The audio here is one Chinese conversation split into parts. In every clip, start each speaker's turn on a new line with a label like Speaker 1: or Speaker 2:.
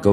Speaker 1: 各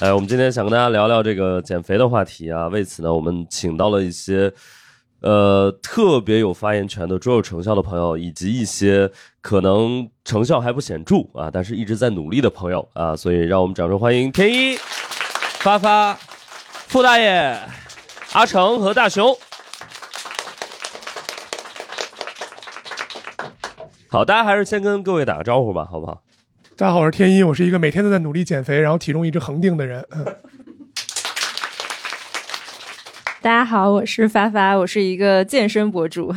Speaker 2: 哎，我们今天想跟大家聊聊这个减肥的话题啊。为此呢，我们请到了一些呃特别有发言权的、卓有成效的朋友，以及一些可能成效还不显著啊，但是一直在努力的朋友啊。所以，让我们掌声欢迎天一、发发、傅大爷、阿成和大熊。好，大家还是先跟各位打个招呼吧，好不好？
Speaker 3: 大家好，我是天一，我是一个每天都在努力减肥，然后体重一直恒定的人。嗯，
Speaker 4: 大家好，我是发发，我是一个健身博主。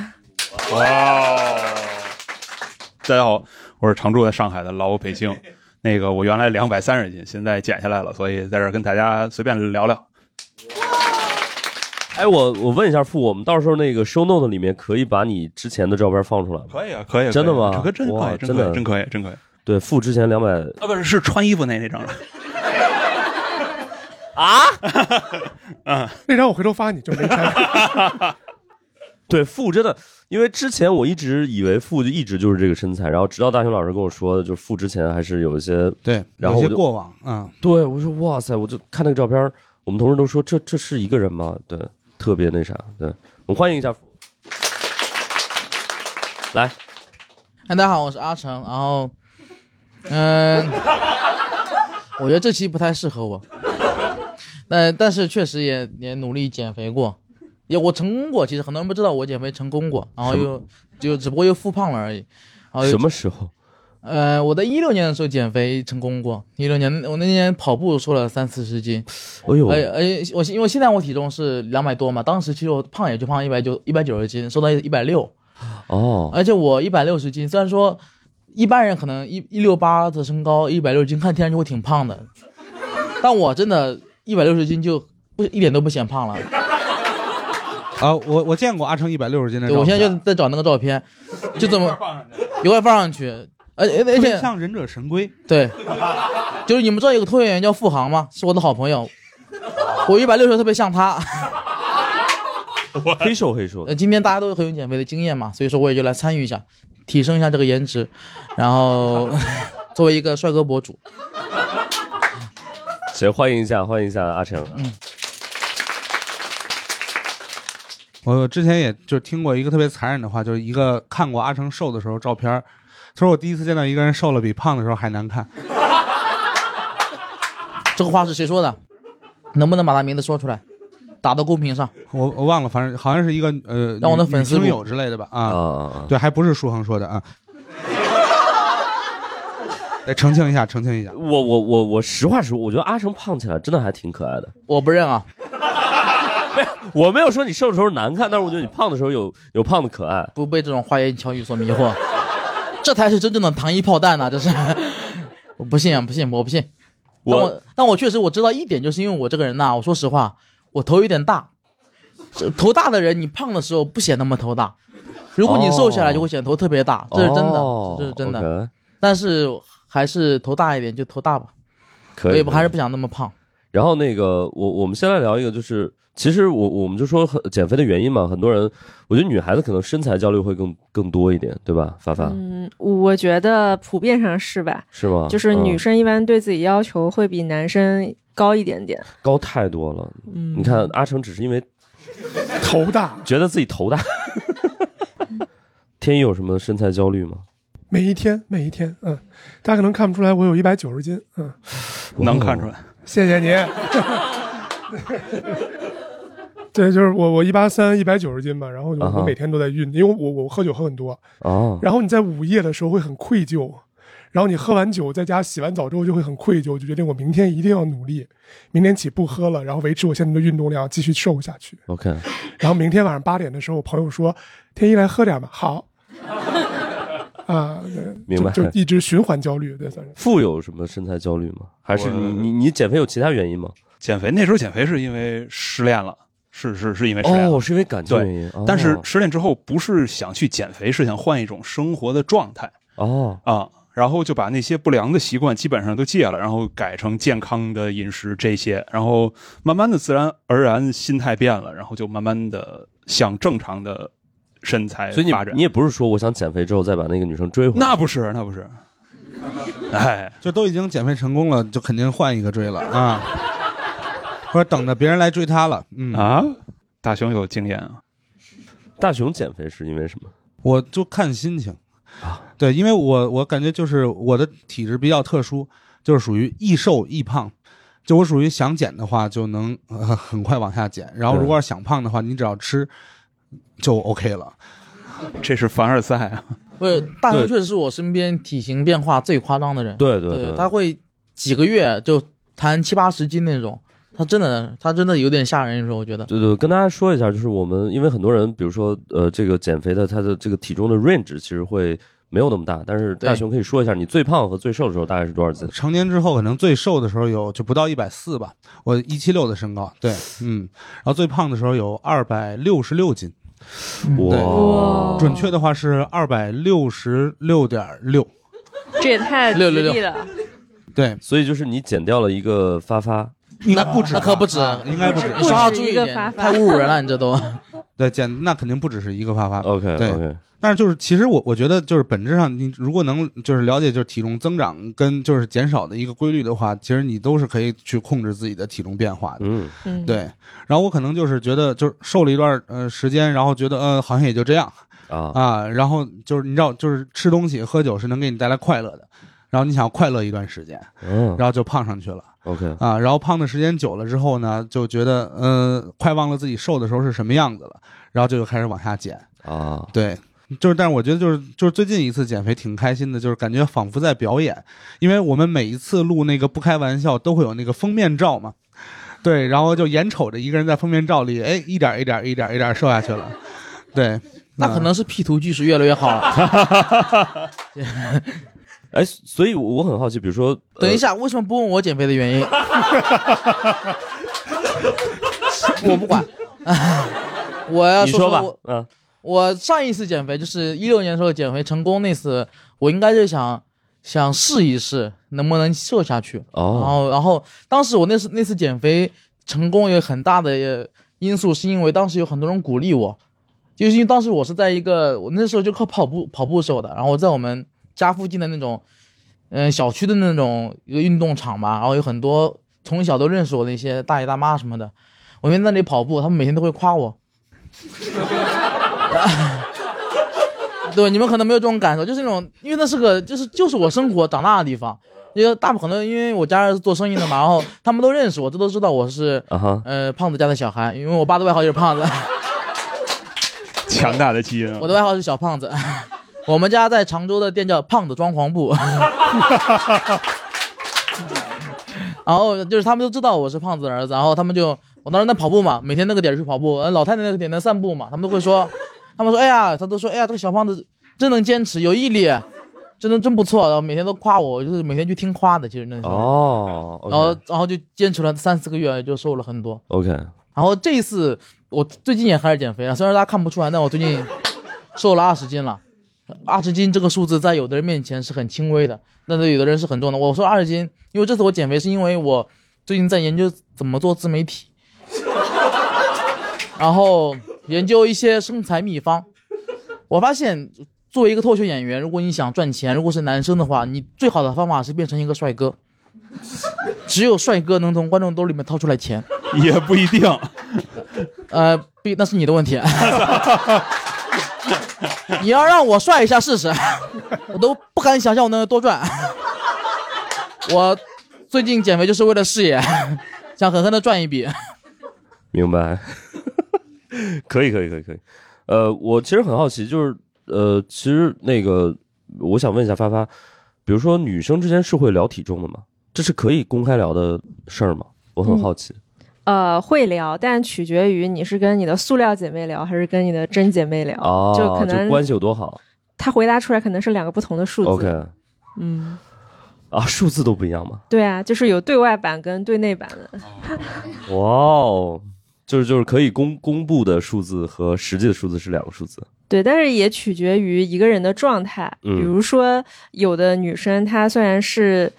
Speaker 5: 哇！哦大家好，我是常住在上海的老北京。那个我原来两百三十斤，现在减下来了，所以在这儿跟大家随便聊聊。
Speaker 2: 哎，我我问一下傅，我们到时候那个 show note 里面可以把你之前的照片放出来吗？
Speaker 5: 可以啊，可以啊，
Speaker 2: 真的吗？
Speaker 5: 可真可
Speaker 2: 哇
Speaker 5: 以，
Speaker 2: 真
Speaker 5: 可
Speaker 2: 的
Speaker 5: 以，真可以，真可以。
Speaker 2: 对，付之前两百
Speaker 5: 啊，不是，是穿衣服那那张了。
Speaker 2: 啊，
Speaker 5: 嗯，
Speaker 3: 那张我回头发你就没 删。
Speaker 2: 对，付真的，因为之前我一直以为付就一直就是这个身材，然后直到大雄老师跟我说，就是付之前还是有一些
Speaker 5: 对，
Speaker 2: 然后我
Speaker 5: 有些
Speaker 2: 就
Speaker 5: 过往，嗯，
Speaker 2: 对我说哇塞，我就看那个照片，我们同事都说这这是一个人吗？对，特别那啥，对，我们欢迎一下付，来，
Speaker 6: 嗨，哎大家好，我是阿成。然后，嗯、我觉得这期不太适合我，但但是确实也也努力减肥过，也我成功过。其实很多人不知道我减肥成功过，然后
Speaker 2: 什
Speaker 6: 又就只不过又复胖了而已。然后又
Speaker 2: 什么时候？
Speaker 6: 呃，我在一六年的时候减肥成功过，一六年我那年跑步瘦了三四十斤，
Speaker 2: 哎呦，
Speaker 6: 哎哎，我因为现在我体重是两百多嘛，当时其实我胖也就胖一百九一百九十斤，瘦到一百六，
Speaker 2: 哦，
Speaker 6: 而且我一百六十斤，虽然说一般人可能一一六八的身高，一百六十斤看天上去会挺胖的，但我真的一百六十斤就不一点都不显胖了。
Speaker 7: 啊，我我见过阿成一百六十斤的
Speaker 6: 对
Speaker 7: 照片，
Speaker 6: 我现在就在找那个照片，就怎么一块放上去，而且而
Speaker 7: 特
Speaker 6: 且
Speaker 7: 别像忍者神龟，
Speaker 6: 对，就是你们知道有个脱口秀演员叫付航吗？是我的好朋友， 我一百六十特别像他。
Speaker 2: 黑瘦黑瘦的
Speaker 6: 呃，今天大家都有很有减肥的经验嘛，所以说我也就来参与一下，提升一下这个颜值，然后 作为一个帅哥博主。
Speaker 2: 行，欢迎一下，欢迎一下阿成，
Speaker 7: 嗯我之前也就听过一个特别残忍的话，就是一个看过阿成瘦的时候照片儿，他说我第一次见到一个人瘦了比胖的时候还难看。
Speaker 6: 这个话是谁说的？能不能把他名字说出来？打到公屏上。
Speaker 7: 我我忘了，反正好像是一个呃，
Speaker 6: 让我的
Speaker 7: 女
Speaker 6: 粉丝
Speaker 7: 女听
Speaker 6: 录
Speaker 7: 友之类的吧
Speaker 2: 啊
Speaker 7: 啊，
Speaker 2: 啊啊，
Speaker 7: 对，还不是舒恒说的啊。 得澄清一下，澄清一下，
Speaker 2: 我我我我实话实说，我觉得阿成胖起来真的还挺可爱的。
Speaker 6: 我不认啊，
Speaker 2: 我 没有说你瘦的时候难看，但是我觉得你胖的时候有有胖的可爱。
Speaker 6: 不被这种花言巧语所迷惑， 这才是真正的糖衣炮弹呐、啊这是， 我不信啊，不信，我不信。但
Speaker 2: 我
Speaker 6: 我但我确实我知道一点，就是因为我这个人呐、我说实话，我头有点大。这头大的人，你胖的时候不显那么头大，如果你瘦下来，就会显头特别大，啊这是真的，
Speaker 2: 哦
Speaker 6: 这是真的。
Speaker 2: OK，
Speaker 6: 但是还是头大一点就头大吧，
Speaker 2: 可
Speaker 6: 我
Speaker 2: 以。
Speaker 6: 也不还是不想那么胖。
Speaker 2: 然后那个，我我们先来聊一个，就是其实我我们就说很减肥的原因嘛，很多人，我觉得女孩子可能身材焦虑会更更多一点，对吧？发发、
Speaker 4: 嗯，我觉得普遍上是吧，
Speaker 2: 是吗？
Speaker 4: 就是
Speaker 2: 嗯
Speaker 4: 女生一般对自己要求会比男生高一点 点。
Speaker 2: 高太多了。
Speaker 4: 嗯
Speaker 2: 你，看阿成只是因为
Speaker 3: 头大，
Speaker 2: 觉得自己头大。天一有什么身材焦虑吗？
Speaker 3: 每一天，每一天，嗯，大家可能看不出来，我有一百九十斤，嗯，
Speaker 5: 能看出来。
Speaker 3: 谢谢您。对，就是我，我一八三，一百九十斤吧，然后
Speaker 2: 啊
Speaker 3: 我
Speaker 2: 哈
Speaker 3: 我每天都在运，因为我我我喝酒喝很多，
Speaker 2: 哦，
Speaker 3: 然后你在午夜的时候会很愧疚，然后你喝完酒在家洗完澡之后就会很愧疚，就决定我明天一定要努力，明天起不喝了，然后维持我现在的运动量，继续瘦下去。
Speaker 2: OK，
Speaker 3: 然后明天晚上八点的时候，我朋友说：“天一来喝点吧。”好， 啊，对
Speaker 2: 明白
Speaker 3: 就，就一直循环焦虑，对，算是
Speaker 2: 富有什么身材焦虑吗？还是
Speaker 5: 我
Speaker 2: 你你你减肥有其他原因吗？
Speaker 5: 减肥那时候减肥是因为失恋了，是是是因为食量。
Speaker 2: 哦，是因为感情
Speaker 5: 对
Speaker 2: 原因。哦
Speaker 5: 但是失恋之后不是想去减肥，是想换一种生活的状态
Speaker 2: 哦，
Speaker 5: 啊，然后就把那些不良的习惯基本上都戒了，然后改成健康的饮食这些，然后慢慢的自然而然心态变了，然后就慢慢的向正常的身材
Speaker 2: 所以你
Speaker 5: 发展。
Speaker 2: 你也不是说我想减肥之后再把那个女生追回来。
Speaker 5: 那不是那不是，哎，
Speaker 7: 就都已经减肥成功了，就肯定换一个追了啊，或者等着别人来追他了。嗯，
Speaker 5: 啊，大雄有经验啊，
Speaker 2: 大熊减肥是因为什么？啊
Speaker 7: 我就看心情对，因为我我感觉就是我的体质比较特殊，就是属于易瘦易胖。就我属于想减的话，就能、呃很快往下减。然后如果要想胖的话，你只要吃就 OK 了。
Speaker 5: 这是凡尔赛啊，
Speaker 6: 不是，大
Speaker 2: 嗯对
Speaker 6: 熊确实是我身边体型变化最夸张的人。
Speaker 2: 对对
Speaker 6: 他会几个月就弹七八十斤那种，他真的他真的有点吓人，你说我觉得。
Speaker 2: 对对，跟大家说一下，就是我们因为很多人，比如说呃，这个减肥的他的这个体重的 range 其实会没有那么大，但是
Speaker 6: 对
Speaker 2: 大熊可以说一下，你最胖和最瘦的时候大概是多少斤？
Speaker 7: 成年之后，可能最瘦的时候有就不到一百四吧，我一七六的身高，对，嗯，然后最胖的时候有二百六十六斤，
Speaker 4: 哇，
Speaker 7: 准确的话是二百六十六点六，
Speaker 4: 这也太吉利了，
Speaker 7: 对，
Speaker 2: 所以就是你减掉了一个发发，
Speaker 7: 应该不止吧，
Speaker 6: 那可不止
Speaker 7: 啊应该不止，
Speaker 6: 你说话
Speaker 4: 不止
Speaker 6: 注
Speaker 4: 一
Speaker 6: 意
Speaker 4: 个
Speaker 6: 点
Speaker 4: 发，发
Speaker 6: 太侮辱人了，你这都。
Speaker 7: 对，减那肯定不只是一个发发。
Speaker 2: OK
Speaker 7: 对
Speaker 2: OK，
Speaker 7: 但是就是，其实我我觉得就是本质上，你如果能就是了解就是体重增长跟就是减少的一个规律的话，其实你都是可以去控制自己的体重变化的。
Speaker 2: 嗯，
Speaker 4: 嗯，
Speaker 7: 对，然后我可能就是觉得就是瘦了一段呃时间，然后觉得呃好像也就这样，
Speaker 2: 啊，
Speaker 7: 啊，然后就是你知道，就是吃东西、喝酒是能给你带来快乐的，然后你想要快乐一段时间，
Speaker 2: 嗯
Speaker 7: 然后就胖上去了
Speaker 2: OK，
Speaker 7: 啊，然后胖的时间久了之后呢，就觉得呃，快忘了自己瘦的时候是什么样子了，然后就开始往下减，
Speaker 2: 啊，
Speaker 7: 对。就是，但是我觉得就是就是最近一次减肥挺开心的，就是感觉仿佛在表演，因为我们每一次录那个不开玩笑都会有那个封面照嘛，对，然后就眼瞅着一个人在封面照里，哎，一点一点一点一点瘦下去了，对，嗯
Speaker 6: 那可能是 P 图技术越来越好了。
Speaker 2: 哎，所以我很好奇，比如说，呃
Speaker 6: 等一，下，为什么不问我减肥的 原因？我不管，我要
Speaker 2: 你说吧
Speaker 6: 我，
Speaker 2: 嗯
Speaker 6: 我上一次减肥就是一六年的时候减肥成功那次，我应该就想想试一试能不能瘦下去。然
Speaker 2: 哦
Speaker 6: 后，然后当时我那次那次减肥成功有很大的呃因素，是因为当时有很多人鼓励我，就是因为当时我是在一个我那时候就靠跑步跑步瘦的，然后我在我们家附近的那种，嗯、小区的那种一个运动场吧，然后有很多从小都认识我的一些大爷大妈什么的，我在那里跑步，他们每天都会夸我。对，你们可能没有这种感受，就是那种，因为那是个，就是就是我生活长大的地方，因为大部分可能因为我家人是做生意的嘛，然后他们都认识我，这都知道我是
Speaker 2: 啊哈，
Speaker 6: 呃胖子家的小孩，因为我爸的外号就是胖子，
Speaker 5: 强大的基因啊
Speaker 6: 我，的外号是小胖子。 我们家在常州的店叫胖子装潢部， 然后就是他们都知道我是胖子的儿子，然后他们就我当时在跑步嘛，每天那个点去跑步，呃老太太那个点在散步嘛，他们都会说，他们说哎呀，他都说哎呀这个小胖子真能坚持，有毅力，真的真不错，然后每天都夸我，就是每天就听夸的，其实那时候。
Speaker 2: 哦
Speaker 6: 然后然后就坚持了三四个月，就瘦了很多。
Speaker 2: ，OK，
Speaker 6: 然后这一次我最近也开始减肥了，虽然大家看不出来，但我最近瘦了二十斤了。二十斤这个数字在有的人面前是很轻微的，但是有的人是很重的。我说二十斤，因为这次我减肥是因为我最近在研究怎么做自媒体， 然后研究一些身材秘方。我发现，作为一个脱口秀演员，如果你想赚钱，如果是男生的话，你最好的方法是变成一个帅 哥。只有帅哥能从观众兜里面掏出来钱。
Speaker 5: 也不一定。
Speaker 6: 呃，不，那是你的问题。 你要让我帅一下试试，我都不敢想象我能有多赚。 我最近减肥就是为了事业， 想狠狠的赚一笔。
Speaker 2: 明白， 可以，可以，可以，可以。呃，我其实很好奇，就是呃，其实那个，我想问一下发发，比如说女生之间是会聊体重的吗？这是可以公开聊的事儿吗？我很好奇。
Speaker 4: 呃，会聊，但取决于你是跟你的塑料姐妹聊，还是跟你的真姐妹聊，
Speaker 2: 哦，
Speaker 4: 嗯就可能
Speaker 2: 关系有多好
Speaker 4: 她回答出来可能是两个不同的数字。
Speaker 2: ？OK，
Speaker 4: 嗯，
Speaker 2: 啊，数字都不一样吗？
Speaker 4: 对啊，就是有对外版跟对内版的。
Speaker 2: 哇哦，就是就是可以公公布的数字和实际的数字是两个数字。
Speaker 4: 对，但是也取决于一个人的状态。
Speaker 2: 嗯
Speaker 4: 比如说，有的女生她虽然是，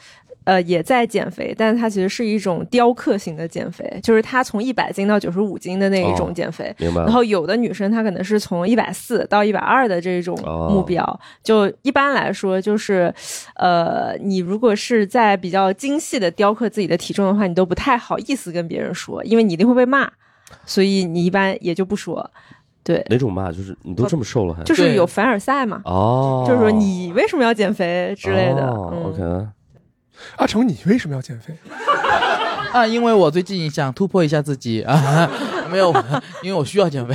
Speaker 4: 呃，也在减肥，但她其实是一种雕刻型的减肥，就是她从一百斤到九十五斤的那一
Speaker 2: 哦
Speaker 4: 种减肥。
Speaker 2: 明白
Speaker 4: 然
Speaker 2: 了。
Speaker 4: 后有的女生她可能是从一百四到一百二的这种
Speaker 2: 哦
Speaker 4: 目标，就一般来说就是，呃，你如果是在比较精细的雕刻自己的体重的话，你都不太好意思跟别人说，因为你一定会被骂，所以你一般也就不说。对，呃
Speaker 2: 哪种骂？就是你都这么瘦了还？
Speaker 4: 就
Speaker 6: 对
Speaker 4: 是有凡尔赛嘛，
Speaker 2: 哦，
Speaker 4: 就是说你为什么要减肥之类的。
Speaker 2: 哦
Speaker 4: 嗯
Speaker 2: OK，
Speaker 3: 阿成，你为什么要减肥？
Speaker 6: 啊，因为我最近想突破一下自己 啊，没有，因为我需要减肥。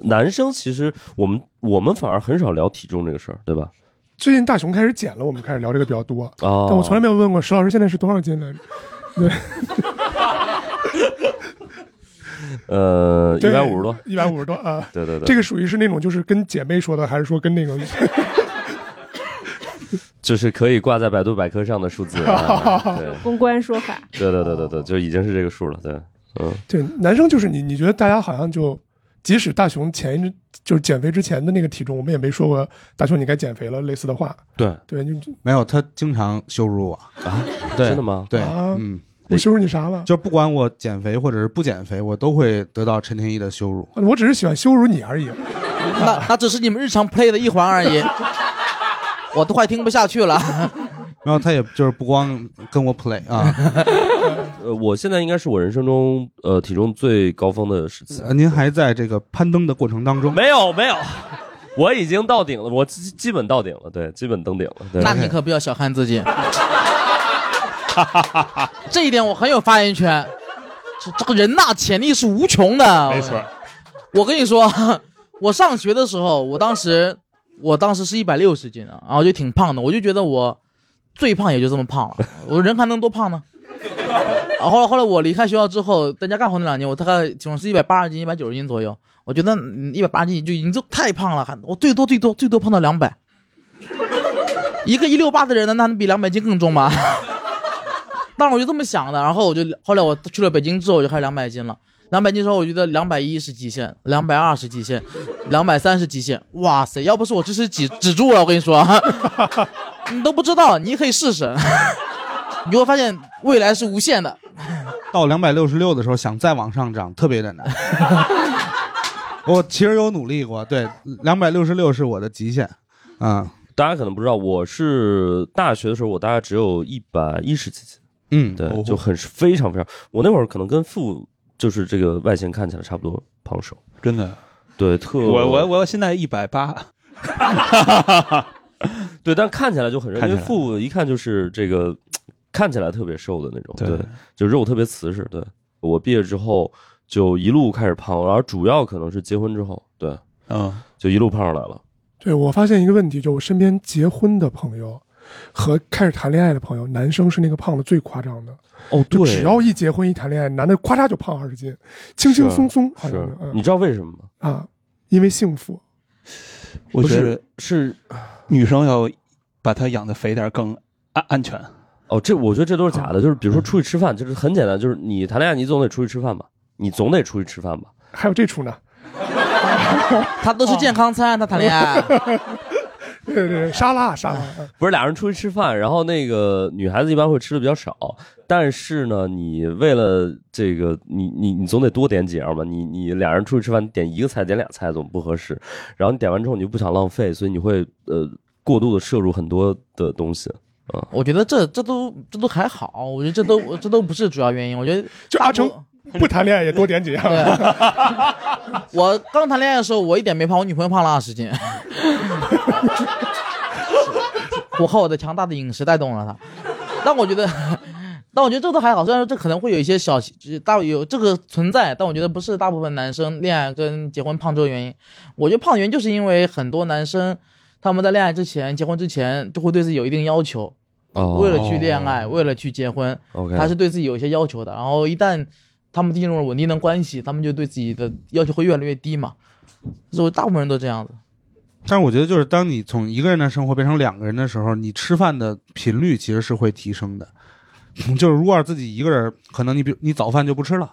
Speaker 2: 男生其实我们我们反而很少聊体重这个事儿，对 吧？
Speaker 3: 最近大熊开始减了，我们开始聊这个比较多，
Speaker 2: 哦，
Speaker 3: 但我从来没有问过石老师现在是多少斤来着。
Speaker 2: 呃一
Speaker 3: 对
Speaker 2: 百五十多，，
Speaker 3: 一百五十多啊。
Speaker 2: 对对对，
Speaker 3: 这个属于是那种就是跟姐妹说的，还是说跟那个？
Speaker 2: 就是可以挂在百度百科上的数字。 啊对
Speaker 4: 公关说法，
Speaker 2: 对对对对对，就已经是这个数了。对，嗯，
Speaker 3: 对，男生就是你，你觉得大家好像就，即使大熊前一就是减肥之前的那个体重，我们也没说过大熊你该减肥了类似的话。
Speaker 2: 对，
Speaker 3: 对，就
Speaker 7: 没有，他经常羞辱我。对
Speaker 2: 真的吗？
Speaker 7: 对，
Speaker 3: 啊
Speaker 7: 嗯，
Speaker 3: 我羞辱你啥了？
Speaker 7: 就不管我减肥或者是不减肥，我都会得到陈天一的羞辱。
Speaker 3: 我只是喜欢羞辱你而已。
Speaker 6: 那那只是你们日常 play 的一环而已， 我都快听不下去了。
Speaker 7: 然后他也就是不光跟我 play 啊，
Speaker 2: 呃，我现在应该是我人生中呃体重最高峰的时期。
Speaker 7: 呃您还在这个攀登的过程当中。
Speaker 2: 没有没有， 我已经到顶了，我基基本到顶了，对，基本登顶了。对，
Speaker 6: 那你可不要小看自 己，这一点我很有发言权。这这个人呐，潜力是无穷的。
Speaker 5: 没错，
Speaker 6: 我跟你说，我上学的时候，我当时我当时是一百六十斤啊，然后就挺胖的，我就觉得我最胖也就这么胖了，我人还能多胖呢？ 啊，后来后来我离开学校之后，在家干活那两年，我大概体重是一百八十斤、一百九十斤左右。我觉得嗯一百八斤就已经就太胖了，还我最多最多最多胖到两百。一个一六八的人，难道能比两百斤更重 吗？当时我就这么想的，然后我就后来我去了北京之后，我就开始两百斤了。两百斤之后，我觉得两百一是极限，两百二是极限，两百三是极限。哇塞，要不是我这是止止住了，我跟你说， 你都不知道，你可以试试，你会发现未来是无限 的。
Speaker 7: 到两百六十六的时候，想再往上涨特别的 难。我其实有努力过，对，两百六十六是我的极限，啊，
Speaker 2: 大家可能不知道，我是大学的时候，我大概只有一百一十几斤，
Speaker 7: 嗯，
Speaker 5: 哦
Speaker 2: 对，就很是非常非常，我那会儿可能跟父就是这个外形看起来差不多，胖瘦，
Speaker 5: 真的，
Speaker 2: 对，特
Speaker 5: 我我我现在一百 八，
Speaker 2: 对，但看起来就很瘦，
Speaker 5: 看
Speaker 2: 因为
Speaker 5: 起来
Speaker 2: 父一看就是这个看起来特别瘦的那种，
Speaker 5: 对
Speaker 2: 对，就肉特别瓷实。对我毕业之后就一路开始胖，然后主要可能是结婚之后，对，
Speaker 5: 嗯，
Speaker 2: 就一路胖上来了。
Speaker 3: 对我发现一个问题，就我身边结婚的朋友和开始谈恋爱的朋友，男生是那个胖的最夸张的。
Speaker 2: 哦，
Speaker 3: 就只要一结婚一谈恋爱，男的咵嚓就胖二十斤，轻轻松松，好像
Speaker 2: 是啊
Speaker 3: 是，嗯
Speaker 2: 你知道为什么吗？
Speaker 3: 啊，因为幸福。
Speaker 5: 我
Speaker 2: 不
Speaker 5: 觉
Speaker 2: 是
Speaker 5: 得
Speaker 2: 是
Speaker 5: 女生要把它养的肥点儿更 安安全。嗯
Speaker 2: 哦，这我觉得这都是假的，就是比如说出去吃饭，就是很简单，就是你谈恋爱你总得出去吃饭吧，你总得出去吃饭吧。
Speaker 3: 还有这出呢，
Speaker 6: 他都是健康餐，他谈恋爱，
Speaker 3: 对对对，沙拉沙拉，嗯
Speaker 2: 不是俩人出去吃饭，然后那个女孩子一般会吃的比较少，但是呢，你为了这个，你你你总得多点几样吧。你你俩人出去吃饭，你点一个菜点俩菜总不合适，然后你点完之后你就不想浪费，所以你会呃过度的摄入很多的东西。嗯
Speaker 6: 我觉得这这都这都还好，我觉得这都这都不是主要原因，我觉得
Speaker 3: 就阿成不谈恋爱也多点几样。
Speaker 6: 对，我刚谈恋爱的时候，我一点没胖，我女朋友胖了二十斤。 我靠，我的强大的饮食带动了她，但我觉得，但我觉得这都还好。虽然说这可能会有一些小，就是大有这个存在，但我觉得不是大部分男生恋爱跟结婚胖这个原因。我觉得胖的原因就是因为很多男生他们在恋爱之前、结婚之前就会对自己有一定要求，
Speaker 2: 哦
Speaker 6: 为了去恋爱，为了去结婚，
Speaker 2: OK，
Speaker 6: 他是对自己有一些要求的。然后一旦他们进入了稳定的关系，他们就对自己的要求会越来越低嘛。所以大部分人都这样子。
Speaker 7: 但是我觉得，就是当你从一个人的生活变成两个人的时候，你吃饭的频率 其实是会提升的。就是如果要是自己一个人，可能你比你早饭就不吃了，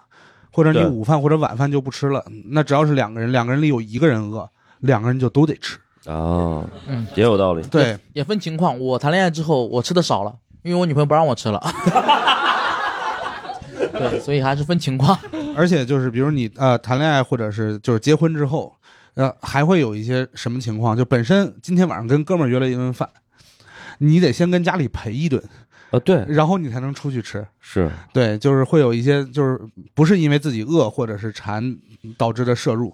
Speaker 7: 或者你
Speaker 2: 对
Speaker 7: 午饭或者晚饭就不吃了。那只要是两个人，两个人里有一个人饿，两个人就都得吃。
Speaker 2: 啊，
Speaker 6: 嗯
Speaker 2: 也有道理。
Speaker 7: 对，
Speaker 6: 也分情况。我谈恋爱之后，我吃的少了，因为我女朋友不让我吃了。 对，所以还是分情况。
Speaker 7: 而且就是比如你呃谈恋爱或者是就是结婚之后，呃还会有一些什么情况？就本身今天晚上跟哥们儿约了一顿饭，你得先跟家里陪一顿，
Speaker 2: 啊，对，
Speaker 7: 然后你才能出去吃。
Speaker 2: 是
Speaker 7: 对，就是会有一些就是不是因为自己饿或者是馋导致的摄入，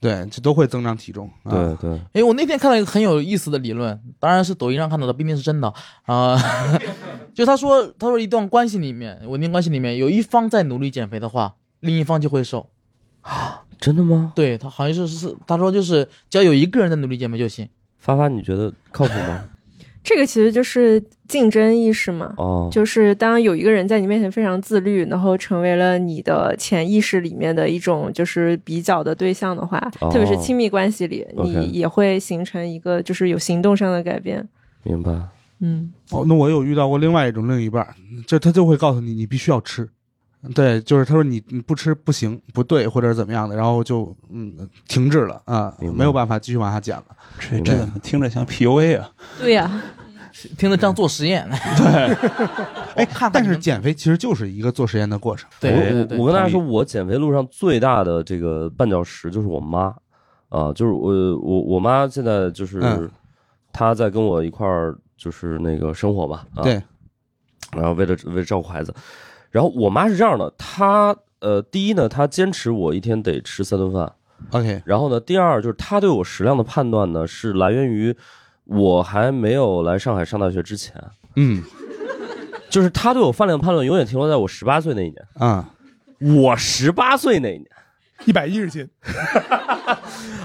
Speaker 7: 对，这都会增长体重。啊、
Speaker 2: 对对，
Speaker 6: 哎，我那天看到一个很有意思的理论，当然是抖音上看到的，不一定是真的啊。 就他说，他说一段关系里面，稳定关系里面有一方在努力减肥的话，另一方就会瘦。
Speaker 2: 啊真的吗？
Speaker 6: 对他好像是是，他说就是只要有一个人在努力减肥就行。
Speaker 2: 发发，你觉得靠谱吗？
Speaker 4: 这个其实就是竞争意识嘛。
Speaker 2: 哦，
Speaker 4: 就是当有一个人在你面前非常自律，然后成为了你的潜意识里面的一种就是比较的对象的话，
Speaker 2: 哦
Speaker 4: 特别是亲密关系里，
Speaker 2: OK
Speaker 4: 你也会形成一个就是有行动上的改变。
Speaker 2: 明白。
Speaker 4: 嗯，
Speaker 7: 哦，那我有遇到过另外一种另一半儿，就他就会告诉你，你必须要吃。对，就是他说你你不吃不行，不对，或者是怎么样的，然后就嗯停滞了啊，
Speaker 2: 明白
Speaker 7: 没有办法继续往下减了。
Speaker 5: 这这怎么听着像 PUA 啊？
Speaker 4: 对呀、
Speaker 6: 听着像做实验，
Speaker 7: 哎，
Speaker 6: 看看
Speaker 7: 但
Speaker 6: 你
Speaker 7: 是
Speaker 6: 能
Speaker 7: 减肥其实就是一个做实验的过程。
Speaker 6: 对
Speaker 2: 我
Speaker 6: 对
Speaker 2: 我
Speaker 6: 对
Speaker 2: 我跟大家说，
Speaker 5: 同
Speaker 2: 我减肥路上最大的这个绊脚石就是我妈，啊、就是我我我妈现在就是、
Speaker 7: 嗯
Speaker 2: 她在跟我一块儿就是那个生活嘛，啊、
Speaker 7: 对，
Speaker 2: 然后为了为了照顾孩子，然后我妈是这样的，她呃第一呢，她坚持我一天得吃三顿饭，
Speaker 7: OK，
Speaker 2: 然后呢，第二就是他对我食量的判断呢，是来源于我还没有来上海上大学之前，
Speaker 7: 嗯
Speaker 2: 就是他对我饭量判断永远停留在我十八岁那一年。
Speaker 7: 啊，
Speaker 2: 我十八岁那一年，
Speaker 3: 一百一十 斤，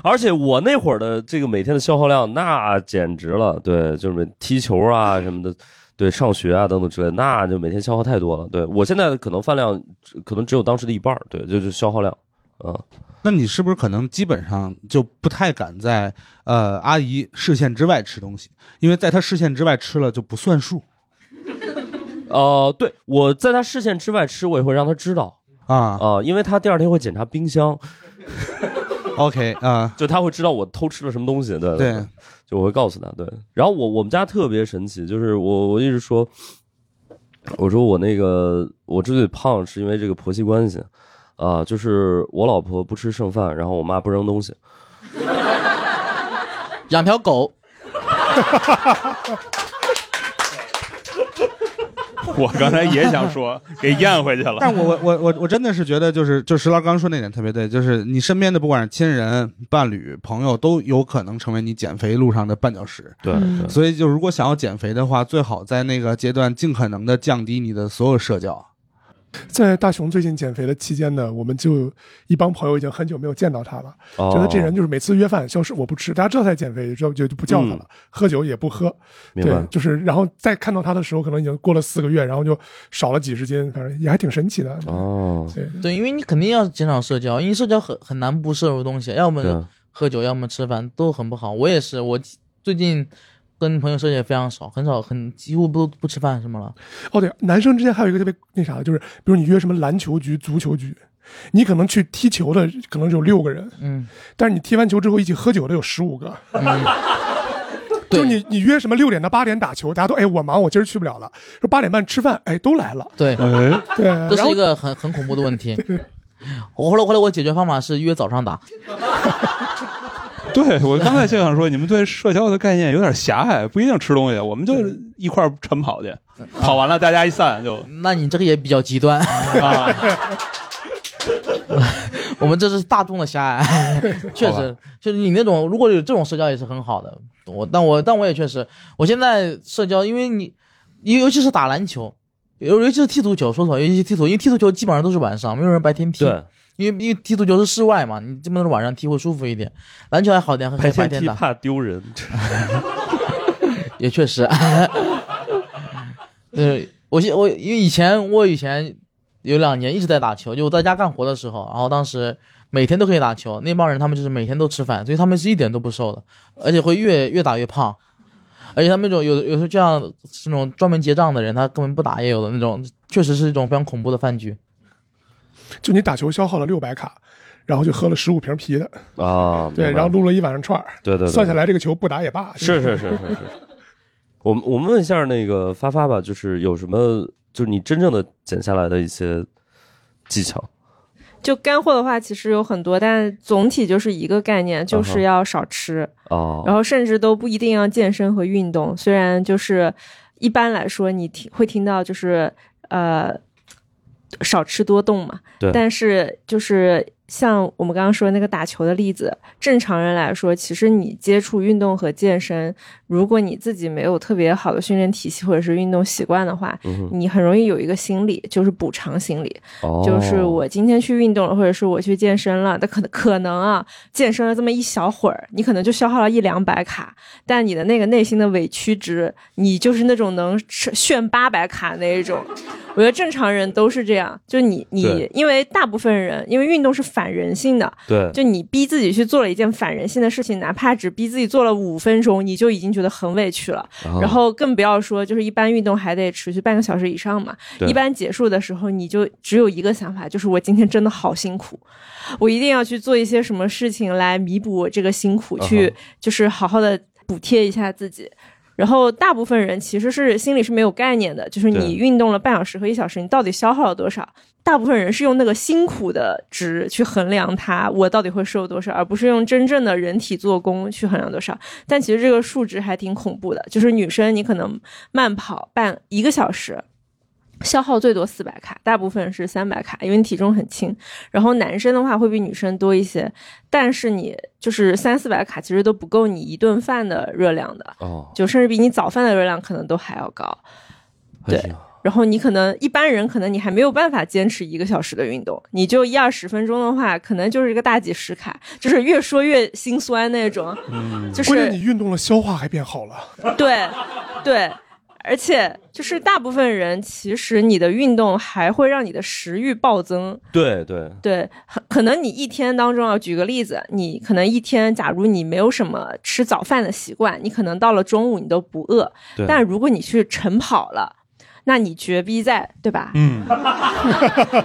Speaker 2: 而且我那会儿的这个每天的消耗量，那简直了，对，就是踢球啊什么的，对，上学啊等等之类的，那就每天消耗太多了。对我现在可能饭量可能只有当时的一半儿，对，就是消耗量，嗯，
Speaker 7: 那你是不是可能基本上就不太敢在呃阿姨视线之外吃东西？因为在她视线之外吃了就不算数
Speaker 2: 呃，对我在他视线之外吃，我也会让他知道
Speaker 7: 啊。
Speaker 2: 啊、因为他第二天会检查冰箱，
Speaker 7: OK 啊，
Speaker 2: 就他会知道我偷吃了什么东西，对
Speaker 7: 对，
Speaker 2: 就我会告诉他，对。然后我我们家特别神奇，就是我我一直说，我说我那个我之所以胖是因为这个婆媳关系，啊、就是我老婆不吃剩饭，然后我妈不扔东西，
Speaker 6: 养条狗，
Speaker 5: 我刚才也想 说，给咽回去了。
Speaker 7: 但我我我我我真的是觉得，就是就石老师刚刚说那点特别对，就是你身边的不管是亲人、伴侣、朋友，都有可能成为你减肥路上的绊脚石。
Speaker 2: 对
Speaker 4: 嗯
Speaker 2: 对
Speaker 7: 所以，就如果想要减肥的话，最好在那个阶段尽可能的降低你的所有社交。
Speaker 3: 在大熊最近减肥的期间呢，我们就一帮朋友已经很久没有见到他了，
Speaker 2: 哦
Speaker 3: 觉得这人就是每次约饭消失我不吃，大家知道他在减肥，知道就就不叫他了，喝酒也不喝，
Speaker 2: 嗯明
Speaker 3: 对
Speaker 2: 白，，
Speaker 3: 就是然后再看到他的时候，可能已经过了四个月，然后就少了几十斤，反正也还挺神奇的。
Speaker 2: 哦，
Speaker 3: 对，
Speaker 6: 对，因为你肯定要减少社交，因为社交很很难不摄入东西，啊要么
Speaker 2: 对，
Speaker 5: 啊
Speaker 6: 喝酒，要么吃饭，都很不好。我也是，我最近跟朋友社交也非常少，很少，很几乎不不吃饭什么了。
Speaker 3: 哦对，男生之间还有一个特别那啥的，就是比如你约什么篮球局、足球局，你可能去踢球的可能只有六个人，
Speaker 6: 嗯，
Speaker 3: 但是你踢完球之后一起喝酒的有十五个。就
Speaker 6: 对
Speaker 3: 是你你约什么六点到八点打球，大家都哎我忙我今儿去不了了，说八点半吃饭哎都来了，
Speaker 6: 对，
Speaker 5: 哎，
Speaker 3: 对，啊
Speaker 6: 这
Speaker 3: 然
Speaker 6: 是
Speaker 3: 后
Speaker 6: 一个很很恐怖的问题。我后来后来我解决方法是约早上打，
Speaker 5: 对我刚才就想说，你们对社交的概念有点狭隘，不一定吃东西，我们就一块儿晨跑去，跑完了大家一散就
Speaker 6: 那你这个也比较极 端。
Speaker 5: 啊，
Speaker 6: 我们这是大众的狭隘， 确实，就是你那种如果有这种社交也是很好的。我但我但我也确实，我现在社交，因为你，尤尤其是打篮球，尤尤其是踢足球，说实话，尤其是踢足球，因为踢足球基本上都是晚上，没有人白天踢。
Speaker 2: 对，
Speaker 6: 因为因为踢足球是室外嘛，你基本上晚上踢会舒服一点。篮球还好点，还可
Speaker 2: 白
Speaker 6: 以白
Speaker 2: 天
Speaker 6: 天
Speaker 2: 踢
Speaker 6: 打，
Speaker 2: 怕丢人，
Speaker 6: 也确实。 对，呃我现我因为以前我以前有两年一直在打球，就我在家干活的时候，然后当时每天都可以打球，那帮人他们就是每天都吃饭，所以他们是一点都不瘦的，而且会越越打越胖。而且他们那种有有时候这样是那种专门结账的人，他根本不打也有的那种，确实是一种非常恐怖的饭局。
Speaker 3: 就你打球消耗了六百卡，然后就喝了十五瓶啤的，
Speaker 2: 啊，
Speaker 3: 对，
Speaker 2: 明白
Speaker 3: 然后撸了一晚上串儿，
Speaker 2: 对对对
Speaker 3: 算下来这个球不打也罢，
Speaker 2: 是是是是是。我们我们问一下那个发发吧，就是有什么，就是你真正的剪下来的一些技巧。
Speaker 4: 就干货的话，其实有很多，但总体就是一个概
Speaker 2: 嗯
Speaker 4: 念，就是要少吃，
Speaker 2: 哦，
Speaker 4: 然后甚至都不一定要健身和运动。虽然就是一般来说，你听会听到就是呃少吃多动嘛，
Speaker 2: 对
Speaker 4: 但是就是像我们刚刚说那个打球的例子，正常人来说，其实你接触运动和健身，如果你自己没有特别好的训练体系或者是运动习惯的话，
Speaker 2: 嗯哼
Speaker 4: 你很容易有一个心理，就是补偿心理。
Speaker 2: 哦，
Speaker 4: 就是我今天去运动了，或者是我去健身了，那可能可能啊，健身了这么一小会儿，你可能就消耗了一两百卡，但你的那个内心的委屈值，你就是那种能吃炫八百卡那一种。 我觉得正常人都是这样，就你你
Speaker 2: 对，
Speaker 4: 因为大部分人，因为运动是反人性的，
Speaker 2: 对
Speaker 4: 就你逼自己去做了一件反人性的事情，哪怕只逼自己做了五分钟，你就已经觉得很委屈了。
Speaker 2: 哦
Speaker 4: 然后更不要说，就是一般运动还得持续半个小时以上嘛。
Speaker 2: 对
Speaker 4: 一般结束的时候，你就只有一个想法，就是我今天真的好辛苦，我一定要去做一些什么事情来弥补我这个辛苦，
Speaker 2: 啊哈
Speaker 4: 去就是好好的补贴一下自己。然后大部分人其实是心里是没有概念的，就是
Speaker 2: 对
Speaker 4: 你运动了半小时和一小时，你到底消耗了多少？大部分人是用那个辛苦的值去衡量它，我到底会瘦多少，而不是用真正的人体做工去衡量多少。但其实这个数值还挺恐怖的，就是女生你可能慢跑半一个小时，消耗最多四百卡，大部分是三百卡，因为你体重很轻。然后男生的话会比女生多一些，但是你就是三四百卡其实都不够你一顿饭的热量的，
Speaker 2: 哦，
Speaker 4: 就甚至比你早饭的热量可能都还要高。对
Speaker 2: 哎呀
Speaker 4: 然后你可能一般人可能你还没有办法坚持一个小时的运动，你就一二十分钟的话，可能就是一个大几十卡，就是越说越心酸那种，就
Speaker 3: 嗯关键
Speaker 4: 是
Speaker 3: 你运动了，消化还变好了，
Speaker 4: 对，对，而且就是大部分人其实你的运动还会让你的食欲暴增，
Speaker 2: 对对，
Speaker 4: 对，很可能你一天当中啊，举个例子，你可能一天，假如你没有什么吃早饭的习惯，你可能到了中午你都不饿
Speaker 2: 对，
Speaker 4: 但如果你去晨跑了。那你绝逼在对吧？
Speaker 5: 嗯，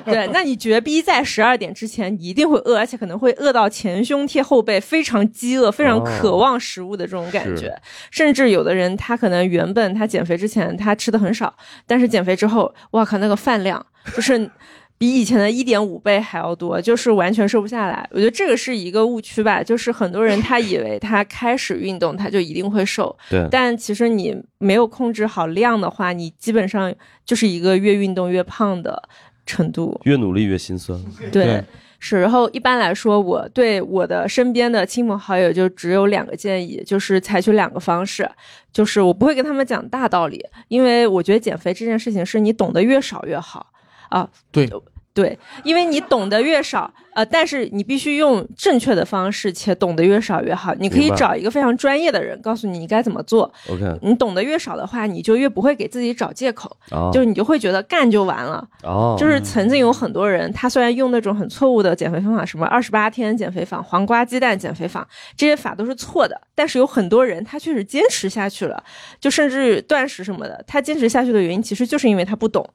Speaker 4: 对，那你绝逼在十二点之前一定会饿，而且可能会饿到前胸贴后背，非常饥饿、非常渴望食物的这种感觉。
Speaker 2: 哦是
Speaker 4: 甚至有的人他可能原本他减肥之前他吃的很少，但是减肥之后，哇靠，那个饭量就是。比以前的一点五倍还要多，就是完全瘦不下来。我觉得这个是一个误区吧，就是很多人他以为他开始运动他就一定会瘦，
Speaker 2: 对
Speaker 4: 但其实你没有控制好量的话，你基本上就是一个越运动越胖的程度。
Speaker 2: 越努力越心酸。
Speaker 4: 对。
Speaker 7: 对
Speaker 4: 是，然后一般来说，我对我的身边的亲朋好友就只有两个建议，就是采取两个方式，就是我不会跟他们讲大道理，因为我觉得减肥这件事情是你懂得越少越好啊。
Speaker 6: 对
Speaker 4: 对，因为你懂得越少，呃，但是你必须用正确的方式，且懂得越少越好。你可以
Speaker 2: 明白
Speaker 4: 找一个非常专业的人告诉你你该怎么做，
Speaker 2: OK
Speaker 4: 你懂得越少的话，你就越不会给自己找借口，
Speaker 2: 啊，
Speaker 4: 就是你就会觉得干就完了。
Speaker 2: 哦，
Speaker 4: 就是曾经有很多人，他虽然用那种很错误的减肥方法，什么二十八天减肥法、黄瓜鸡蛋减肥法，这些法都是错的，但是有很多人他确实坚持下去了，就甚至断食什么的，他坚持下去的原因其实就是因为他不懂。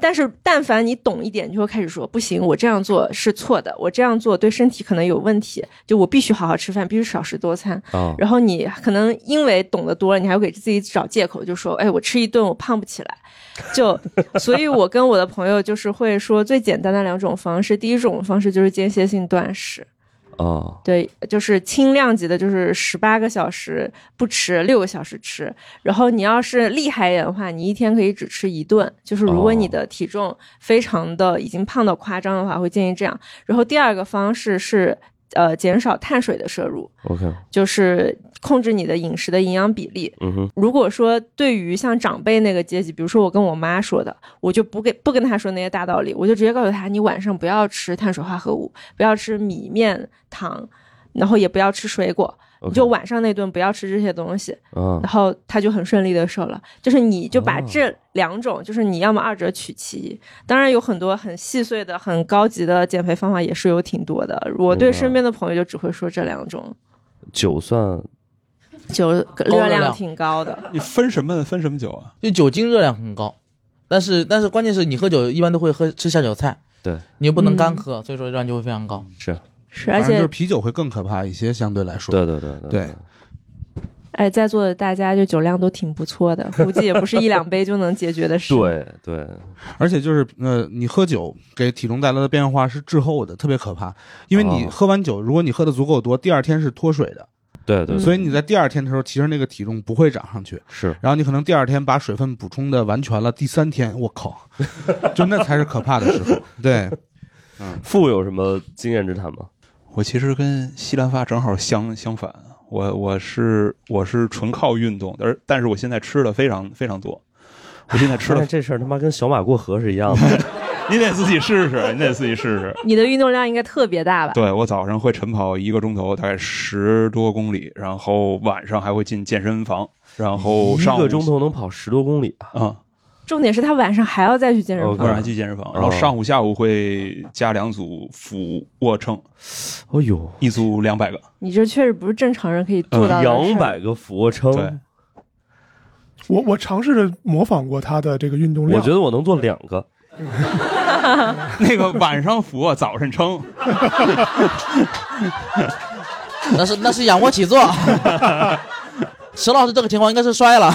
Speaker 4: 但是，但凡你懂一点，你就会开始说不行，我这样做是错的，我这样做对身体可能有问题，就我必须好好吃饭，必须少食多餐。
Speaker 8: 嗯
Speaker 2: 啊，
Speaker 4: 然后你可能因为懂得多了，你还会给自己找借口，就说：“哎，我吃一顿我胖不起来。”就，所以我跟我的朋友就是会说最简单的两种方式，第一种方式就是间歇性断食，
Speaker 2: 啊，
Speaker 4: 对，就是轻量级的，就是十八个小时不吃，六个小时吃。然后你要是厉害一点的话，你一天可以只吃一顿。就是如果你的体重非常的已经胖到夸张的话，会建议这样。然后第二个方式是，呃，减少碳水的摄入。
Speaker 2: OK，
Speaker 4: 就是控制你的饮食的营养比例。
Speaker 2: 嗯哼，
Speaker 4: 如果说对于像长辈那个阶级，比如说我跟我妈说的，我就不给不跟她说那些大道理，我就直接告诉她，你晚上不要吃碳水化合物，不要吃米面糖，然后也不要吃水果，你
Speaker 2: OK
Speaker 4: 就晚上那顿不要吃这些东西。
Speaker 2: 啊，
Speaker 4: 然后他就很顺利的瘦了。就是你就把
Speaker 2: 哦
Speaker 4: 这两种，就是你要么二者取其一。当然有很多很细碎的、很高级的减肥方法也是有挺多的。我对
Speaker 2: 明白
Speaker 4: 身边的朋友就只会说这两种，
Speaker 2: 酒算
Speaker 4: 就热
Speaker 6: 热
Speaker 4: 量
Speaker 6: 量
Speaker 4: 挺高的。
Speaker 5: 你分什么分什么酒啊？
Speaker 6: 就酒精热量很高，但是但是关键是你喝酒一般都会喝吃下酒菜，
Speaker 2: 对，
Speaker 6: 你又不能干
Speaker 4: 嗯
Speaker 6: 喝，所以说热量就会非 常高。
Speaker 2: 是，
Speaker 4: 是，而
Speaker 7: 反正就
Speaker 4: 且
Speaker 7: 是啤酒会更可怕一些，相对来说。
Speaker 2: 对对对
Speaker 7: 对，
Speaker 4: 哎，在座的大家就酒量都挺不错 的，估计也不是一两杯就能解决的 事。，
Speaker 2: 对对，
Speaker 7: 而且就是呃，你喝酒给体重带来的变化是滞后的，特别可怕。因为你
Speaker 2: 哦
Speaker 7: 喝完酒，如果你喝的足够多，第二天是脱水的，
Speaker 2: 对对
Speaker 4: 嗯
Speaker 7: 所以你在第二天的时候，其实那个体重不会涨上去。
Speaker 2: 是，
Speaker 7: 然后你可能第二天把水分补充的完全了，第三天我靠，就那才是可怕的时候。 对，
Speaker 2: 富有什么经验之谈吗？
Speaker 5: 我其实跟西兰花正好相相反，我我是我是纯靠运动，而但是我现在吃的非常非常多，我现在吃
Speaker 2: 吃了
Speaker 5: 的，
Speaker 2: 这事儿他妈跟小马过河是一样的，
Speaker 5: 你得自己试试，你得自己 试试。
Speaker 4: 你的运动量应该特别大吧？
Speaker 5: 对我早上会晨跑一个钟头，大概十多公里，然后晚上还会进健身房，然后
Speaker 2: 一
Speaker 5: 上
Speaker 2: 个
Speaker 5: 午
Speaker 2: 钟头能跑十多公里啊！
Speaker 5: 啊，
Speaker 4: 重点是他晚上还要再去健身
Speaker 5: 晚
Speaker 4: 房。
Speaker 5: 上哦还去健身房，然后上午下午会加两组俯卧撑，
Speaker 2: 哦呦，
Speaker 5: 一组两 百个。
Speaker 4: 你这确实不是正常人可以做到的事
Speaker 5: 嗯
Speaker 4: 儿。
Speaker 2: 两百个俯卧撑，
Speaker 5: 对
Speaker 3: 我我尝试着模仿过他的这个运动
Speaker 2: 我
Speaker 3: 量，
Speaker 2: 觉得我能做两个。
Speaker 5: 那个晚上俯卧，早上撑，
Speaker 6: 那是那是仰卧起坐。石老师这个情况应该是摔了，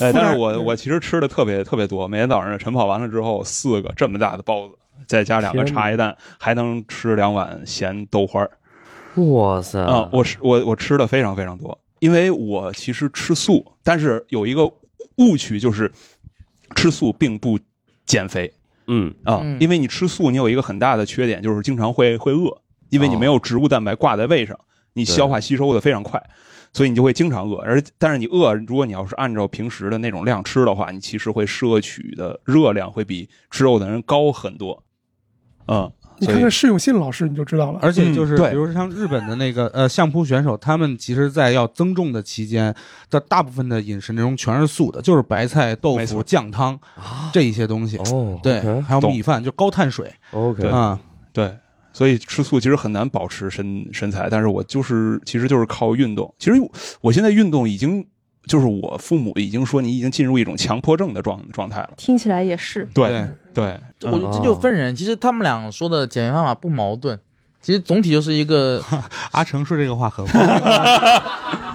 Speaker 5: 哎，但是我我其实吃的特别特别多，每天早上晨跑完了之后，四个这么大的包子，再加两个
Speaker 2: 天哪
Speaker 5: 茶叶蛋，还能吃两碗咸豆花儿
Speaker 2: 哇塞！
Speaker 5: 啊、我吃我我吃的非常非常多，因为我其实吃素，但是有一个误区就是吃素并不减肥
Speaker 2: 嗯，
Speaker 5: 啊、
Speaker 6: 嗯
Speaker 5: 因为你吃素，你有一个很大的缺点就是经常会会饿，因为你
Speaker 2: 哦
Speaker 5: 没有植物蛋白挂在胃上，你
Speaker 2: 对
Speaker 5: 消化吸收的非常快。所以你就会经常饿，而但是你饿，如果你要是按照平时的那种量吃的话，你其实会摄取的热量会比吃肉的人高很多。嗯，
Speaker 3: 你
Speaker 5: 所
Speaker 3: 看
Speaker 5: 以
Speaker 3: 看释永信老师你就知道了。
Speaker 7: 而且就是
Speaker 5: 嗯对
Speaker 7: 比如说像日本的那个呃相扑选手，他们其实在要增重的期间的大部分的饮食内容全是素的，就是白菜、豆
Speaker 5: 没
Speaker 7: 腐、
Speaker 5: 错啊
Speaker 7: 酱汤这一些东西。
Speaker 2: 哦，
Speaker 7: 对，还有
Speaker 5: 懂
Speaker 7: 米饭，就高碳水
Speaker 2: ，OK，
Speaker 7: 啊。
Speaker 5: 对，所以吃素其实很难保持身身材，但是我就是其实就是靠运动。其实我我现在运动已经就是我父母已经说你已经进入一种强迫症的状状态了。
Speaker 4: 听起来也是。
Speaker 5: 对对，
Speaker 6: 我
Speaker 5: 嗯
Speaker 6: 觉得这就分人。其实他们俩说的减肥方法不矛盾，其实总体就是一个
Speaker 7: 呃 阿成说这个话很好，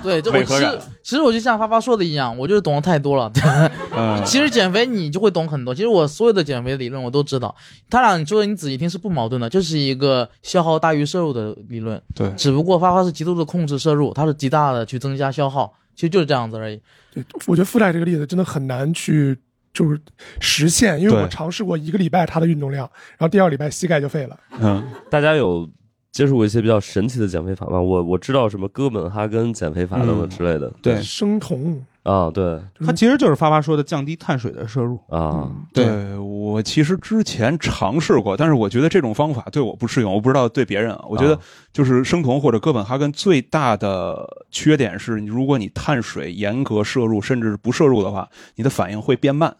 Speaker 6: 对。这
Speaker 5: 违
Speaker 6: 我
Speaker 5: 和
Speaker 6: 其
Speaker 5: 感
Speaker 6: 实其实我就像发发说的一样，我就是懂得太多了。
Speaker 5: 嗯，
Speaker 7: 呃
Speaker 6: 其实减肥你就会懂很多。其实我所有的减肥理论我都知道，他俩你说的你仔细听是不矛盾的，就是一个消耗大于摄入的理论。
Speaker 5: 对
Speaker 6: 只不过发发是极度的控制摄入，它是极大的去增加消耗，其实就是这样子而已。
Speaker 3: 对，我觉得附带这个例子真的很难去就是实现，因为
Speaker 5: 对
Speaker 3: 我尝试过一个礼拜他的运动量，然后第二礼拜膝盖就废了。
Speaker 5: 嗯，
Speaker 2: 大家有接触过一些比较神奇的减肥法吗？我我知道什么哥本哈根减肥法等等之类的。
Speaker 7: 对
Speaker 3: 生酮，
Speaker 2: 啊，对
Speaker 7: 它其实就是发发说的降低碳水的摄入。
Speaker 2: 啊，
Speaker 7: 对，
Speaker 5: 我其实之前尝试过，但是我觉得这种方法对我不适用，我不知道对别人啊。我觉得
Speaker 2: 啊
Speaker 5: 就是生酮或者哥本哈根最大的缺点是，你如果你碳水严格摄入，甚至是不摄入的话，你的反应会变慢。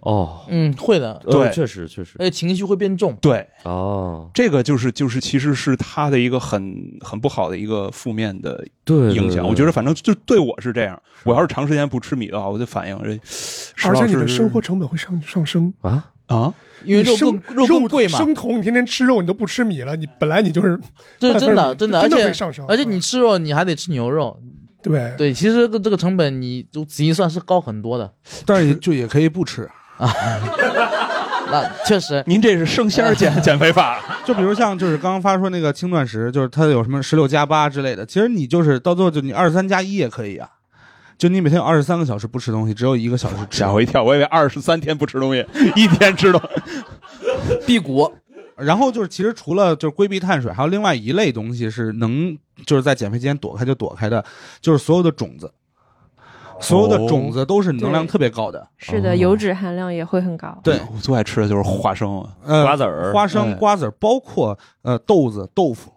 Speaker 2: 哦，
Speaker 6: 嗯，会的，
Speaker 2: 呃
Speaker 5: 对
Speaker 2: 确实确实
Speaker 6: 而，且情绪会变重。
Speaker 5: 对，
Speaker 2: 哦，
Speaker 5: 这个就是就是其实是它的一个很很不好的一个负面的
Speaker 2: 对，
Speaker 5: 影
Speaker 2: 对
Speaker 5: 响。
Speaker 2: 对
Speaker 5: 我觉得反正就对我是这样，我要是长时间不吃米的话，我就反应哎这，
Speaker 3: 而且你
Speaker 5: 石老
Speaker 3: 的
Speaker 5: 师
Speaker 3: 生活成本会上上升，
Speaker 2: 啊，
Speaker 5: 啊，
Speaker 6: 因为肉
Speaker 3: 生
Speaker 6: 更肉更贵嘛，
Speaker 3: 生酮你天天吃肉，你都不吃米了，你本来你就是
Speaker 6: 这是真 的
Speaker 3: 真
Speaker 6: 真的，而
Speaker 3: 会
Speaker 6: 且
Speaker 3: 上升，
Speaker 6: 而且你吃肉你还得吃牛肉，
Speaker 3: 对
Speaker 6: 对，其实这个这个成本你就仔细算是高很多的。啊
Speaker 7: 但是就也可以不吃，
Speaker 6: 那确实，
Speaker 5: 您这是生鲜 儿减减肥法，
Speaker 7: 就比如像就是刚刚发说那个轻断食，就是它有什么十六加八之类的，其实你就是到最后就你二十三加一也可以啊。就你每天有二十三个小时不吃东西，只有一个小时吃
Speaker 5: 吓，我一跳，我以为二十三天不吃东西，一天吃东西。
Speaker 6: 辟谷
Speaker 7: 然后就是其实除了就是规避碳水，还有另外一类东西是能就是在减肥期间躲开就躲开的，就是所有的种子，所有的种子都是能量特别高的，
Speaker 4: 是
Speaker 5: 哦
Speaker 4: 的，油脂含量也会很高。
Speaker 7: 对，
Speaker 5: 我哎最爱吃的就是花生啊，
Speaker 7: 呃，
Speaker 2: 瓜子儿
Speaker 7: 花
Speaker 5: 哎
Speaker 7: 生、瓜子儿，包括呃豆子、豆腐。
Speaker 2: 哦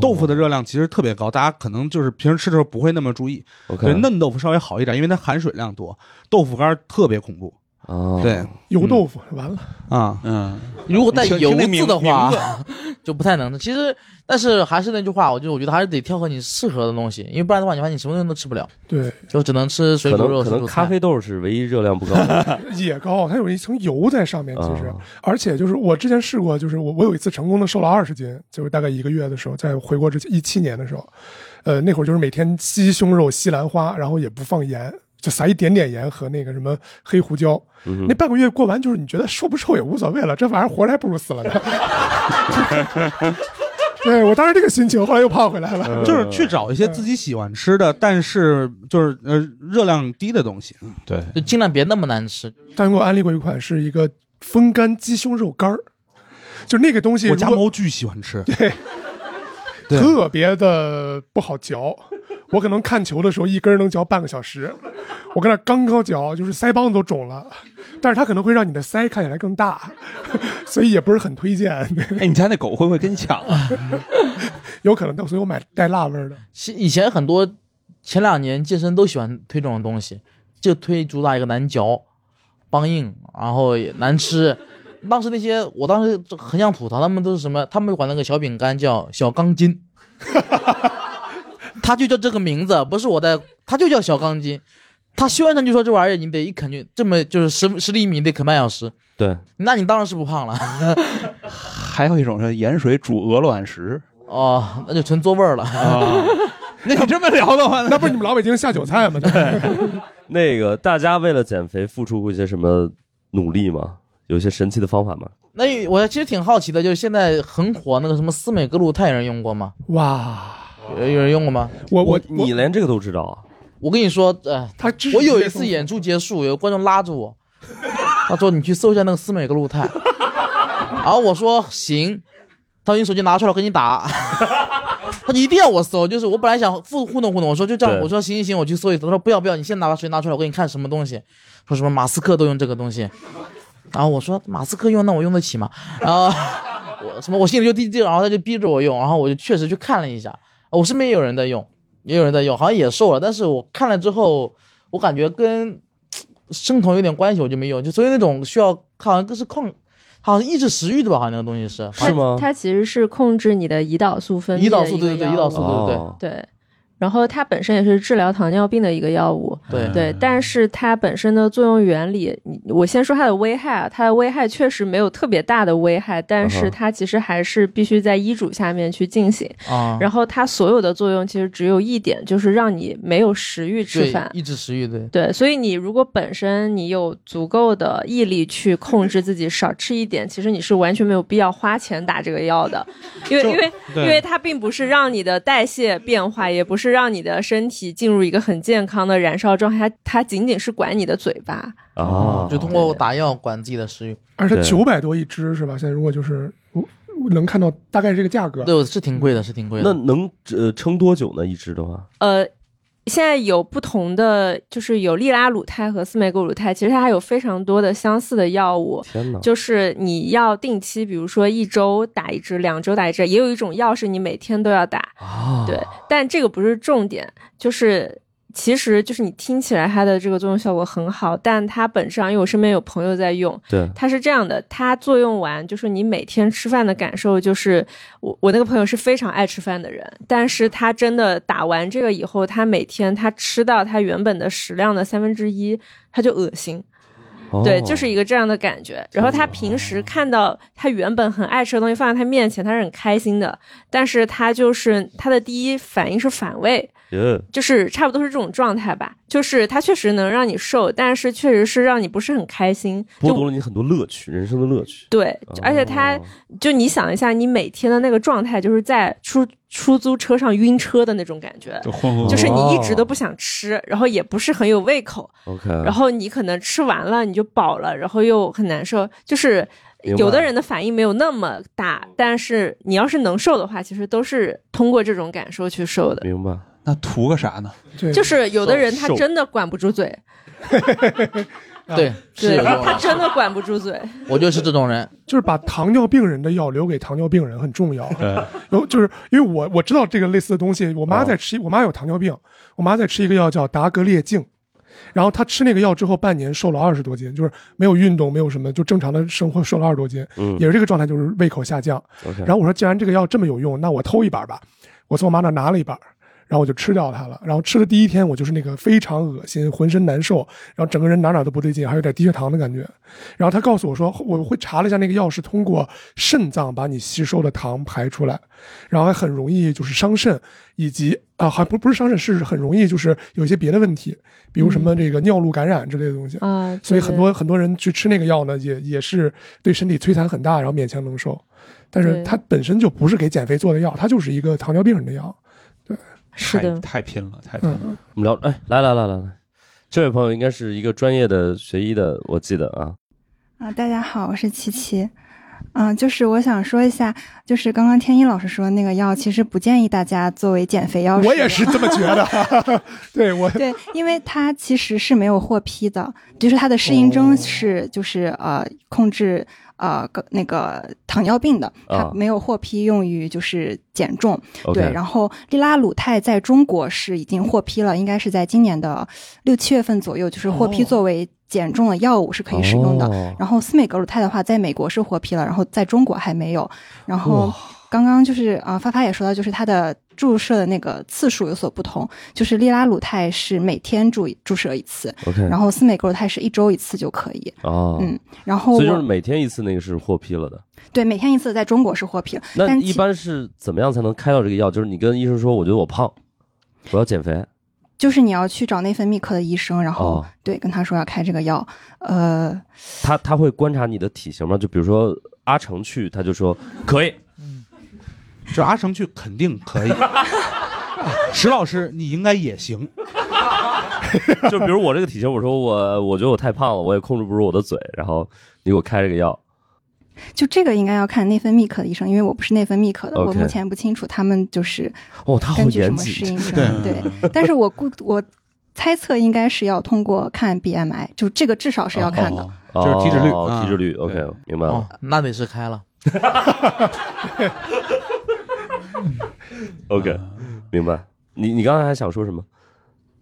Speaker 7: 豆腐的热量其实特别高，大家可能就是平时吃的时候不会那么注意。
Speaker 2: OK，
Speaker 7: 对，嫩豆腐稍微好一点，因为它含水量多。豆腐干儿特别恐怖，
Speaker 2: 哦，
Speaker 7: 对
Speaker 3: 油豆腐完了，
Speaker 7: 啊，
Speaker 5: 嗯，
Speaker 6: 如果带
Speaker 5: 你听
Speaker 6: 油
Speaker 5: 听那
Speaker 6: 字
Speaker 5: 名
Speaker 6: 的
Speaker 5: 名
Speaker 6: 话，就不太能吃。其实，但是还是那句话，我就我觉得还是得挑和你适合的东西，因为不然的话，你发现你什么东西都吃不了，
Speaker 3: 对，
Speaker 6: 就只能吃水
Speaker 2: 可
Speaker 6: 果肉、
Speaker 2: 能可
Speaker 6: 水
Speaker 2: 能
Speaker 6: 果菜
Speaker 2: 咖啡豆是唯一热量不高的。
Speaker 3: 也高，它有一层油在上面，其实，
Speaker 2: 啊
Speaker 3: 而且就是我之前试过，就是我我有一次成功的瘦了二十斤，就是大概一个月的时候，在回国之前一七年的时候，呃，那会儿就是每天吸胸肉、吸兰花，然后也不放盐，就撒一点点盐和那个什么黑胡椒。
Speaker 2: 嗯
Speaker 7: 嗯
Speaker 3: 那半个月过完，就是你觉得瘦不瘦也无所谓了，这玩意儿活着还不如死了呢。对我当时这个心情，后来又胖回来
Speaker 6: 嗯
Speaker 3: 了。
Speaker 7: 就是去找一些自己喜欢吃的，但是就是呃热量低的东西。
Speaker 5: 对，
Speaker 6: 就尽量别那么难吃。
Speaker 3: 他给我安利过一款是一个风干鸡胸肉干儿，就那个东西
Speaker 7: 我
Speaker 3: 如
Speaker 7: 家
Speaker 3: 果，
Speaker 7: 猫巨喜欢吃，对
Speaker 3: 特别的不好嚼。我可能看球的时候一根儿能嚼半个小时，我跟那儿刚刚嚼，就是腮帮子都肿了。但是它可能会让你的腮看起来更大，所以也不是很推荐。对
Speaker 5: 哎，你家那狗会不会跟你抢啊？
Speaker 3: 有可能的，所以我买带辣味儿的。
Speaker 6: 其以前很多前两年健身都喜欢推这种东西，就推主打一个难嚼、梆硬，然后也难吃。当时那些，我当时就很想吐槽他们都是什么，他们管那个小饼干叫小钢筋， 他就叫这个名字，不是我在，他就叫小钢筋。他宣传就说这玩意儿你得一啃就这么就是十十厘米得啃半小时，
Speaker 2: 对，
Speaker 6: 那你当然是不胖了
Speaker 5: 还有一种是盐水煮鹅卵石
Speaker 6: 哦，那就纯做味儿了。
Speaker 5: 啊。那你这么聊的话，
Speaker 3: 那不是你们老北京下酒菜吗？
Speaker 2: 那个大家为了减肥付出过一些什么努力吗？有一些神奇的方法吗？
Speaker 6: 那我其实挺好奇的，就是现在很火那个什么斯美格鲁肽，有人用过吗？
Speaker 3: 哇，
Speaker 6: 有有人用过吗？
Speaker 3: 我我
Speaker 2: 你连这个都知道啊？
Speaker 6: 我跟你说，呃，
Speaker 3: 他支持
Speaker 6: 我有一
Speaker 3: 这
Speaker 6: 次
Speaker 3: 个
Speaker 6: 演出结束，有个观众拉着我，他说你去搜一下那个斯美格鲁肽，然后我说行，他说你手机拿出来，我给你打。 他就一定要我搜，就是我本来想互互动互动，我说就这样，
Speaker 2: 对
Speaker 6: 我说行行行，我去搜一搜。他说不要不要，你先拿把手机拿出来，我给你看什么东西。说什么马斯克都用这个东西，然后我说马斯克用，那我用得起吗？然后我什么我心里就低低，然后他就逼着我用，然后我就确实去看了一下，我身边也有人在用，也有人在用，好像也瘦了，但是我看了之后，我感觉跟生酮有点关系，我就没用，就所以那种需要好像更是控，好像抑制食欲的吧，好像那个东西是
Speaker 2: 是吗？
Speaker 4: 它其实是控制你的胰岛素分泌
Speaker 6: 胰岛
Speaker 4: 的
Speaker 6: 素，
Speaker 4: 一个
Speaker 6: 对对
Speaker 4: 药物，
Speaker 6: 对，胰岛素，对
Speaker 2: 哦
Speaker 4: 对。然后它本身也是治疗糖尿病的一个药物，
Speaker 6: 对对对。
Speaker 2: 嗯
Speaker 4: 对，但是它本身的作用原理，你我先说它的危害啊，它的危害确实没有特别大的危害，但
Speaker 2: 嗯哼
Speaker 4: 是它其实还是必须在医嘱下面去进行。
Speaker 6: 啊，
Speaker 4: 然后它所有的作用其实只有一点，就是让你没有食欲吃
Speaker 6: 对
Speaker 4: 饭。
Speaker 6: 抑制食欲，对
Speaker 4: 对，所以你如果本身你有足够的毅力去控制自己少吃一点，其实你是完全没有必要花钱打这个药的，因为因为因为它并不是让你的代谢变化，也不是让你的身体进入一个很健康的燃烧状态，它它仅仅是管你的嘴巴。
Speaker 2: 啊，
Speaker 6: 嗯就通过打药管自己的食欲，
Speaker 3: 而且
Speaker 2: 对
Speaker 3: 九百多一支是吧？现在如果就是我我能看到大概这个价格，
Speaker 6: 对，我是挺贵的，是挺贵
Speaker 2: 那
Speaker 6: 的。
Speaker 2: 能呃撑多久呢？一支的话，
Speaker 4: 呃，现在有不同的，就是有利拉鲁肽和司美格鲁肽，其实它还有非常多的相似的药物。
Speaker 2: 天哪！
Speaker 4: 就是你要定期，比如说一周打一支，两周打一支，也有一种药是你每天都要打，
Speaker 2: 啊，
Speaker 4: 对，但这个不是重点，就是。其实就是你听起来它的这个作用效果很好，但它本质上，因为我身边有朋友在用，
Speaker 2: 对，
Speaker 4: 它是这样的，它作用完就是你每天吃饭的感受，就是我我那个朋友是非常爱吃饭的人，但是他真的打完这个以后，他每天他吃到他原本的食量的三分之一，他就恶心，
Speaker 2: 哦
Speaker 4: 对，就是一个这样的感觉。然后他平时看到他原本很爱吃的东西放在他面前，他是很开心的，但是他就是他的第一反应是反胃，
Speaker 2: 耶
Speaker 4: 就是差不多是这种状态吧。就是它确实能让你瘦，但是确实是让你不是很开心。
Speaker 2: 剥
Speaker 4: 就
Speaker 2: 夺了你很多乐趣，人生的乐趣。
Speaker 4: 对，而且它
Speaker 2: 哦
Speaker 4: 就你想一下，你每天的那个状态，就是在出出租车上晕车的那种感觉。
Speaker 5: 就混混，
Speaker 4: 就是你一直都不想吃，然后也不是很有胃口，
Speaker 2: OK，
Speaker 9: 嗯
Speaker 4: 然后你可能吃完了你就饱了，然后又很难受。就是
Speaker 2: 明白
Speaker 4: 有的人的反应没有那么大，但是你要是能瘦的话，其实都是通过这种感受去瘦的。
Speaker 2: 明白。
Speaker 5: 那图个啥呢？
Speaker 3: 对，
Speaker 4: 就是有的人他
Speaker 2: 瘦
Speaker 4: 真的管不住嘴，
Speaker 6: 对，是
Speaker 4: 对
Speaker 6: 有这种
Speaker 4: 他
Speaker 6: 人，
Speaker 4: 真的管不住嘴。
Speaker 6: 我就是这种人。
Speaker 3: 就是把糖尿病人的药留给糖尿病人很重要。
Speaker 5: 对，
Speaker 3: 有就是因为我我知道这个类似的东西，我妈在吃，我妈有糖尿病，我妈在吃一个药叫达格列净，然后他吃那个药之后半年瘦了二十多斤，就是没有运动，没有什么，就正常的生活瘦了二十多斤，
Speaker 2: 嗯
Speaker 3: 也是这个状态，就是胃口下降。
Speaker 2: OK
Speaker 3: 然后我说，既然这个药这么有用，那我偷一把吧。我从我妈那拿了一把，然后我就吃掉它了。然后吃的第一天，我就是那个非常恶心，浑身难受，然后整个人哪哪都不对劲，还有点低血糖的感觉。然后他告诉我说，我会查了一下，那个药是通过肾脏把你吸收的糖排出来，然后还很容易就是伤肾，以及啊，还不不是伤肾，是很容易就是有一些别的问题，比如什么这个尿路感染之类的东西。
Speaker 8: 呃
Speaker 10: 哦
Speaker 4: 啊，
Speaker 3: 所以很多
Speaker 4: 对
Speaker 3: 很多人去吃那个药呢，也也是对身体摧残很大，然后勉强能受。但是
Speaker 4: 对
Speaker 3: 它本身就不是给减肥做的药，它就是一个糖尿病人的药。
Speaker 4: 是的
Speaker 5: 太，太拼了，太拼了。
Speaker 8: 嗯
Speaker 2: 我们聊，哎，来来来来来，这位朋友应该是一个专业的学医的，我记得啊，
Speaker 8: 啊、大家好，我是琪琪。嗯、就是我想说一下，就是刚刚天一老师说那个药，其实不建议大家作为减肥药使用。
Speaker 3: 我也是这么觉得， 对我
Speaker 8: 对，因为它其实是没有获批的，就是它的适应
Speaker 3: 哦
Speaker 8: 症是就是、呃控制呃个那个糖尿病的，它
Speaker 2: 啊
Speaker 8: 没有获批用于就是减重。
Speaker 2: OK
Speaker 8: 对，然后利拉鲁肽在中国是已经获批了，应该是在今年的六七月份左右，就是获
Speaker 3: 哦
Speaker 8: 批作为减重的药物是可以使用的。
Speaker 2: 哦
Speaker 8: 然后司美格鲁肽的话，在美国是获批了，然后在中国还没有。然后刚刚就是啊、呃发发也说到，就是它的注射的那个次数有所不同，就是利拉鲁肽是每天注注射一次，
Speaker 2: OK，
Speaker 8: 然后司美格鲁肽是一周一次就可以。
Speaker 2: 哦，
Speaker 8: 嗯，然后
Speaker 2: 所以就是
Speaker 8: 我
Speaker 2: 每天一次那个是获批了的。
Speaker 8: 对每天一次，在中国是获批了，
Speaker 2: 那
Speaker 8: 但
Speaker 2: 一
Speaker 8: 其
Speaker 2: 般是怎么样才能开到这个药？就是你跟医生说，我觉得我胖，我要减肥。
Speaker 8: 就是你要去找内分泌科的医生，然后、
Speaker 2: 哦
Speaker 8: 对跟他说要开这个药，呃，
Speaker 2: 他他会观察你的体型吗？就比如说阿成去，他就说可以。
Speaker 7: 嗯就阿成去肯定可以。石老师，你应该也行。
Speaker 2: 就比如我这个体型，我说我我觉得我太胖了，我也控制不住我的嘴，然后你给我开这个药。
Speaker 8: 就这个应该要看内分泌科的医生，因为我不是内分泌科的，我
Speaker 2: OK
Speaker 8: 目前不清楚他们就是
Speaker 2: 哦，他好
Speaker 8: 根据什
Speaker 2: 严
Speaker 8: 么适
Speaker 2: 谨
Speaker 8: 应症，对，但是我估我猜测应该是要通过看 BMI，就这个至少是要看的。
Speaker 5: 哦
Speaker 2: 哦，
Speaker 7: 就是体脂率
Speaker 2: 哦
Speaker 7: 啊
Speaker 2: 体脂率。OK，
Speaker 7: 对
Speaker 2: 明白
Speaker 6: 哦
Speaker 2: 了。，
Speaker 6: 那得是开了。
Speaker 2: OK，明
Speaker 7: 嗯
Speaker 2: 白。你你刚才还想说什么？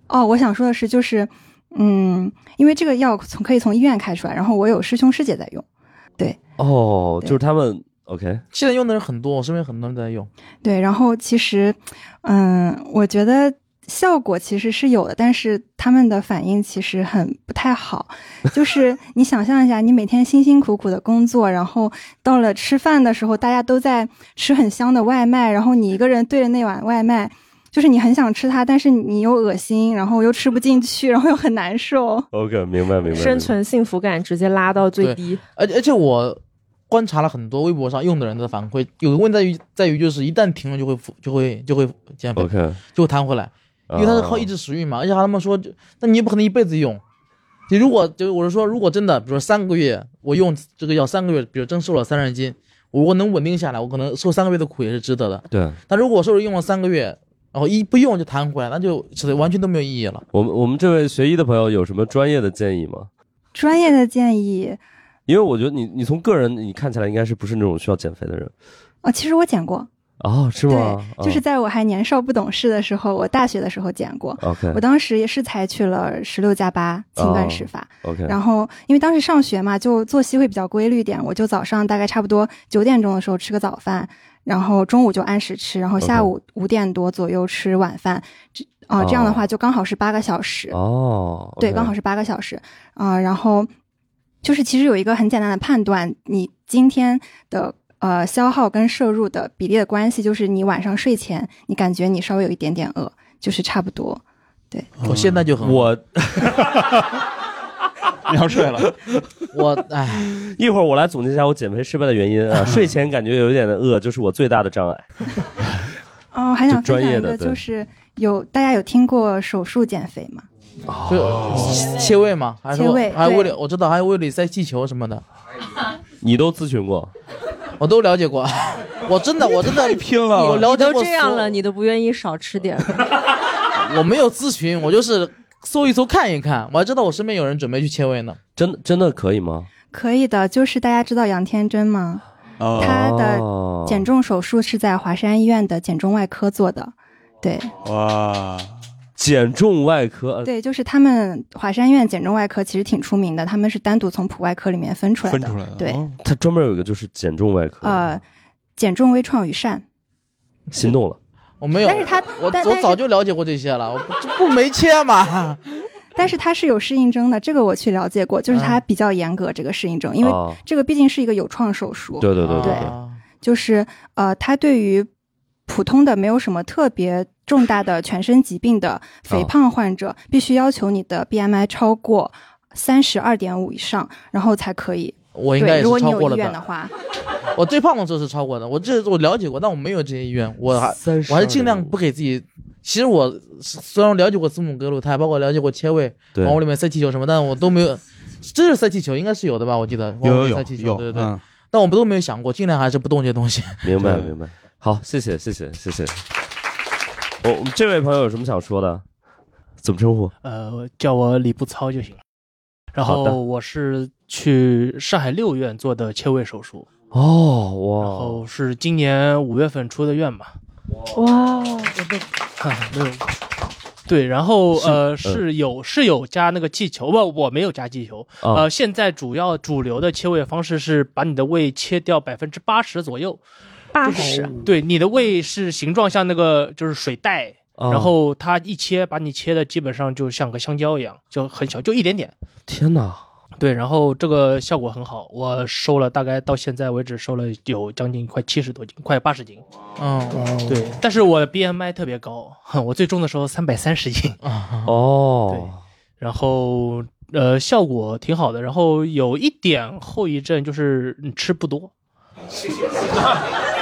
Speaker 8: 哦，我想说的是，就是嗯，因为这个药从可以从医院开出来，然后我有师兄师姐在用，
Speaker 2: 哦，
Speaker 8: 对
Speaker 2: 就是他们 OK，
Speaker 6: 现在用的人很多，我身边很多人都在用。
Speaker 8: 对，然后其实嗯，我觉得。效果其实是有的，但是他们的反应其实很不太好。 就是你想象一下，你每天辛辛苦苦的工作，然后到了吃饭的时候，大家都在吃很香的外卖，然后你一个人对着那碗外卖，就是你很想吃它，但是你又恶心，然后又吃不进去，然后又很难受。
Speaker 2: OK，明白明白。
Speaker 4: 生存幸福感直接拉到最
Speaker 6: 对
Speaker 4: 低。
Speaker 6: 而且而且我观察了很多微博上用的人的反馈，有个问题在于在于就是一旦停了就会复就会就会减肥，
Speaker 2: OK，哦
Speaker 6: 就会弹回来，因为它是靠抑制食欲嘛。而且他们说，就那你也不可能一辈子用。你如果就我是说，如果真的，比如说三个月，我用这个药三个月，比如真瘦了三十斤，我如果能稳定下来，我可能受三个月的苦也是值得的。
Speaker 2: 对。
Speaker 6: 但如果我受了用了三个月，然后一不用就弹回来，那就完全都没有意义了。
Speaker 2: 我们我们这位学医的朋友有什么专业的建议吗？
Speaker 8: 专业的建议
Speaker 2: 因为我觉得你你从个人你看起来应该是不是那种需要减肥的人
Speaker 8: 啊、其实我减过，
Speaker 2: 哦，是
Speaker 8: 对
Speaker 2: 吗？，
Speaker 8: 就是在我还年少不懂事的时候，我大学的时候减过。
Speaker 2: 啊 OK 哦
Speaker 8: 我当时也是采取了十六加八轻断食法，
Speaker 2: OK，
Speaker 8: 然后因为当时上学嘛，就作息会比较规律点，我就早上大概差不多九点钟的时候吃个早饭，然后中午就按时吃，然后下午五点多左右吃晚饭，这啊、这样的
Speaker 2: 哦
Speaker 8: 话就刚好是八个小时。
Speaker 2: 哦，
Speaker 8: 对，刚好
Speaker 2: 是
Speaker 8: 是八个小时啊、然后就是其实有一个很简单的判断，你今天的呃消耗跟摄入的比例的关系，就是你晚上睡前你感觉你稍微有一点点饿，就是差不多。
Speaker 6: 我现在就很
Speaker 2: 我
Speaker 5: 你要 睡了，
Speaker 6: 我哎，
Speaker 2: 一会儿我来总结一下我减肥失败的原因啊，睡前感觉有一点的饿，就是我最大的障碍。
Speaker 8: 哦，还
Speaker 2: 就
Speaker 8: 想分
Speaker 2: 专
Speaker 8: 享
Speaker 2: 业
Speaker 8: 一
Speaker 2: 的
Speaker 8: 个，
Speaker 2: 对
Speaker 8: 就是有大家有听过手术减肥吗？
Speaker 2: 哦
Speaker 6: 就切胃嘛，还是
Speaker 8: 切胃
Speaker 6: 还有
Speaker 8: 对
Speaker 6: 胃里我知道，还有胃里塞气球什么的，
Speaker 2: 你都咨询过？
Speaker 6: 我都了解过。 我真的，我真的
Speaker 5: 拼
Speaker 6: 我了
Speaker 5: 了。
Speaker 4: 你
Speaker 6: 解
Speaker 4: 都
Speaker 6: 过
Speaker 4: 这样
Speaker 6: 所
Speaker 4: 了，你都不愿意少吃点儿？
Speaker 6: 我没有咨询，我就是搜一搜看一看。我还知道我身边有人准备去切胃呢。
Speaker 2: 真真的可以吗？
Speaker 8: 可以的，就是大家知道杨天真吗？
Speaker 5: 哦
Speaker 8: 他的
Speaker 2: 哦
Speaker 8: 减
Speaker 2: 哦
Speaker 8: 重手术是在华山医院的减重外科做的，对，
Speaker 5: 哇，
Speaker 2: 减重外科，呃
Speaker 8: 对，就是他们华山院减重外科其实挺出名的，他们是单独从普外科里面分出来的。
Speaker 5: 分出来的。
Speaker 8: 对，
Speaker 5: 哦
Speaker 2: 它专门有一个就是减重外科，
Speaker 8: 呃，减重微创与善，
Speaker 2: 心动了。
Speaker 6: 我没有，
Speaker 8: 但是他
Speaker 6: 我
Speaker 8: 但但
Speaker 6: 我
Speaker 8: 是
Speaker 6: 早就了解过这些了，我不这不没切嘛。
Speaker 8: 但是它是有适应症的，这个我去了解过，就是
Speaker 6: 嗯
Speaker 8: 它比较严格这个适应症，因为
Speaker 6: 哦
Speaker 2: 啊
Speaker 8: 这个毕竟是一个有创手术，
Speaker 2: 对对对对对，
Speaker 6: 啊
Speaker 8: 就是呃，它对于普通的没有什么特别重大的全身疾病的肥胖患
Speaker 6: 哦
Speaker 8: 者，必须要求你的 BMI 超过三十二点五以上，然后才可以。
Speaker 6: 我应
Speaker 8: 对，
Speaker 6: 该也
Speaker 8: 如
Speaker 6: 是
Speaker 8: 果你
Speaker 6: 超过
Speaker 8: 有
Speaker 6: 了
Speaker 8: 意愿的
Speaker 6: 的。
Speaker 8: 话，
Speaker 6: 我最胖的时候是超过的，我这我了解过，但我没有这些意愿，我还
Speaker 2: 三十
Speaker 6: 我还是尽量不给自己。其实我虽然了解过字母哥鲁肽，包括了解过切胃，
Speaker 2: 对
Speaker 6: 往，我里面塞气球什么，但我都没有。这是塞气球，应该是有的吧？我记得
Speaker 7: 有
Speaker 6: 往我
Speaker 7: 有
Speaker 6: 里
Speaker 7: 有
Speaker 6: 塞气球
Speaker 7: 有，
Speaker 6: 对对对。
Speaker 7: 嗯
Speaker 6: 但我们都没有想过，尽量还是不动这些东西。
Speaker 2: 明白
Speaker 5: 对
Speaker 2: 明白。好，谢谢谢谢谢谢。我我们这位朋友有什么想说的？怎么称呼？
Speaker 10: 呃，叫我李步操就行了。然
Speaker 2: 好的
Speaker 10: 后我是去上海六院做的切胃手术，
Speaker 2: 哦，
Speaker 10: 然
Speaker 2: 哇，
Speaker 10: 后是今年五月份出的院嘛，
Speaker 4: 哇，哦
Speaker 10: 啊，没有。对，然后
Speaker 2: 是
Speaker 10: 呃是有是有加那个气球吧，我没有加气球。
Speaker 2: 啊
Speaker 10: 呃，现在主要主流的切胃方式是把你的胃切掉百分之八十左右，
Speaker 4: 八十，啊
Speaker 10: 对，你的胃是形状像那个就是水袋，
Speaker 2: 啊
Speaker 10: 然后它一切把你切的基本上就像个香蕉一样，就很小，就一点点。
Speaker 2: 天哪，
Speaker 10: 对，然后这个效果很好，我瘦了大概到现在为止瘦了有将近快七十多斤，快八十斤。
Speaker 6: 嗯
Speaker 10: 对，但是我的 BMI 特别高，哼 我最重的时候三百三十斤，
Speaker 6: 啊，
Speaker 2: 哦，
Speaker 10: 然后呃效果挺好的，然后有一点后遗症就是嗯吃不多，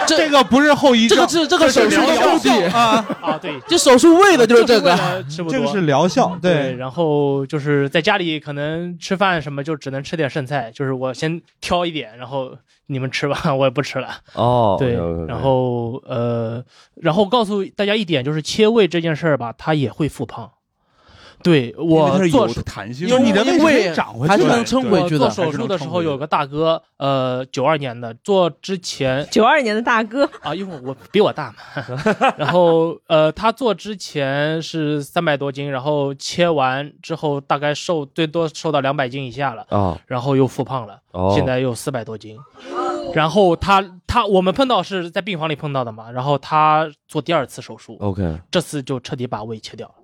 Speaker 7: 这个不是后遗
Speaker 6: 这
Speaker 7: 症，
Speaker 6: 个是这个手术
Speaker 7: 疗
Speaker 6: 的
Speaker 7: 效
Speaker 6: 目的，，
Speaker 7: 啊，
Speaker 10: 啊，对
Speaker 6: 这手术为的就是这
Speaker 10: 为
Speaker 6: 个。
Speaker 10: 了吃不多。
Speaker 7: 这个是疗效，
Speaker 10: 对，
Speaker 7: 对，
Speaker 10: 然后就是在家里可能吃饭什么就只能吃点剩菜，就是我先挑一点，然后你们吃吧， 我也不吃了。
Speaker 2: 哦，
Speaker 10: 对
Speaker 2: OK，OK，OK，
Speaker 10: 然后呃，然后告诉大家一点，就是切胃这件事儿吧，它也会复胖。对
Speaker 5: 因为
Speaker 10: 我
Speaker 5: 它是
Speaker 10: 做
Speaker 5: 有
Speaker 10: 手
Speaker 5: 弹性
Speaker 7: 因为你的
Speaker 6: 因
Speaker 7: 胃是
Speaker 6: 为
Speaker 7: 可以长回
Speaker 6: 还
Speaker 7: 去
Speaker 6: 是
Speaker 5: 对
Speaker 7: 的
Speaker 6: 能，撑
Speaker 5: 对
Speaker 6: 回去
Speaker 10: 做
Speaker 6: 的。
Speaker 10: 手术的时候有个大哥，呃，九二年的，做之前
Speaker 4: 九二年的大哥，
Speaker 10: 啊，因为我比我 大嘛，然后呃，他做之前是三百多斤，然后切完之后大概瘦最多瘦到两百斤以下了，
Speaker 2: 啊，
Speaker 10: 然后又复胖了。
Speaker 2: 哦，
Speaker 10: 现在有四百多斤。然后他他我们碰到是在病房里碰到的嘛，然后他做第二次手术，
Speaker 2: OK，
Speaker 10: 这次就彻底把胃切掉了，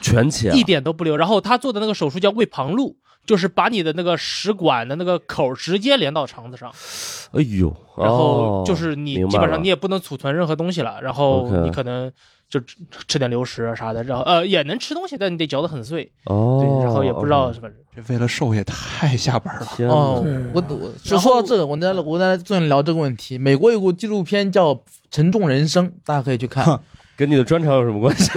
Speaker 2: 全哦切啊
Speaker 10: 一点都不留。然后他做的那个手术叫胃旁路，就是把你的那个食管的那个口儿直接连到肠子上，
Speaker 2: 哎呦，
Speaker 10: 然后就
Speaker 2: 哦
Speaker 10: 是你
Speaker 2: 明白
Speaker 10: 基本上
Speaker 2: 了
Speaker 10: 你也不能储存任何东西了，然后
Speaker 2: OK
Speaker 10: 你可能就吃吃点流食啊啥的，然后呃也能 吃东西，但你得嚼得很碎，对，
Speaker 2: 哦，
Speaker 10: 然后也不知道
Speaker 2: OK，
Speaker 10: 什么。
Speaker 5: 这为了瘦也太下本了。
Speaker 2: 天
Speaker 6: 哦
Speaker 2: 哪，，
Speaker 6: 我我就说到这个，我在我在正聊这个问题。美国有部纪录片叫《沉重人生》，大家可以去看。
Speaker 2: 跟你的专长有什么关系？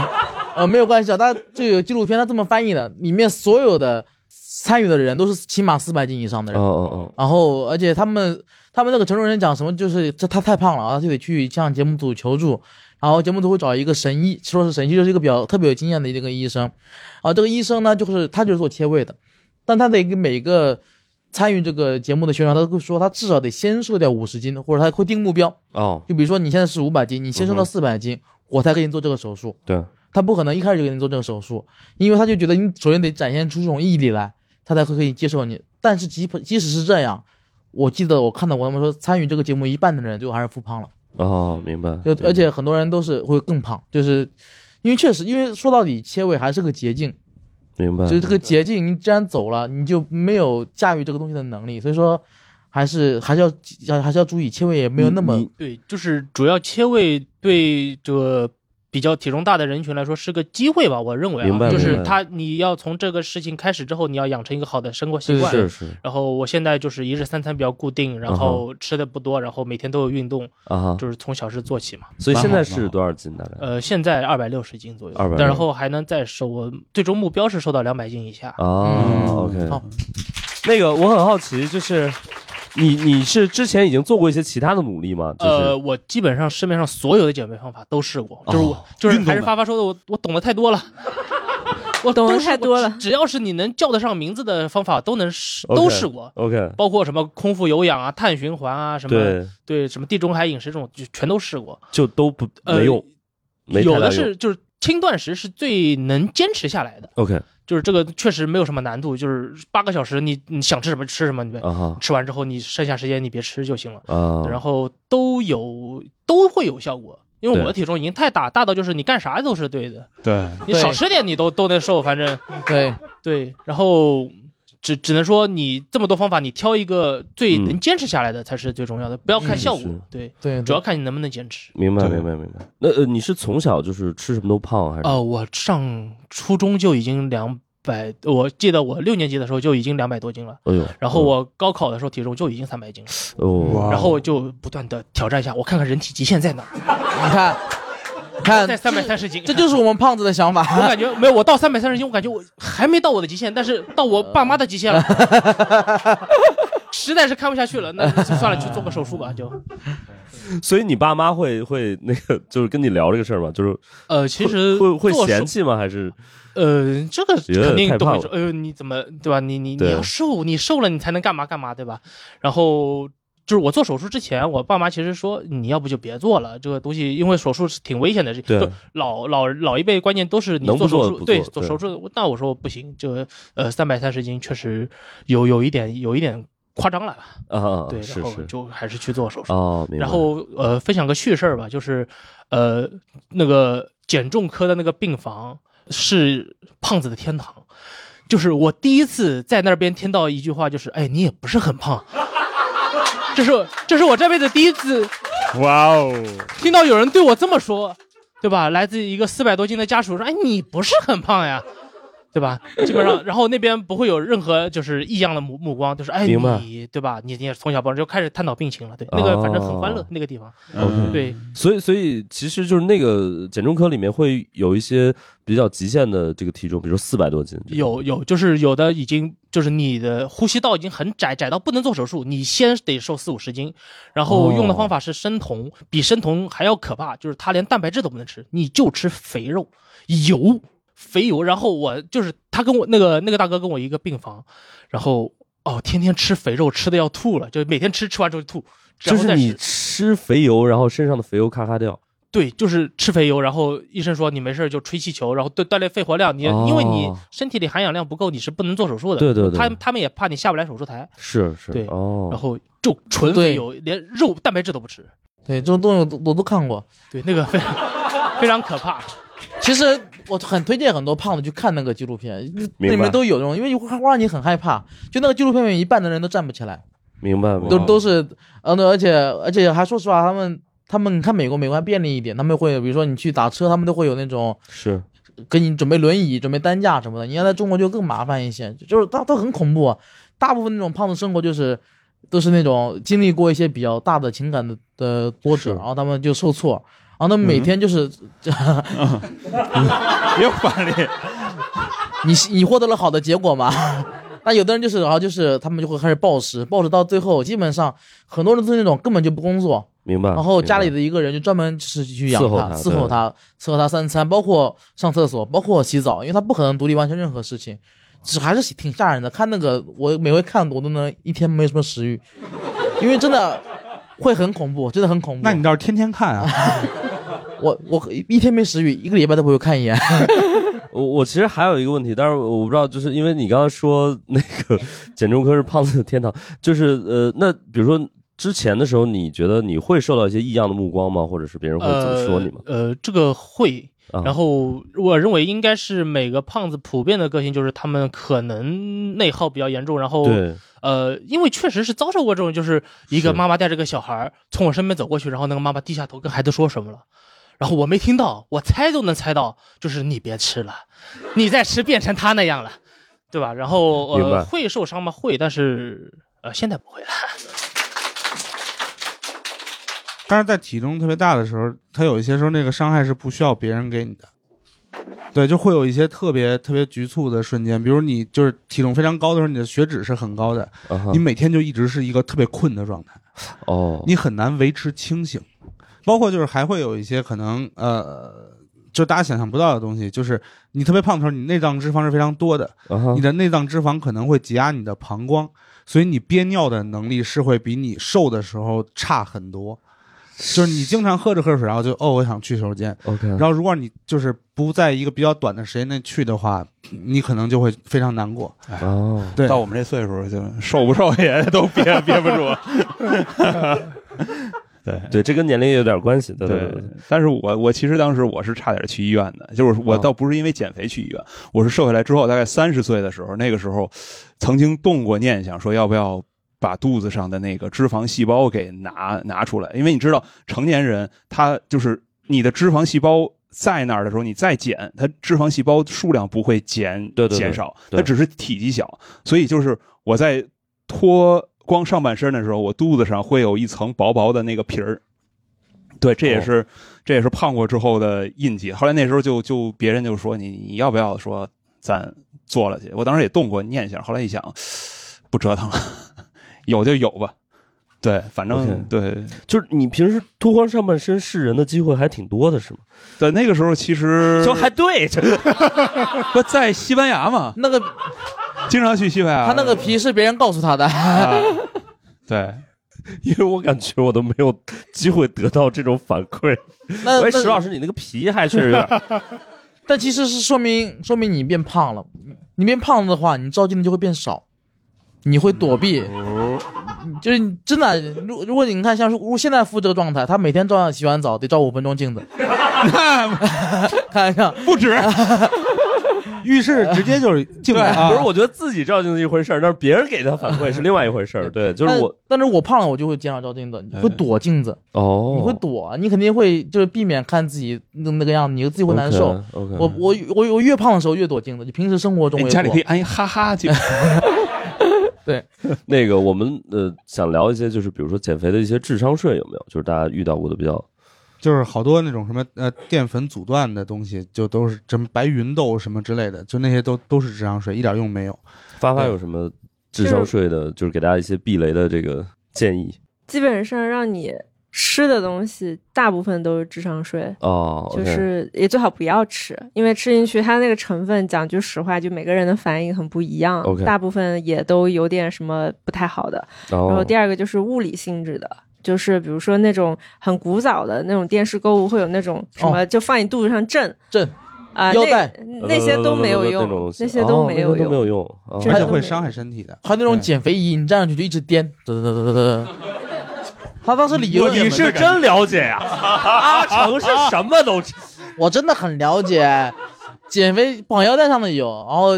Speaker 6: 呃，没有关系啊，它这个纪录片它这么翻译的，里面所有的参与的人都是起码四百斤以上的
Speaker 2: 哦
Speaker 6: 人，
Speaker 2: 哦
Speaker 6: 然后而且他们他们那个承重人讲什么，就是这他太胖了啊，就得去向节目组求助，然后节目组会找一个神医，说是神医就是一个比较特别有经验的一个医生，啊，这个医生呢就是他就是做切胃的，但他得给每个参与这个节目的学员，他都会说他至少得先瘦掉五十斤，或者他会定目标，
Speaker 2: 哦哦，
Speaker 6: 就比如说你现在是五百斤，你先瘦
Speaker 2: 嗯
Speaker 6: 到
Speaker 2: 哼
Speaker 6: 四百斤，我才给你做这个手术。
Speaker 2: 对，
Speaker 6: 他不可能一开始就给你做这个手术，因为他就觉得你首先得展现出这种毅力来，他才会可以接受你。但是即即使是这样，我记得我看到过他们说，参与这个节目一半的人最后还是复胖了，
Speaker 2: 哦，明白，
Speaker 6: 就
Speaker 2: 对
Speaker 6: 而且很多人都是会更胖，就是因为确实，因为说到底切胃还是个捷径，
Speaker 2: 明白，
Speaker 6: 就是这个捷径，你既然走了，你就没有驾驭这个东西的能力，所以说还是还是要要还是要注意，切胃也没有那么
Speaker 2: 你
Speaker 10: 对，就是主要切胃对这个比较体重大的人群来说是个机会吧，我认为、啊。
Speaker 2: 明白
Speaker 10: 就
Speaker 6: 明
Speaker 10: 是
Speaker 2: 白
Speaker 10: 他你要从这个事情开始之后，你要养成一个好的生活习
Speaker 6: 对
Speaker 10: 惯。
Speaker 2: 是是
Speaker 10: 然后我现在就是一日三餐比较固定，然后吃的不多，然后每天都有运动，
Speaker 2: 啊哈，
Speaker 10: 就是从小事做起嘛。
Speaker 2: 所以现在
Speaker 5: 蛮
Speaker 2: 是
Speaker 5: 好
Speaker 2: 多少斤大概？
Speaker 10: 呃，现在二百六十斤左右，
Speaker 2: 260
Speaker 10: 但然后还能再瘦，我最终目标是瘦到两百斤以下。
Speaker 2: 啊
Speaker 6: 嗯
Speaker 2: ，OK，
Speaker 6: 好
Speaker 2: 那个我很好奇，就是你你是之前已经做过一些其他的努力吗？就是、
Speaker 10: 呃，我基本上市面上所有的减肥方法都试过，就是我、
Speaker 2: 哦
Speaker 10: 就是
Speaker 5: 运动
Speaker 10: 还是
Speaker 5: 的
Speaker 10: 发发说的，我我懂得 太多了，我
Speaker 4: 懂得
Speaker 10: 都试
Speaker 4: 太
Speaker 10: 过
Speaker 4: 多
Speaker 10: 只
Speaker 4: 了
Speaker 10: 只要是你能叫得上名字的方法都能试
Speaker 2: OK
Speaker 10: 都试过，
Speaker 2: OK，
Speaker 10: 包括什么空腹有氧啊、碳循环啊什么
Speaker 2: 对，
Speaker 10: 对什么地中海饮食这种就全都试过，
Speaker 2: 就都不
Speaker 10: 呃
Speaker 2: 没用，没太
Speaker 10: 有
Speaker 2: 大
Speaker 10: 的
Speaker 2: 用
Speaker 10: 是就是轻断食是最能坚持下来的。
Speaker 1: OK，
Speaker 10: 就是这个确实没有什么难度，就是八个小时你，你想吃什么吃什么，你
Speaker 1: 啊哈
Speaker 10: 吃完之后你剩下时间你别吃就行了。
Speaker 2: 哦
Speaker 1: 啊，
Speaker 2: 嗯
Speaker 10: 然后都有都会有效果，因为
Speaker 1: 对
Speaker 10: 我的体重已经太大，大到就是你干啥都是对的，
Speaker 5: 对，
Speaker 10: 你少吃点你都都能瘦，反正
Speaker 6: 对
Speaker 10: 对。然后只只能说你这么多方法，你挑一个最能坚持下来的才是最重要的，不要看效果
Speaker 1: 是，
Speaker 10: 对
Speaker 6: 对
Speaker 10: 主要看你能不能坚持。
Speaker 2: 明白
Speaker 5: 对
Speaker 2: 明白明白。那呃，你是从小就是吃什么都胖还是？
Speaker 10: 呃，我上初中就已经两百，我记得我六年级的时候就已经两百多斤了。
Speaker 2: 哎呦，
Speaker 10: 然后我高考的时候体重就已经三百斤了，
Speaker 2: 哦，
Speaker 5: 哇
Speaker 10: 然后我就不断的挑战一下，我看看人体极限在哪儿，
Speaker 6: 你看，你
Speaker 10: 在
Speaker 6: 看，
Speaker 10: 三百三十斤，
Speaker 6: 这就是我们胖子的想法。
Speaker 10: 我感觉没有，我到三百三十斤，我感觉我还没到我的极限，但是到我爸妈的 极限了，实在是看不下去了，那就算了，去做个手术吧，就。
Speaker 2: 所以你爸妈会会那个就是跟你聊这个事儿吗？ 就是
Speaker 10: 呃，其实
Speaker 2: 会会
Speaker 10: 做手
Speaker 2: 嫌，弃吗？还是
Speaker 10: 呃，这个
Speaker 2: 觉得
Speaker 10: 肯定
Speaker 2: 太
Speaker 10: 都
Speaker 2: 胖了
Speaker 10: 会说，哎呦，你怎么对吧？你你你
Speaker 2: 对
Speaker 10: 要瘦，你瘦了你才能干嘛干嘛，对吧？然后。就是我做手术之前，我爸妈其实说你要不就别做了，这个东西因为手术是挺危险的事。
Speaker 2: 对
Speaker 10: 就老老老一辈观念都是你
Speaker 2: 能不
Speaker 10: 做
Speaker 2: 做
Speaker 10: 手术，
Speaker 2: 不
Speaker 10: 对，
Speaker 2: 做
Speaker 10: 做
Speaker 2: 对
Speaker 10: 手术。那我说不行，就呃三百三十斤确实有有一点有一点夸张了吧，
Speaker 2: 啊啊，啊
Speaker 10: 对，
Speaker 2: 是
Speaker 10: 然后
Speaker 2: 是
Speaker 10: 就还是去做手术。
Speaker 2: 哦，明白。
Speaker 10: 然后呃，分享个趣事儿吧，就是呃，那个减重科的那个病房是胖子的天堂，就是我第一次在那边听到一句话，就是哎，你也不是很胖， 这是这是我这辈子第一次
Speaker 5: 哇哦，
Speaker 10: 听到有人对我这么说，对吧？来自一个四百多斤的家属说：“哎，你不是很胖呀， 对吧？”基本上，然后那边不会有任何就是异样的目目光，就是哎
Speaker 2: 明白哦
Speaker 10: 你对吧？你你也从小胖就开始探讨病情了，对，那个反正很欢乐、那个地方，
Speaker 5: 嗯
Speaker 10: 对，
Speaker 2: 所以所以其实就是那个减重科里面会有一些比较极限的这个体重，比如四百多斤，
Speaker 10: 有有就是有的已经就是你的呼吸道已经很窄，窄到不能做手术，你先得瘦四五十斤，然后用的
Speaker 2: 哦
Speaker 10: 方法是生酮，比生酮还要可怕，就是它连蛋白质都不能吃，你就吃肥肉、油、肥油。然后我就是他跟我那个那个大哥跟我一个病房，然后哦天天吃肥肉吃的要吐了，就每天吃吃完之后就吐，
Speaker 2: 就
Speaker 10: 然后
Speaker 2: 是
Speaker 10: 再
Speaker 2: 你
Speaker 10: 吃
Speaker 2: 吃肥油，然后身上的肥油咔咔掉。
Speaker 10: 对，就是吃肥油，然后医生说你没事儿就吹气球，然后锻锻炼肺活量。你、
Speaker 2: 哦
Speaker 10: 因为你身体里含氧量不够，你是不能做手术的。
Speaker 2: 对对对
Speaker 10: 他他们也怕你下不来手术台，
Speaker 2: 是是，
Speaker 10: 对
Speaker 2: 哦，
Speaker 10: 然后就纯
Speaker 6: 对
Speaker 10: 肥油，连肉蛋白质都不吃。
Speaker 6: 对，这种东西我都我都看过。
Speaker 10: 对，那个非常 非常可怕。
Speaker 6: 其实我很推荐很多胖子去看那个纪录片，
Speaker 2: 白
Speaker 6: 里面都有这种，因为会会让你很害怕。就那个纪录片里面，一半的人都站不起来，
Speaker 2: 明白明
Speaker 6: 都
Speaker 2: 白。
Speaker 6: 都是，呃，那而且而且还说实话，他们他们你看美国美国还便利一点，他们会比如说你去打车，他们都会有那种
Speaker 2: 是
Speaker 6: 给你准备轮椅、准备担架什么的。你要在中国就更麻烦一些，就是他他很恐怖啊。大部分那种胖子生活就是都是那种经历过一些比较大的情感的的波折，然后他们就受挫，然后他们每天就是、
Speaker 5: 又翻脸，
Speaker 6: 你你获得了好的结果吗？那有的人就是，然后就是他们就会开始暴食，暴食到最后，基本上很多人都是那种根本就不工作，
Speaker 2: 明白。
Speaker 6: 然后家里
Speaker 2: 的
Speaker 6: 的一个人就专门就是去养
Speaker 2: 伺候
Speaker 6: 他、
Speaker 2: 他
Speaker 6: 伺候
Speaker 2: 对
Speaker 6: 他、伺候他三餐，包括上厕所，包括洗澡，因为他不可能独立完成任何事情，是还是挺吓人的。看那个，我每回看我都能一天没什么食欲，因为真的会很恐怖，真的很恐怖。
Speaker 7: 那你倒是天天看啊，
Speaker 6: 我我一天没食欲，一个礼拜都不会看一 眼。
Speaker 2: 我我其实还有一个问题，但是我不知道，就是因为你刚刚说那 个减重科是胖子的天堂，就是呃，那比如说之前的时候，你觉得你会受到一些异样的目光吗？或者是别人会怎么说你吗？
Speaker 10: 呃？呃，这个会。
Speaker 2: 啊
Speaker 10: 然后我认为应该是每个胖子普遍的个性，就是他们可能内耗比较严重，然后
Speaker 2: 对，
Speaker 10: 呃，因为确实是遭受过这种，就是一个
Speaker 2: 是
Speaker 10: 妈妈带着个小孩儿从我身边走过去，然后那个妈妈低下头跟孩子说什么了，然后我没听到，我猜都能猜到，就是你别吃了，你再吃变成他那样了，对吧？然后
Speaker 2: 明白
Speaker 10: 呃，会受伤吗？会，但是呃，现在不会了。
Speaker 7: 但是在体重特别大的时候，他有一些时候那个伤害是不需要别人给你的。对，就会有一些特别特别局促的瞬间，比如你就是体重非常高的时候，你的血脂是很高的，
Speaker 2: 啊哈
Speaker 7: 你每天就一直是一个特别困的状态。
Speaker 2: 哦，
Speaker 7: 你很难维持清醒。包括就是还会有一些可能呃，就大家想象不到的东西，就是你特别胖的时候，你内脏脂肪是非常多的，
Speaker 2: 啊哈
Speaker 7: 你的内脏脂肪可能会挤压你的膀胱，所以你憋尿的能力是会比你瘦的时候差很多。就是你经常喝着喝着水，然后就哦，我想去洗手间。
Speaker 2: OK，
Speaker 7: 然后如果你就是不在一个比较短的时间内去的话，你可能就会非常难过。
Speaker 2: 哦，
Speaker 7: 对，
Speaker 5: 到我们这岁数就受不受也都 憋憋不住。 对
Speaker 2: 对，这跟年龄有点关系。对
Speaker 5: 对
Speaker 2: 对，
Speaker 5: 但是我我其实当时我是差点去医院的，就是我
Speaker 2: 哦
Speaker 5: 倒不是因为减肥去医院，我是瘦下来之后，大概三十岁的时候，那个时候曾经动过念想说要不要。把肚子上的那个脂肪细胞给拿拿出来，因为你知道成年人他就是你的脂肪细胞在那儿的时候，你再减，它脂肪细胞数量不会减
Speaker 2: 对对对
Speaker 5: 减少，
Speaker 2: 对
Speaker 5: 它只是体积小。所以就是我在脱光上半身的时候，我肚子上会有一层薄薄的那个皮儿，对，这
Speaker 2: 哦
Speaker 5: 也是、这也是胖过之后的印记。后来那时候就就别人就说你你要不要说咱做了去？我当时也动过念想，后来一想，不折腾了， 有就有吧。对，反正
Speaker 2: OK
Speaker 5: 对
Speaker 2: 就是你平时脱光上半身示人的机会还挺多的，是吗？
Speaker 5: 对，那个时候其实
Speaker 2: 就还对，这
Speaker 5: 哎不在西班牙嘛，
Speaker 6: 那个
Speaker 5: 经常去西班牙。
Speaker 6: 他那
Speaker 7: 啊
Speaker 6: 个皮是别人告诉他的，
Speaker 5: 啊，对，
Speaker 2: 因为我感觉我都没有机会得到这种反 馈。
Speaker 6: 那
Speaker 2: 喂，石老
Speaker 6: 那
Speaker 2: 师，你那个皮还确实有点……
Speaker 6: 但其实是说明说明你变胖了，你变胖了的话，你照镜子就会变少，你会躲避，
Speaker 2: 嗯
Speaker 6: 嗯就是你真的，如如果你看像如现在夫这个状态，他每天照样洗完澡得照五分钟 镜子，看一下，
Speaker 5: 不止，
Speaker 7: 浴室直接就是进来啊
Speaker 2: 不是，我觉得自己照镜子一回事儿，但是别人给他反馈是另外一回 事儿。对，就是我哎
Speaker 6: 但，但是我胖了，我就会减少照镜子，你会躲镜子，
Speaker 2: 哦
Speaker 6: 你会躲，你肯定会就是避免看自己那那个样子，你自己会难受。。
Speaker 2: OK，
Speaker 6: 我我我我越胖的时候越躲镜子，就平时生活
Speaker 2: 哎
Speaker 6: 中我也
Speaker 5: 家里
Speaker 6: 躲
Speaker 5: 可以安一哈哈 镜。
Speaker 2: 那个我们呃想聊一些，就是比如说减肥的一些智商税有没有？就是大家遇到过的比较
Speaker 7: 就是好多那种什么呃淀粉阻断的东西，就都是什么白芸豆什么之类的，就那些都都是智商税，一点用没有。
Speaker 2: 发发有什么智商税的，就是给大家一些避雷的这个建议
Speaker 4: 基本上让你吃的东西大部分都是智商税。
Speaker 2: 哦。
Speaker 4: 就
Speaker 2: OK
Speaker 4: 是也最好不要吃，因为吃进去它那个成分，讲句实话，就每个人的反应很不一样
Speaker 2: OK
Speaker 4: 大部分也都有点什么不太好的。然后
Speaker 2: 哦
Speaker 4: 第二个就是物理性质的，就是比如说那种很古早的那种电视购物会有那种什
Speaker 2: 哦
Speaker 4: 么，就放你肚子上震
Speaker 6: 震
Speaker 4: 啊，
Speaker 6: 腰
Speaker 4: 那
Speaker 6: 带
Speaker 4: 那些都没有
Speaker 2: 呃那
Speaker 4: 用
Speaker 2: 种东，西
Speaker 4: 那些都没有
Speaker 2: 哦那些都没
Speaker 4: 用。
Speaker 2: 有用。哦
Speaker 4: 这
Speaker 7: 而
Speaker 4: 还
Speaker 7: 且
Speaker 4: 有
Speaker 7: 会伤害身体的。
Speaker 6: 还有那种减肥仪，你站上去就一直颠，嘚嘚嘚嘚嘚。他当时理由
Speaker 2: 你是真了解呀、阿成是什么都知
Speaker 6: 我真的很了解，减肥绑腰带上的有，然后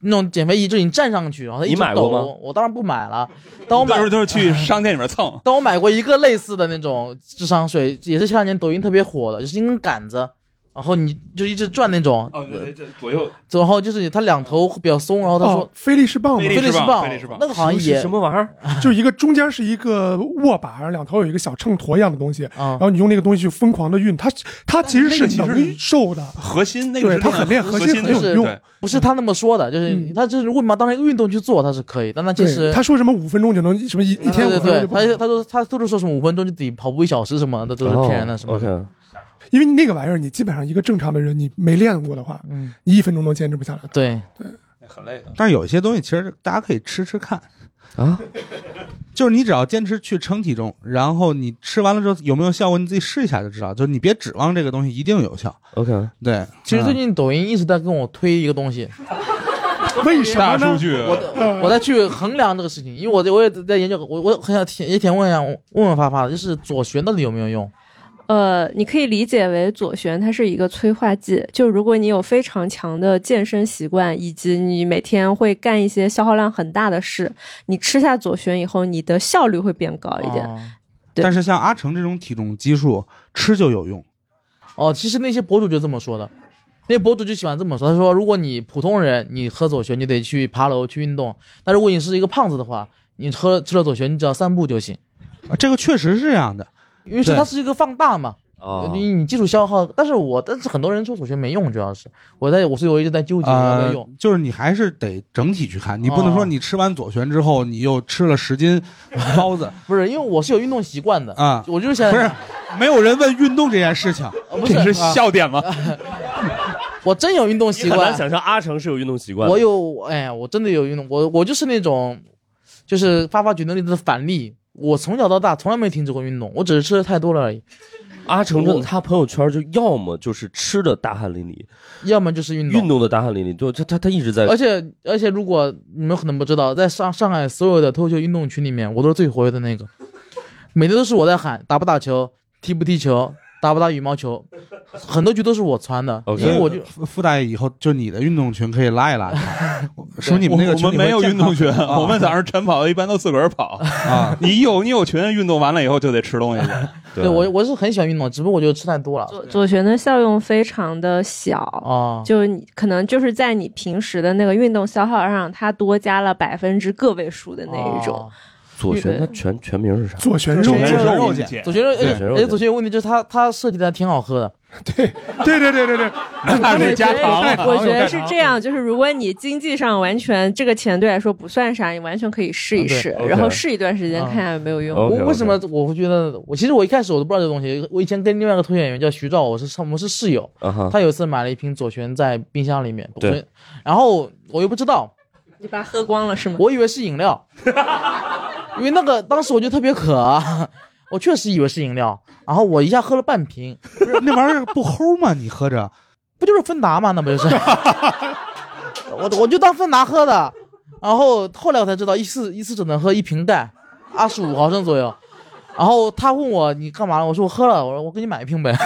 Speaker 6: 那种减肥仪就是你站上去，然后它一
Speaker 2: 你
Speaker 6: 直
Speaker 2: 买
Speaker 6: 抖
Speaker 2: 过吗
Speaker 6: 我当然不买了，但我买，
Speaker 5: 到时候就是去商店里面蹭
Speaker 6: 但我买过一个类似的那种智商税，也是前两年抖音特别火的，就是一根杆子，然后你就一直转那种，
Speaker 5: 哦，对对对，左右
Speaker 6: 然后就是它两头比较松，然后他
Speaker 3: 哦
Speaker 6: 说，
Speaker 3: 菲力士棒嘛
Speaker 5: 菲，
Speaker 6: 菲
Speaker 5: 力
Speaker 6: 力
Speaker 5: 士
Speaker 6: 士
Speaker 5: 棒菲力士棒
Speaker 6: 那个好像
Speaker 2: 是
Speaker 6: 也
Speaker 2: 什么玩意儿。
Speaker 3: 就一个中间是一个握把，两头有一个小秤砣一样的东西，
Speaker 6: 啊
Speaker 3: 然后你用那个东西去疯狂的运，它它其实
Speaker 5: 那个
Speaker 3: 是
Speaker 5: 其实
Speaker 3: 能瘦的，
Speaker 5: 核心那个是
Speaker 3: 对它很练
Speaker 5: 核
Speaker 3: 核心很
Speaker 5: 的
Speaker 3: 有
Speaker 5: 对
Speaker 3: 用
Speaker 5: 对
Speaker 6: 不是他那么说的，就是
Speaker 3: 嗯
Speaker 6: 他就是如果你把它当成一个运动去做，他是可以，但他其实
Speaker 3: 对，他说什么五分钟就能什么一一天五
Speaker 6: 对
Speaker 3: 分钟
Speaker 6: 对
Speaker 3: 就
Speaker 6: 对，
Speaker 3: 不
Speaker 6: 他他说他都是说什么五分钟就得跑步一小时什么的，都是
Speaker 5: 哦
Speaker 6: 骗人的啊什么
Speaker 2: o
Speaker 6: 的。
Speaker 2: k
Speaker 3: 因为你那个玩意儿，你基本上一个正常的人，你没练过的话，
Speaker 6: 嗯，
Speaker 3: 你一分钟都坚持不下来。
Speaker 6: 对，
Speaker 5: 很累的。
Speaker 7: 但是有一些东西其实大家可以吃吃看，
Speaker 2: 啊，
Speaker 7: 就是你只要坚持去称体重，然后你吃完了之后有没有效果，你自己试一下就知道。就是你别指望这个东西一定有效。
Speaker 2: OK，
Speaker 7: 对，
Speaker 6: 其实最
Speaker 7: 嗯
Speaker 6: 近抖音一直在跟我推一个东西，
Speaker 3: 为什么
Speaker 5: 大数
Speaker 3: 呢？
Speaker 5: 据，
Speaker 6: 我在去衡量这个事情，因为我在我也在研究，我我很想填也填问一下问问发发，就是左旋到底有没有用？
Speaker 4: 呃，你可以理解为左旋，它是一个催化剂。就如果你有非常强的健身习惯，以及你每天会干一些消耗量很大的事，你吃下左旋以后，你的效率会变高一点。
Speaker 6: 哦
Speaker 4: 对
Speaker 7: 嗯但是像阿成这种体重基数，吃就有用。
Speaker 6: 哦，其实那些博主就这么说的，那些博主就喜欢这么说。他说，如果你普通人，你喝左旋，你得去爬楼去运动；但如果你是一个胖子的话，你喝吃了左旋，你只要散步就行。
Speaker 7: 啊这个确实是这样的。
Speaker 6: 因为是
Speaker 7: 对
Speaker 6: 它是一个放大嘛，
Speaker 2: 哦，
Speaker 6: 你你基础消耗。但是我但是很多人说左旋没用，主要是我在我所以我一直在纠结要不要用。
Speaker 7: 呃就是你还是得整体去看，你不能
Speaker 6: 哦
Speaker 7: 说你吃完左旋之后，你又吃了十斤包子
Speaker 6: 不是，因为我是有运动习惯的，
Speaker 7: 啊，
Speaker 6: 我就是想
Speaker 7: 不是，没有人问运动这 件事情。
Speaker 6: 呃不
Speaker 5: 这
Speaker 6: 是
Speaker 5: 是笑点吗？
Speaker 6: 我真有运动习
Speaker 2: 你很难
Speaker 6: 惯，
Speaker 2: 想象阿成是有运动习惯的。
Speaker 6: 我有，哎，我真的有运动，我我就是那种，就是发发举那里的反例，我从小到大从来没停止过运动，我只是吃的太多了而已。
Speaker 2: 阿成真的，他朋友圈就要么就是吃的大汗淋漓，
Speaker 6: 要么就是运
Speaker 2: 动，运动的大汗淋漓。对，他他他一直在，
Speaker 6: 而且而且，如果你们可能不知道，在上上海所有的脱口秀运动群里面，我都是最活跃的那个，每天都是我在喊打不打球，踢不踢球，打不打羽毛球，很多局都是我传的，因为我就
Speaker 7: 附附带以后就你的运动群可以拉一拉，是不是你们那个
Speaker 5: 我
Speaker 7: 群
Speaker 5: 们
Speaker 7: 里会
Speaker 5: 没有
Speaker 7: 健
Speaker 5: 运动
Speaker 7: 康
Speaker 5: 群，
Speaker 7: 啊
Speaker 5: 我们早上晨跑一般都自个儿跑
Speaker 7: 啊。
Speaker 5: 你有你有群，运动完了以后就得吃东西去。
Speaker 6: 对我我是很喜欢运动，只不过我觉得吃太多了。
Speaker 4: 左旋的效用非常的小，
Speaker 6: 哦
Speaker 4: 就你可能就是在你平时的那个运动消耗上，它多加了百分之个位数的那一
Speaker 6: 哦
Speaker 4: 种。
Speaker 2: 左旋他
Speaker 4: 对
Speaker 2: 全全名是啥？
Speaker 3: 左旋
Speaker 6: 肉
Speaker 5: 左旋肉
Speaker 7: 碱
Speaker 5: 碱
Speaker 6: 左旋肉，
Speaker 2: 对左旋肉
Speaker 6: 而且左旋有问题就是它它设计的还挺好喝的，
Speaker 3: 对对对对对，
Speaker 5: 那得加
Speaker 2: 啊
Speaker 5: 糖
Speaker 3: 带
Speaker 5: 了
Speaker 3: 糖
Speaker 7: 啊
Speaker 4: 我
Speaker 3: 有
Speaker 4: 觉得
Speaker 3: 带
Speaker 4: 是
Speaker 3: 糖
Speaker 4: 这样，就是如果你经济上完全这个钱对来说不算啥，你完全可以试一
Speaker 6: 啊对
Speaker 4: 试，
Speaker 2: 嗯，OK 嗯
Speaker 4: 然后试一段时间
Speaker 6: 啊
Speaker 4: 看看有没有用。
Speaker 2: OK，
Speaker 6: 我
Speaker 2: OK
Speaker 6: 为什么我会觉得我其实我一开始我都不知道这个东西，我以前跟另外一个脱口演员叫徐照，我是上我们是室友，
Speaker 2: 啊哈，
Speaker 6: 他有一次买了一瓶左旋在冰箱里面，
Speaker 2: 对
Speaker 6: 所以，然后我又不知道，
Speaker 4: 你把它喝光了是吗？
Speaker 6: 我以为是饮料， 因为那个当时我就特别渴、啊， 我确实以为是饮料，然后我一下喝了半瓶，
Speaker 7: 不是那玩意儿不齁吗？你喝着，
Speaker 6: 不就是芬达吗？那不就是， 我我就当芬达喝的，然后后来我才知道一次一次只能喝一瓶盖，二十五毫升左右。然后他问我你干嘛了？我说我喝了，我说我给你买一瓶呗。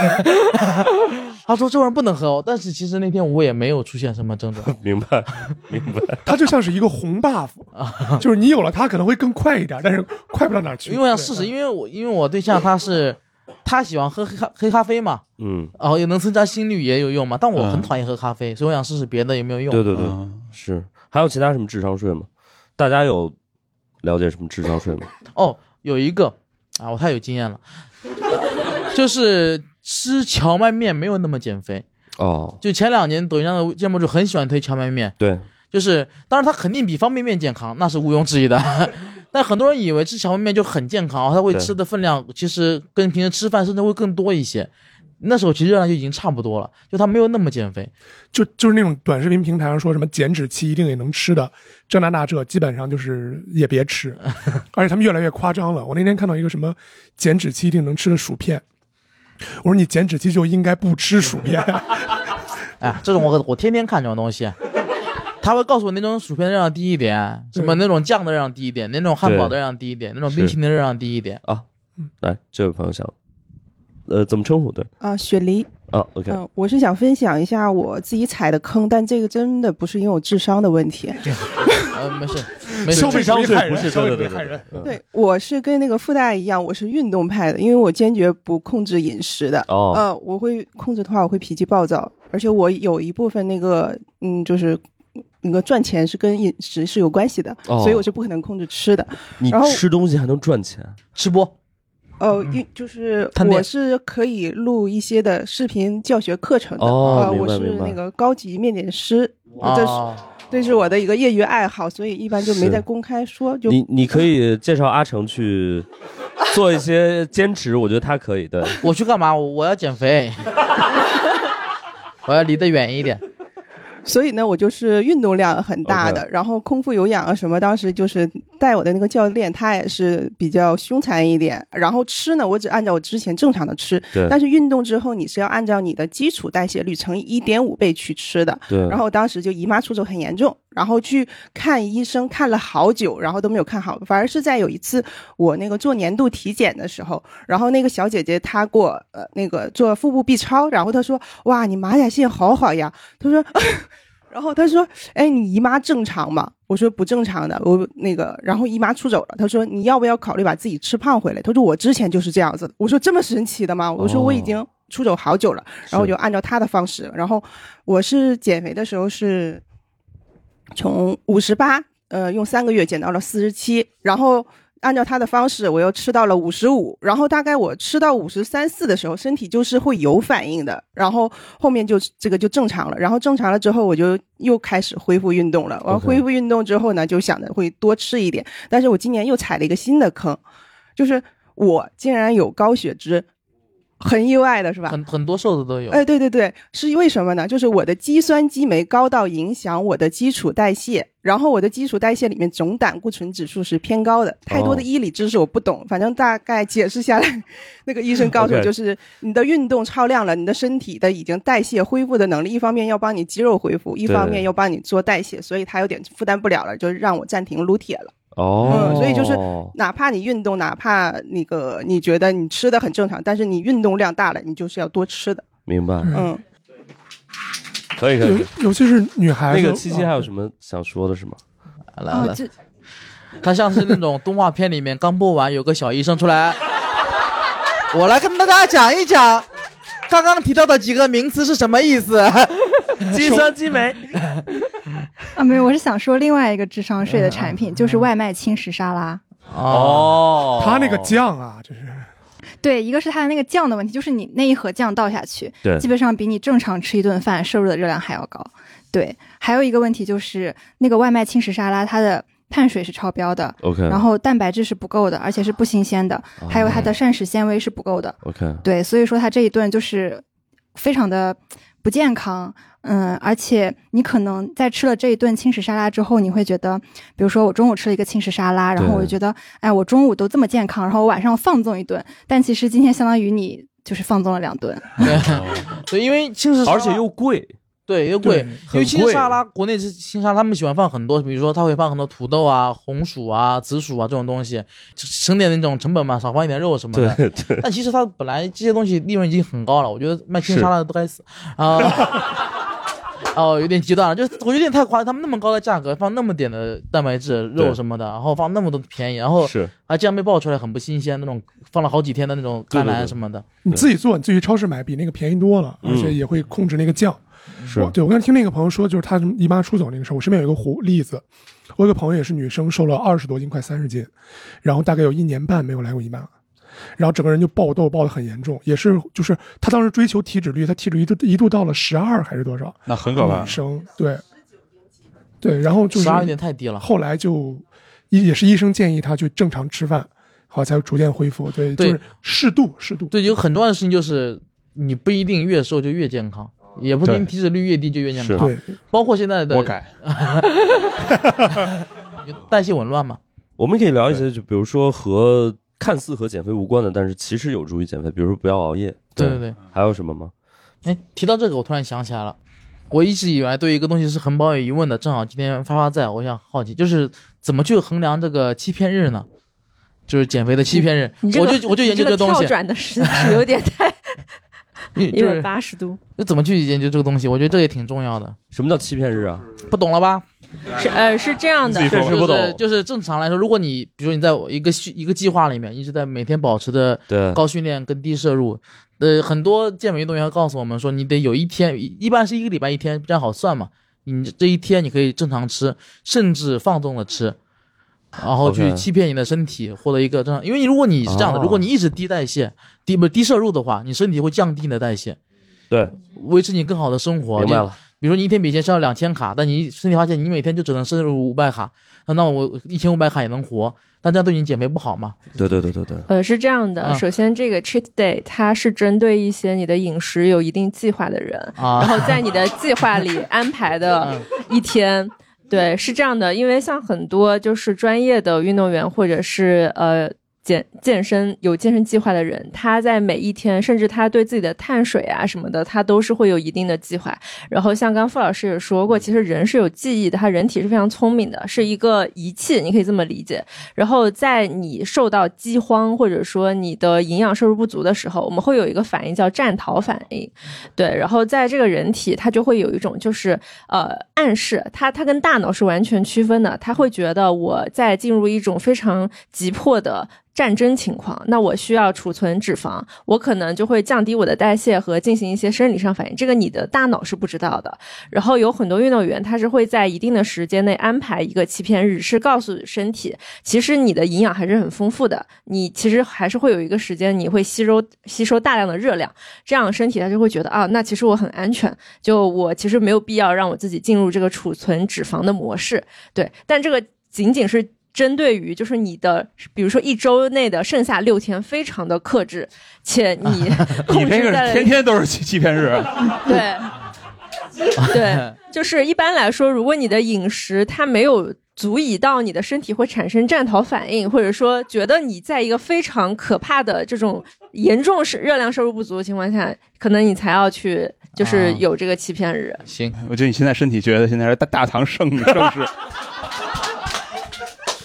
Speaker 6: 他说这玩意儿不能喝哦，但是其实那天我也没有出现什么症状。
Speaker 2: 明白明白。
Speaker 3: 它就像是一个红 buff，就是你有了它可能会更快一点，但是快不到哪儿去。
Speaker 6: 因为我想试试，
Speaker 3: 对嗯
Speaker 6: 因为我因为我对象他是他喜欢喝黑咖黑咖啡嘛，
Speaker 2: 嗯，
Speaker 6: 然后也能增加心率也有用嘛，但我很讨厌喝咖啡，所以我想试试别的有没有用。
Speaker 2: 对对对，
Speaker 5: 嗯
Speaker 2: 是。还有其他什么智商税吗？大家有了解什么智商税吗？
Speaker 6: 哦，有一个啊，我太有经验了，呃就是吃荞麦面没有那么减肥。
Speaker 2: 哦，
Speaker 6: 就前两年抖音上的节目就很喜欢推荞麦面，
Speaker 2: 对，
Speaker 6: 就是当然它肯定比方便面健康，那是毋庸置 疑的。但很多人以为吃荞麦面就很健康，他会
Speaker 2: 对
Speaker 6: 吃的分量其实跟平时吃饭甚至会更多一些。那时候其实热量就已经差不多了，就它没有那么减肥。
Speaker 3: 就就是那种短视频平台上说什么减脂期一定也能吃的，这那那这基本上就是也别吃，而且他们越来越夸张了。我那天看到一个什么减脂期一定能吃的薯片，我说你减脂期就应该不吃薯片，
Speaker 6: 哎，这种我我天天看这种东西，他会告诉我那种薯片热量低一点，什么那种酱的热量低一点，那种汉堡的热量低一点，那种冰淇淋的热量低一点。
Speaker 2: 啊
Speaker 9: 嗯
Speaker 2: 来，这位朋友想，呃，怎么称呼？对，
Speaker 9: 啊，雪梨，
Speaker 2: 啊，OK，
Speaker 9: 嗯、我是想分享一下我自己踩的坑，但这个真的不是因为我智商的问题，
Speaker 6: 呃，没事，没事
Speaker 3: 消，费主义害
Speaker 2: 不
Speaker 3: 人，
Speaker 2: 是
Speaker 3: 消费
Speaker 2: 对
Speaker 3: 主义
Speaker 2: 对
Speaker 3: 害
Speaker 2: 对对
Speaker 3: 人。
Speaker 2: 对，
Speaker 9: 对我是跟那个附带一样，我是运动派的，因为我坚决不控制饮食的。
Speaker 2: 哦
Speaker 9: 呃，我会控制的话，我会脾气暴躁，而且我有一部分那个，嗯，就是那个赚钱是跟饮食是有关系的，
Speaker 2: 哦
Speaker 9: 所以我是不可能控制吃的。
Speaker 2: 你
Speaker 9: 然后
Speaker 2: 吃东西还能赚钱？
Speaker 6: 吃播
Speaker 9: 呃，
Speaker 2: 嗯
Speaker 9: 因就是
Speaker 6: 探店
Speaker 9: 我是可以录一些的视频教学课程的，
Speaker 2: 哦
Speaker 9: 呃，
Speaker 2: 明
Speaker 9: 我
Speaker 2: 白
Speaker 9: 是
Speaker 2: 明白哦
Speaker 9: 那个高级面点师，
Speaker 6: 啊
Speaker 9: 这是这是我的一个业余爱好，所以一般就没
Speaker 2: 是
Speaker 9: 在公开说，就
Speaker 2: 你你可以介绍阿成去做一些兼职，我觉得他可以。对，
Speaker 6: 我去干嘛？我我要减肥，我要离得远一点。
Speaker 9: 所以呢，我就是运动量很大的然后空腹有氧啊什么，当时就是带我的那个教练，他也是比较凶残一点。然后吃呢，我只按照我之前正常的吃
Speaker 2: 对，
Speaker 9: 但是运动之后你是要按照你的基础代谢率乘以一点五倍去吃的。
Speaker 2: 对
Speaker 9: 然后我当时就姨妈出走很严重，然后去看医生，看了好久，然后都没有看好，反而是在有一次我那个做年度体检的时候，然后那个小姐姐她给我呃那个做腹部 B 超，然后她说哇你马甲线好好呀，她说。然后她说：“哎，你姨妈正常吗？”我说：“不正常的，我那个。”然后姨妈出走了。她说：“你要不要考虑把自己吃胖回来？”她说：“我之前就是这样子的。”我说：“这么神奇的吗？”我说：“我已经出走好久了。然后我就按照她的方式。然后我是减肥的时候是从五十八，呃，用三个月减到了四十七，然后。按照她的方式，我又吃到了五十五，然后大概我吃到五十三四的时候，身体就是会有反应的，然后后面就这个就正常了，然后正常了之后，我就又开始恢复运动了。完
Speaker 2: OK
Speaker 9: 恢复运动之后呢，就想着会多吃一点，但是我今年又踩了一个新的坑，就是我竟然有高血脂，很意外的是吧？
Speaker 6: 很很多瘦子都有。
Speaker 9: 哎，对对对，是为什么呢？就是我的肌酸激酶高到影响我的基础代谢，然后我的基础代谢里面总胆固醇指数是偏高的。太
Speaker 2: 哦
Speaker 9: 多的医理知识我不懂，反正大概解释下来，那个医生告诉我
Speaker 2: OK
Speaker 9: 就是你的运动超量了，你的身体的已经代谢恢复的能力，一方面要帮你肌肉恢复，一
Speaker 2: 对
Speaker 9: 方面要帮你做代谢，所以它有点负担不了了，就让我暂停撸铁了。
Speaker 2: 哦
Speaker 9: 嗯，，所以就是哪怕你运动，哪怕那个你觉得你吃的很正常，但是你运动量大了，你就是要多吃的。
Speaker 2: 明白，
Speaker 9: 嗯，
Speaker 2: 可以可以。可以
Speaker 3: 尤尤其是女孩子，嗯
Speaker 2: 那个七七还有什么想说的是吗？
Speaker 6: 来来
Speaker 9: 啊
Speaker 8: 哦
Speaker 6: 来
Speaker 8: 这，
Speaker 6: 他像是那种动画片里面刚播完，有个小医生出来，我来跟大家讲一讲刚刚提到的几个名词是什么意思。
Speaker 2: 肌酸激酶，
Speaker 8: 啊，没有，我是想说另外一个智商税
Speaker 6: 嗯
Speaker 8: 的产品，就是外卖轻食沙拉。
Speaker 2: 哦，
Speaker 3: 她那个酱啊，真是
Speaker 8: 对，一个是它的那个酱的问题，就是你那一盒酱倒下去，
Speaker 2: 对
Speaker 8: 基本上比你正常吃一顿饭摄入的热量还要高。对，还有一个问题就是那个外卖轻食沙拉，它的碳水是超标的，
Speaker 2: ，OK，哦
Speaker 8: 然后蛋白质是不够的，而且是不新鲜的，还有它的膳食纤维是不够的。
Speaker 2: OK，
Speaker 7: 嗯
Speaker 8: 对，所以说它这一顿就是非常的不健康。嗯，而且你可能在吃了这一顿轻食沙拉之后，你会觉得，比如说我中午吃了一个轻食沙拉，然后我就
Speaker 2: 对
Speaker 8: 觉得，哎，我中午都这么健康，然后我晚上放纵一顿，但其实今天相当于你就是放纵了两顿。
Speaker 6: 对，因为轻食沙拉
Speaker 2: 而且又贵，
Speaker 6: 对又贵，因
Speaker 2: 很
Speaker 6: 为轻食
Speaker 2: 贵
Speaker 6: 沙拉国内是轻沙拉，他们喜欢放很多，比如说他会放很多土豆啊、 红薯啊、紫薯啊这种东西，省点那种成本嘛，少放一点肉什么的。
Speaker 2: 对对，
Speaker 6: 但其实它本来这些东西利润已经很高了，我觉得卖轻沙拉的都该 死啊！ 哦，有点极端了，就是我有点太夸张，他们那么高的价格放那么点的蛋白质、
Speaker 2: 对
Speaker 6: 肉什么的，然后放那么多便宜，然后
Speaker 2: 是
Speaker 6: 啊，这样被爆出来很不新鲜，那种放了好几天的那种
Speaker 2: 对对
Speaker 6: 甘蓝
Speaker 2: 对
Speaker 6: 什么的，
Speaker 3: 你自己做，你自己去超市买，比那个便宜多了，
Speaker 2: 嗯
Speaker 3: 而且也会控制那个酱。
Speaker 2: 是
Speaker 3: 我对我刚才听那个朋友说，就是他姨妈出走那个时候，我身边有一个胡例子，我有个朋友也是女生，瘦了二十多斤，快三十斤，然后大概有一年半没有来过姨妈，然后整个人就爆痘，爆得很严重，也是就是她当时追求体脂率，她体脂率一度一度到了十二还是多少，
Speaker 5: 那很可怕
Speaker 3: 女。
Speaker 7: 嗯
Speaker 3: 生对，对，然后就是
Speaker 6: 十二有点太低了。
Speaker 3: 后来就医也是医生建议她去正常吃饭，好才逐渐恢复，对，
Speaker 6: 对
Speaker 3: 就是适度适度，
Speaker 6: 对，有很重要的事情就是你不一定越瘦就越健康，
Speaker 2: 哦
Speaker 6: 也不一定
Speaker 5: 对
Speaker 6: 体脂率越低就越健
Speaker 2: 是
Speaker 6: 康，啊
Speaker 3: 对，
Speaker 6: 包括现在的
Speaker 5: 我改，
Speaker 6: 代谢紊乱嘛。
Speaker 2: 我们可以聊一些，就比如说和看似和减肥无关的，但是其实有助于减肥，比如说不要熬夜。
Speaker 6: 对对对，
Speaker 2: 还有什么吗？
Speaker 6: 哎，提到这个，我突然想起来了，我一直以来对一个东西是很抱有疑问的，正好今天发发在，我想好奇，就是怎么去衡量这个欺骗日呢？就是减肥的欺骗日，
Speaker 4: 你这个
Speaker 6: 我就我就研究
Speaker 4: 你
Speaker 6: 个
Speaker 4: 这
Speaker 6: 东
Speaker 4: 跳
Speaker 6: 西，
Speaker 4: 转的实是有点 太
Speaker 6: 因为
Speaker 4: 一
Speaker 6: 就
Speaker 4: 百
Speaker 6: 是
Speaker 4: 八十度，
Speaker 6: 就怎么去研究这个东西，我觉得这也挺重要的，
Speaker 2: 什么叫欺骗日啊？
Speaker 6: 不懂了吧？
Speaker 4: 是呃是这样的，
Speaker 2: 确实
Speaker 6: 就是
Speaker 2: 不懂。
Speaker 6: 就是正常来说，如果你比如说你在一个训一个计划里面一直在每天保持着
Speaker 2: 对，
Speaker 6: 高训练跟低摄入，呃，很多健美运动员告诉我们说，你得有一天，一一般是一个礼拜一天，这样好算嘛。你这一天你可以正常吃，甚至放纵的吃，然后去
Speaker 2: OK
Speaker 6: 欺骗你的身体，获得一个正常。因为如果你是这样的，
Speaker 2: 哦
Speaker 6: 如果你一直低代谢、低不低摄入的话，你身体会降低你的代谢，
Speaker 2: 对，
Speaker 6: 维持你更好的生活。
Speaker 2: 明白了。
Speaker 6: 比如说你一天比以前消耗两千卡，但你身体发现你每天就只能摄入五百卡，那那我一千五百卡也能活，但这样对你减肥不好 嘛？
Speaker 2: 对对对对对，
Speaker 4: 呃，是这样的，
Speaker 6: 啊
Speaker 4: 首先这个 cheat day 它是针对一些你的饮食有一定计划的人，
Speaker 6: 啊嗯
Speaker 4: 然后在你的计划里安排 的一天。对，是这样的，因为像很多就是专业的运动员或者是呃健健身有健身计划的人，他在每一天，甚至他对自己的碳水啊什么的，他都是会有一定的计划。然后像刚刚付老师也说过，其实人是有记忆的，他人体是非常聪明的，是一个仪器，你可以这么理解。然后在你受到饥荒或者说你的营养摄入不足的时候，我们会有一个反应叫战逃反应，对。然后在这个人体，它就会有一种就是呃暗示，它它跟大脑是完全区分的，它会觉得我在进入一种非常急迫的。战争情况，那我需要储存脂肪，我可能就会降低我的代谢和进行一些生理上反应，这个你的大脑是不知道的。然后有很多运动员，他是会在一定的时间内安排一个欺骗日，是告诉身体，其实你的营养还是很丰富的，你其实还是会有一个时间你会吸收吸收大量的热量，这样身体它就会觉得啊，那其实我很安全，就我其实没有必要让我自己进入这个储存脂肪的模式，对，但这个仅仅是。针对于就是你的，比如说一周内的剩下六天，非常的克制，且你
Speaker 5: 啊你
Speaker 4: 控
Speaker 5: 这
Speaker 4: 制
Speaker 5: 个
Speaker 4: 在了
Speaker 5: 是天天都是欺欺骗日，
Speaker 4: 对， 对，就是一般来说，如果你的饮食它没有足以到你的身体会产生战逃反应，或者说觉得你在一个非常可怕的这种严重是热量摄入不足的情况下，可能你才要去
Speaker 6: 啊
Speaker 4: 就是有这个欺骗日。
Speaker 6: 行，
Speaker 5: 我觉得你现在身体觉得现在是大大唐盛盛世，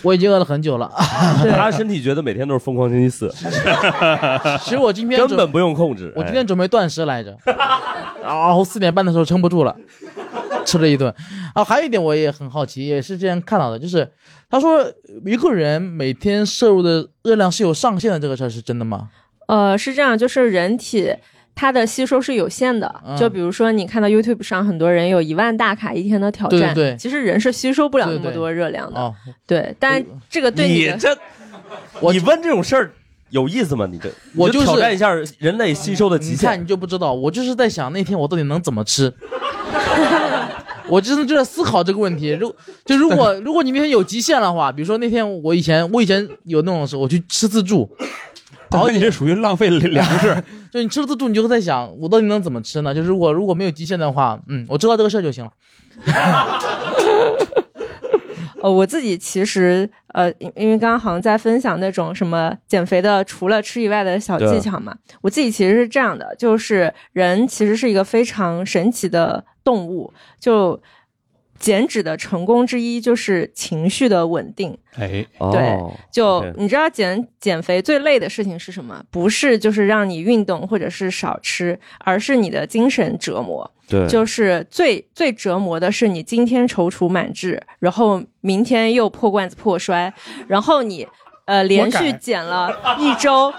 Speaker 6: 我已经饿了很久 了。
Speaker 2: 他身体觉得每天都是疯狂星期四，
Speaker 6: 其实我今天
Speaker 2: 根
Speaker 6: 准
Speaker 2: 本不用控制。哎
Speaker 6: 我今天准备断食来着，然后四点半的时候撑不住了，吃了一顿。啊，还有一点我也很好奇，也是之前看到的，就是他说一个人每天摄入的热量是有上限的，这个事儿是真的吗？
Speaker 4: 呃，是这样，就是人体它的吸收是有限的。
Speaker 6: 嗯
Speaker 4: 就比如说，你看到 YouTube 上很多人有一万大卡一天的挑
Speaker 6: 对
Speaker 4: 战，
Speaker 6: 对
Speaker 4: 其实人是吸收不了
Speaker 6: 对
Speaker 4: 那么
Speaker 6: 对
Speaker 4: 多热量的。
Speaker 6: 哦，
Speaker 4: 对，但这个对
Speaker 2: 你
Speaker 4: 的
Speaker 2: 这，
Speaker 6: 我
Speaker 2: 你问这种事儿有意思吗？你这，
Speaker 6: 我
Speaker 2: 你
Speaker 6: 就是
Speaker 2: 挑战一下人类吸收的极
Speaker 6: 你看
Speaker 2: 限。
Speaker 6: 你就不知道，我就是在想那天我到底能怎么吃。 我真的就在思考这个问题。如就如果如果你那天有极限的话，比如说那天我以前我以前有那种时候，我去吃自 助，
Speaker 5: 然后你这属于浪费粮食，
Speaker 6: 就你吃了自助，你就会在想，我到底能怎么吃呢？就是我如果没有极限的话，嗯，我知道这个事儿就行了。
Speaker 4: 呃，我自己其实呃，因因为刚刚好像在分享那种什么减肥的除了吃以外的小技巧嘛，我自己其实是这样的，就是人其实是一个非常神奇的动物，就减脂的成功之一就是情绪的稳定。
Speaker 5: 哎，
Speaker 4: 对
Speaker 2: 哦，
Speaker 4: 就
Speaker 2: OK
Speaker 4: 你知道减减肥最累的事情是什么？不是就是让你运动或者是少吃，而是你的精神折磨。
Speaker 2: 对，
Speaker 4: 就是最最折磨的是你今天踌躇满志，然后明天又破罐子破摔，然后你呃连续
Speaker 3: 改
Speaker 4: 减 了一周。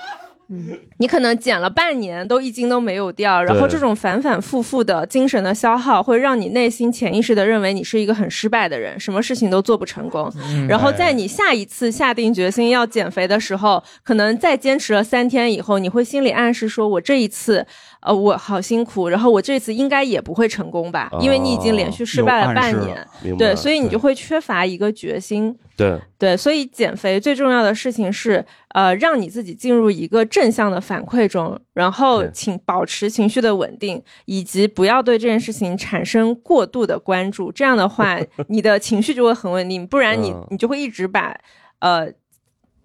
Speaker 4: 嗯你可能减了半年都一斤都没有掉，然后
Speaker 2: 对
Speaker 4: 这种反反复复的精神的消耗，会让你内心潜意识的认为你是一个很失败的人，什么事情都做不成功。然后在你下一次下定决心要减肥的时候，可能再坚持了三天以后，你会心里暗示说：“我这一次，呃，我好辛苦，然后我这次应该也不会成功吧？”因为你已经连续失败了半
Speaker 5: 有暗示
Speaker 4: 年，
Speaker 2: 明白
Speaker 4: 对，所以你就会缺乏一个决心。
Speaker 2: 对
Speaker 4: 对，所以减肥最重要的事情是，呃，让你自己进入一个正向的反馈中，然后
Speaker 2: 对
Speaker 4: 请保持情绪的稳定，以及不要对这件事情产生过度的关注。这样的 话，你的情绪就会很稳定，不然你
Speaker 2: 嗯
Speaker 4: 你就会一直把，呃，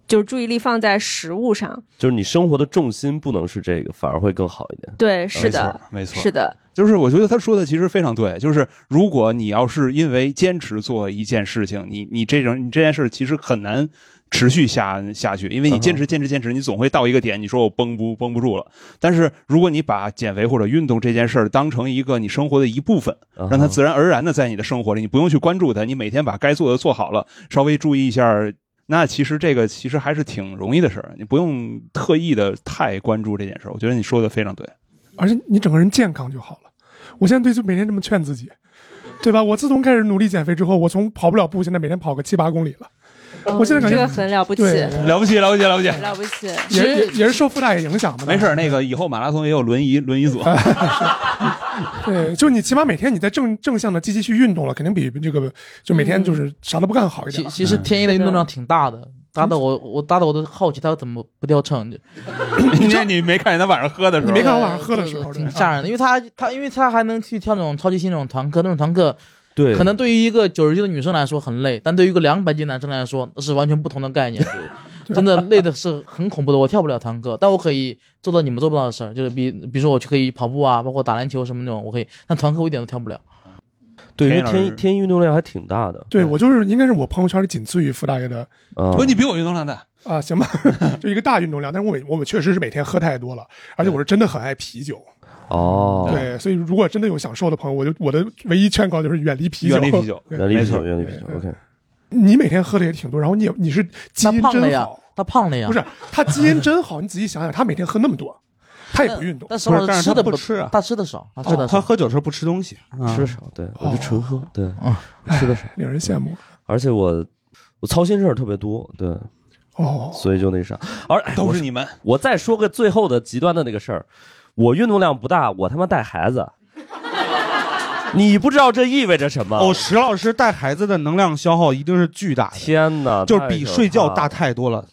Speaker 4: 就是注意力放在食物上。
Speaker 2: 就是你生活的重心不能是这个，反而会更好一点。
Speaker 4: 对，是
Speaker 5: 没错
Speaker 4: 的，，
Speaker 5: 没错，
Speaker 4: 是的，
Speaker 5: 就是我觉得他说的其实非常对，就是如果你要是因为坚持做一件事情，你你这种你这件事其实很难持续下下去，因为你坚持坚持坚持，你总会到一个点，你说我绷不绷不住了。但是如果你把减肥或者运动这件事儿当成一个你生活的一部分，
Speaker 2: 让
Speaker 5: 让它自然而然的在你的生活里，你不用去关注它，你每天把该做的做好了，稍微注意一下，那其实这个其实还是挺容易的事儿，你不用特意的太关注这件事儿。我觉得你说的非常对，
Speaker 3: 而且你整个人健康就好了。我现在对就每天这么劝自己，对吧？我自从开始努力减肥之后，我从跑不了步，现在每天跑个七八公里了。我现在感
Speaker 4: 哦这
Speaker 3: 觉
Speaker 4: 个很了不起，
Speaker 3: 对
Speaker 4: 很
Speaker 5: 了不起，了不起，了不起。
Speaker 4: 了不起。
Speaker 3: 也也也是受傅大爷影响的。
Speaker 5: 没事儿，那个以后马拉松也有轮椅 轮椅组，
Speaker 3: 对，就你起码每天你在正正向的积极去运动了，肯定比这个就每天
Speaker 5: 嗯
Speaker 3: 就是啥都不干好一
Speaker 6: 其
Speaker 3: 点。
Speaker 6: 其实天一的运动量挺大
Speaker 2: 嗯
Speaker 6: 的，大的我我大的我都好奇他怎么不掉秤，就
Speaker 5: 你这你没看见他晚上喝的时
Speaker 3: 你
Speaker 5: 候
Speaker 3: 没，看我晚上喝的时候，
Speaker 6: 挺吓人的，因为他他因为他还能去跳那种超级星那种团课，那种团课
Speaker 2: 对，
Speaker 6: 可能对于一个九十斤的女生来说很累，但对于一个两百斤男生来说那是完全不同的概念，真的累的是很恐怖的。我跳不了tango，但我可以做到你们做不到的事儿，就是比比如说我去可以跑步啊，包括打篮球什么那种，我可以，但团课我一点都跳不了。
Speaker 2: 对，因为
Speaker 5: 田老师
Speaker 2: 天天运动量还挺大的。
Speaker 3: 对我就是应该是我朋友圈里仅次于傅大爷的
Speaker 2: 嗯，
Speaker 5: 不是你比我运动量大，
Speaker 3: 啊，行 吧，就一个大运动量。但是我每我确实是每天喝太多了，而且我是真的很爱啤酒。
Speaker 2: 哦，
Speaker 3: 对，所以如果真的有想瘦的朋友，我就我的唯一劝告就是远离啤酒。
Speaker 5: 远离 啤。酒。
Speaker 2: 原理
Speaker 5: 没
Speaker 2: 啤
Speaker 5: 错
Speaker 2: 酒，原理啤酒，OK。
Speaker 3: 你每天喝的也挺多，然后你也你是基
Speaker 6: 他
Speaker 3: 因
Speaker 6: 胖了
Speaker 3: 真
Speaker 6: 呀
Speaker 3: 好，，
Speaker 6: 他胖了呀，
Speaker 3: 不是他基因真好。你仔细想想，他每天喝那么多，他也
Speaker 6: 但
Speaker 3: 不 运动。哦
Speaker 6: 但是我
Speaker 7: 但是
Speaker 6: 吃
Speaker 7: 他
Speaker 6: 的
Speaker 7: 不吃啊
Speaker 6: 他吃的少，他吃的
Speaker 7: 他
Speaker 6: 少。
Speaker 7: 喝酒的时候不吃东西，啊
Speaker 2: 吃的少，对我就纯喝，对，吃的少，
Speaker 3: 啊 令人羡慕。
Speaker 2: 而且我我操心事儿特别多，对，
Speaker 3: 哦，
Speaker 2: 所以就那啥。而哎
Speaker 5: 都是你们，
Speaker 2: 我再说个最后的极端的那个事儿，我运动量不大，我他妈带孩子， 你不知道这意味着什么？
Speaker 7: 哦，石老师带孩子的能量消哦耗一定是巨大的，
Speaker 2: 天哪，
Speaker 7: 就是比睡觉大太多了。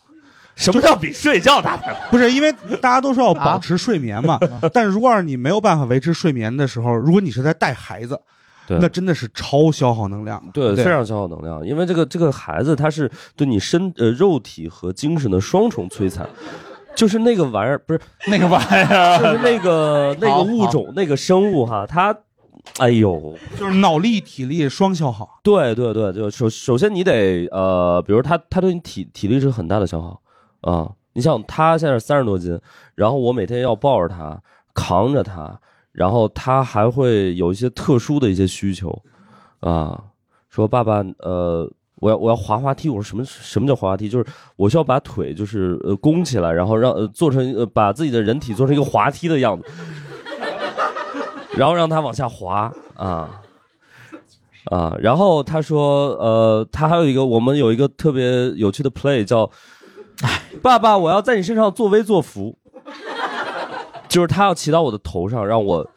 Speaker 2: 什么叫比睡觉大太多？
Speaker 7: 不是因为大家都说
Speaker 2: 啊
Speaker 7: 要保持睡 眠嘛，但如果要是你没有办法维持睡眠的时候，如果你是在带孩子，
Speaker 2: 对
Speaker 7: 那真的是超消耗能量的。
Speaker 2: 对，非
Speaker 7: 对
Speaker 2: 常消耗能量，因为这个这个孩子他是对你身呃肉体和精神的双重摧残，就是那个玩意儿不是
Speaker 7: 那个玩意儿，
Speaker 2: 就是那个那个物种那个生物哈，它，哎呦，
Speaker 7: 就是脑力体力双消耗。
Speaker 2: 对对对，就首首先你得呃，比如他他对你体体力是很大的消耗啊、你想他现在三十多斤，然后我每天要抱着他扛着他，然后他还会有一些特殊的一些需求啊、说爸爸呃。我要我要滑滑梯，我说什么什么叫滑滑梯？就是我需要把腿就是呃弓起来，然后让呃做成呃把自己的人体做成一个滑梯的样子，然后让他往下滑啊啊。然后他说，呃，他还有一个，我们有一个特别有趣的 play 叫“爸爸，我要在你身上作威作福”，就是他要骑到我的头上，让我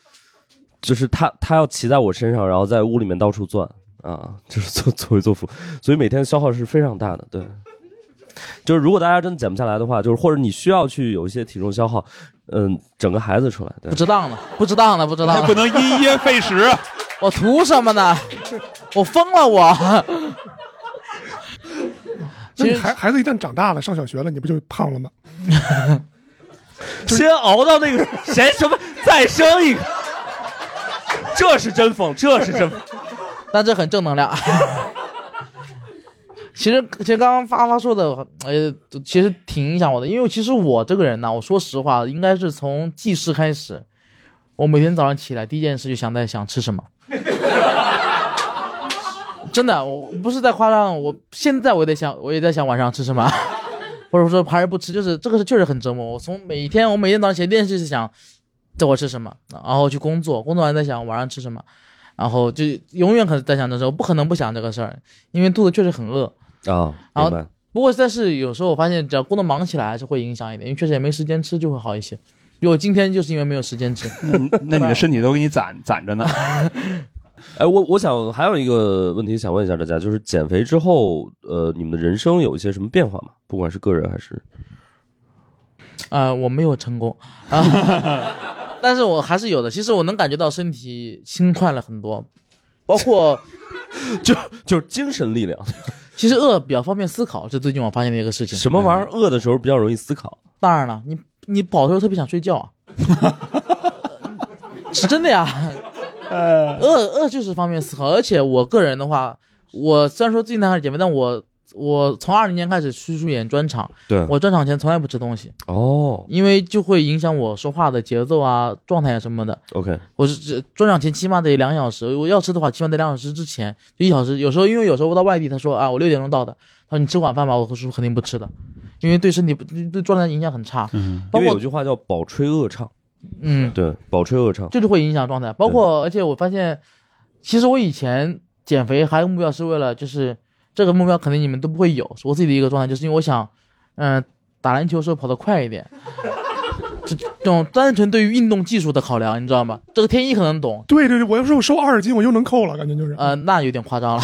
Speaker 2: 就是他他要骑在我身上，然后在屋里面到处转啊，就是作作威作福，所以每天消耗是非常大的，对。就是如果大家真的减不下来的话，就是或者你需要去有一些体重消耗，嗯，整个孩子出来，对
Speaker 6: 不值当的，不值当的，不值当的，
Speaker 5: 不能因噎废食。
Speaker 2: 啊
Speaker 6: 我图什么呢？我疯了我！
Speaker 3: 那
Speaker 6: 其
Speaker 3: 你
Speaker 6: 实
Speaker 3: 孩孩子一旦长大了，上小学了，你不就 胖了吗？
Speaker 2: 先熬到那个谁什么再生 一个，这是真疯，这 是真疯。
Speaker 6: 但这很正能量。 其实，其实刚刚发发说的，呃，其实挺影响我的，因为其实我这个人呢，我说实话，应该是从记事开始，我每天早上起来第一件事就想在想吃什么。真的，我不是在夸张，我现在我也在想，我也在想晚上吃什么， 或者说还是不吃，就是这个是确实很折磨我。我从每天，我每天早上起来第一件事是想，这我吃什么，然后去工作，工作完再想晚上吃什么，然后就永远可能在想这事儿，我不可能不想这个事儿，因为肚子确实很饿。
Speaker 2: 啊，
Speaker 6: 然
Speaker 2: 明
Speaker 6: 后
Speaker 2: 白。，
Speaker 6: 不过但是有时候我发现，只要工作忙起来，还是会影响一点，因为确实也没时间吃，就会好一些。因为我今天就是因为没有时间吃，
Speaker 5: 那你的身体都给你攒攒着呢。
Speaker 2: 哎，我我想还有一个问题想问一下大家，就是减肥之后，呃，你们的人生有一些什么变化吗？不管是个人还是
Speaker 6: 呃，我没有成功 啊，但是我还是有的。其实我能感觉到身体轻快了很多，包括
Speaker 2: 就就是精神力量，
Speaker 6: 其实饿比较方便思考，这最近我发现的一个事情。
Speaker 2: 什么玩意儿？饿的时候比较容易思考。
Speaker 6: 当然了，你你饱的时候特别想睡觉啊，是真的 呀。
Speaker 2: 哎
Speaker 6: 呃，饿饿就是方面思考，而且我个人的话，我虽然说最近才开始减肥，但我我从二零年开始去出演专场，
Speaker 2: 对
Speaker 6: 我专场前从来不吃东西，
Speaker 2: 嗯哦
Speaker 6: 因为就会影响我说话的节奏啊、状态啊什么的。
Speaker 2: ，OK，
Speaker 6: 我是这专场前起码得两小时，我要吃的话起码得两小时之前，就一小时。有时候因为有时候我到外地，他说啊我六点钟到的，他说你吃晚饭吧，我说肯定不吃的，因为对身体不对状态影响很差。
Speaker 5: 嗯，
Speaker 6: 包
Speaker 2: 因为
Speaker 6: 括
Speaker 2: 有句话叫“饱吹饿唱
Speaker 6: 嗯”，，
Speaker 2: 对，饱吹饿唱，
Speaker 6: 就是会影响状态。包括而且我发现，其实我以前减肥还有个目标是为了就是这个目标肯定你们都不会有，是我自己的一个状态，就是因为我想，嗯、打篮球的时候跑得快一点。这这种单纯对于运动技术的考量，你知道吗？这个天一可能懂，
Speaker 3: 对对对，我要是我瘦二十斤，我又能扣了，感觉就是。
Speaker 6: 呃，那有点夸张了，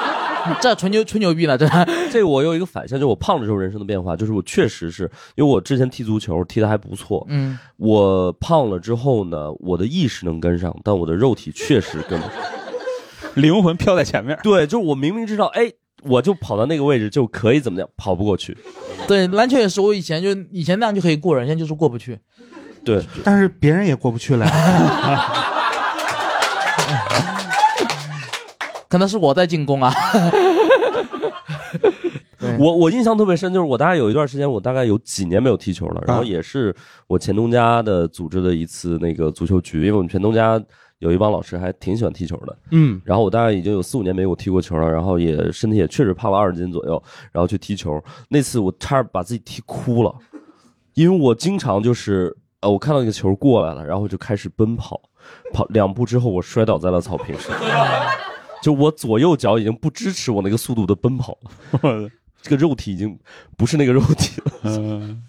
Speaker 6: 这纯牛纯牛逼了，这
Speaker 2: 这个我有一个反向，就是我胖了之后人生的变化，就是我确实是因为我之前踢足球踢的还不错，
Speaker 6: 嗯，
Speaker 2: 我胖了之后呢，我的意识能跟上，但我的肉体确实跟不上。
Speaker 5: 灵魂飘在前面。
Speaker 2: 对，就是我明明知道，哎，我就跑到那个位置就可以怎么样，跑不过去。
Speaker 6: 对，篮球也是，我以前就以前那样就可以过人，现在就是过不去。
Speaker 2: 对，
Speaker 7: 但是别人也过不去了呀。
Speaker 6: 可能是我在进攻啊，
Speaker 2: 我我印象特别深，就是我大概有一段时间，我大概有几年没有踢球了，然后也是我前东家的组织的一次那个足球局，因为我们前东家有一帮老师还挺喜欢踢球的，
Speaker 7: 嗯，
Speaker 2: 然后我大概已经有四五年没有踢过球了，然后也身体也确实胖了二十斤左右，然后去踢球，那次我差点把自己踢哭了，因为我经常就是呃，我看到一个球过来了，然后就开始奔跑，跑两步之后我摔倒在了草坪上，就我左右脚已经不支持我那个速度的奔跑了。这个肉体已经不是那个肉体了。
Speaker 5: 嗯，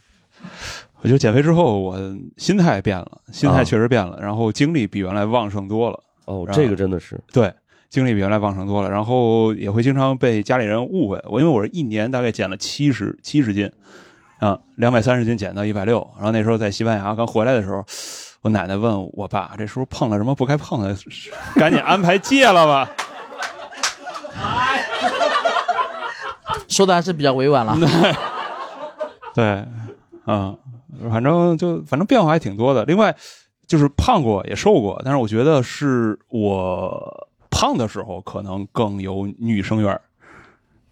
Speaker 5: 我觉得减肥之后，我心态变了，心态确实变了，然后精力比原来旺盛多了。
Speaker 2: 哦，
Speaker 5: 然后
Speaker 2: 这个真的是
Speaker 5: 对，精力比原来旺盛多了。然后也会经常被家里人误会我，因为我是一年大概减了七十七十斤，啊，两百三十斤减到一百六。然后那时候在西班牙刚回来的时候，我奶奶问我爸：“这时候碰了什么不该碰的？赶紧安排戒了吧。”
Speaker 6: 说的还是比较委婉 了。
Speaker 5: 对，嗯，反正就反正变化还挺多的。另外就是胖过也瘦过，但是我觉得是我胖的时候可能更有女生缘儿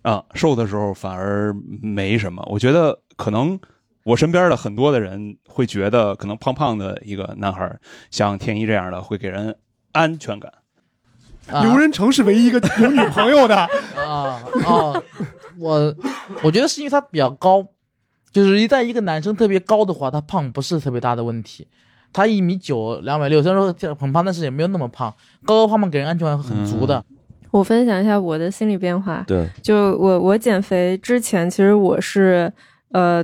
Speaker 5: 啊，瘦的时候反而没什么。我觉得可能我身边的很多的人会觉得，可能胖胖的一个男孩儿，像天一这样的会给人安全感。
Speaker 3: 刘仁成是唯一 一个有女朋友的，
Speaker 6: 啊 啊，我我觉得是因为他比较高，就是一旦一个男生特别高的话，他胖不是特别大的问题。他一米九，两百六，虽然说很胖，但是也没有那么胖，高高胖胖给人安全感很足的。
Speaker 4: 我分享一下我的心理变化。
Speaker 2: 对，
Speaker 4: 就我我减肥之前，其实我是呃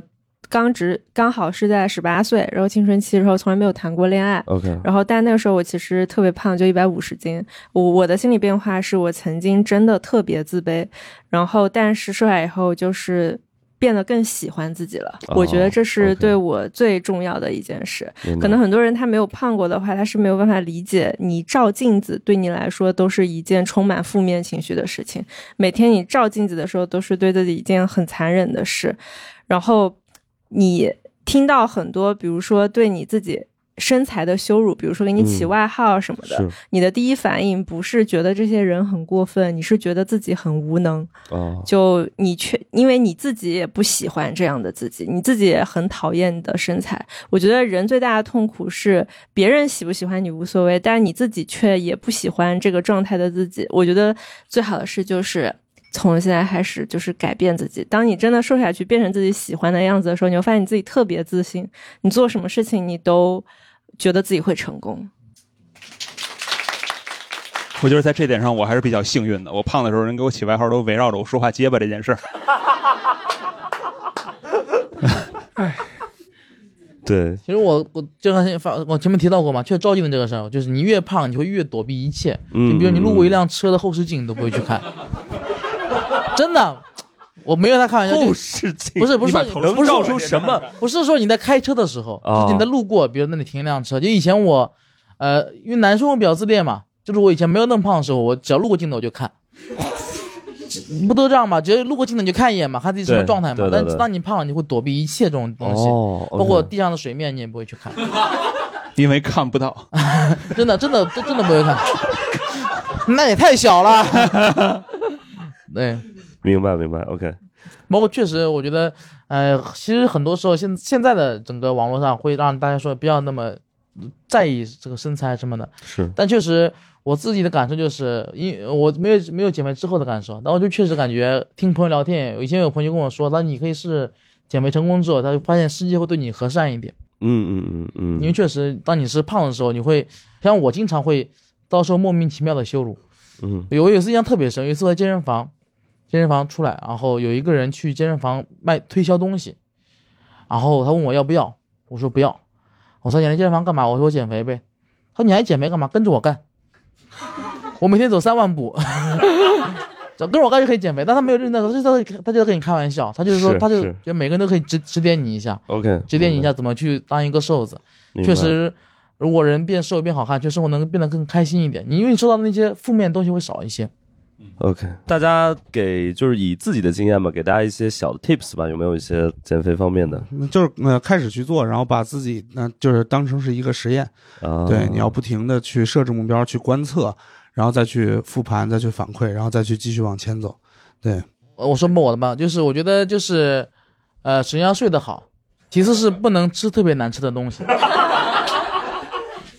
Speaker 4: 刚直刚好是在十八岁，然后青春期的时候从来没有谈过恋爱。
Speaker 2: OK
Speaker 4: 然后但那个时候我其实特别胖，就一百五十斤。我我的心理变化是我曾经真的特别自卑，然后但是瘦下来以后就是。变得更喜欢自己了，
Speaker 2: 哦
Speaker 4: 我觉得这是
Speaker 2: OK
Speaker 4: 对我最重要的一件事。
Speaker 2: 明白
Speaker 4: 可能很多人他没有胖过的话，他是没有办法理解你照镜子对你来说都是一件充满负面情绪的事情。每天你照镜子的时候，都是对自己一件很残忍的事。然后你听到很多，比如说对你自己身材的羞辱，比如说给你起
Speaker 11: 嗯
Speaker 4: 外号什么的，
Speaker 11: 是
Speaker 4: 你的第一反应不是觉得这些人很过分，你是觉得自己很无能。
Speaker 2: 哦，
Speaker 4: 就你却因为你自己也不喜欢这样的自己，你自己也很讨厌你的身材。我觉得人最大的痛苦是别人喜不喜欢你无所谓，但你自己却也不喜欢这个状态的自己。我觉得最好的事就是。从现在开始就是改变自己。当你真的瘦下去，变成自己喜欢的样子的时候，你会发现你自己特别自信。你做什么事情，你都觉得自己会成功。
Speaker 5: 我觉得在这点上我还是比较幸运的。我胖的时候，人给我起外号都围绕着我说话结巴这件事儿。
Speaker 2: 对，
Speaker 6: 其实我我就刚发，我前面提到过嘛，确实照镜子这个事儿，就是你越胖，你会越躲避一切。
Speaker 2: 嗯
Speaker 6: 就比如你路过一辆车的后视镜，你都不会去看。真的，我没有在开玩笑。就
Speaker 2: 后视镜
Speaker 6: 不是不是
Speaker 2: 你把
Speaker 6: 不
Speaker 2: 头能
Speaker 6: 是
Speaker 2: 照出什么？
Speaker 6: 不是说你在开车的时候，
Speaker 2: 哦
Speaker 6: 就是你在路过，比如那里停一辆车。就以前我，呃，因为男生我比较自恋嘛，就是我以前没有那么胖的时候，我只要路过镜子我就看。不都这样吗？只要路过镜子你就看一眼嘛，看自己什么
Speaker 2: 对
Speaker 6: 状态嘛
Speaker 2: 对。对
Speaker 6: 但
Speaker 2: 对
Speaker 6: 当你胖了，你会躲避一切这种东西，
Speaker 2: 哦，OK
Speaker 6: 包括地上的水面你也不会去看。
Speaker 5: 因为看不到。
Speaker 6: 真的，真的，真真的不会看， 那也太小了。 对，
Speaker 2: 明白明白，OK，
Speaker 6: 包括确实，我觉得，呃，其实很多时候现现在的整个网络上会让大家说不要那么在意这个身材什么的，
Speaker 2: 是
Speaker 6: 但确实我自己的感受就是，因我没有没有减肥之后的感受，但我就确实感觉听朋友聊天，以前有朋友跟我说，那你可以是减肥成功之后，他就发现世界会对你和善一点。
Speaker 2: 嗯嗯嗯
Speaker 6: 因为
Speaker 2: 嗯，
Speaker 6: 确实，当你是胖的时候，你会像我经常会遭受莫名其妙的羞辱。
Speaker 2: 嗯，
Speaker 6: 我有一次印象特别深，有一次我在健身房，健身房出来，然后有一个人去健身房卖推销东西，然后他问我要不要，我说不要。我说你来健身房干嘛？我说我减肥呗。他说你还减肥干嘛？跟着我干。我每天走三万步，跟着我干就可以减肥。但他没有认真地说，他就他就在跟你开玩笑，他就是说
Speaker 2: 是
Speaker 6: 他就是觉得每个人都可以指指点你一下。
Speaker 2: OK，
Speaker 6: 指点你一下怎么去当一个瘦子。
Speaker 2: 明白
Speaker 6: 确实，如果人变瘦变好看，就生活能变得更开心一点。你因为你受到的那些负面的东西会少一些。
Speaker 2: OK，大家给就是以自己的经验吧，给大家一些小的 tips 吧，有没有一些减肥方面的？
Speaker 7: 嗯就是呃开始去做，然后把自己那、就是当成是一个实验，
Speaker 2: 啊
Speaker 7: 对，你要不停的去设置目标，去观测，然后再去复盘，再去反馈，然后再去继续往前走，对，
Speaker 6: 呃我说不我的吧，就是我觉得就是，呃，首先要睡得好，其次是不能吃特别难吃的东西。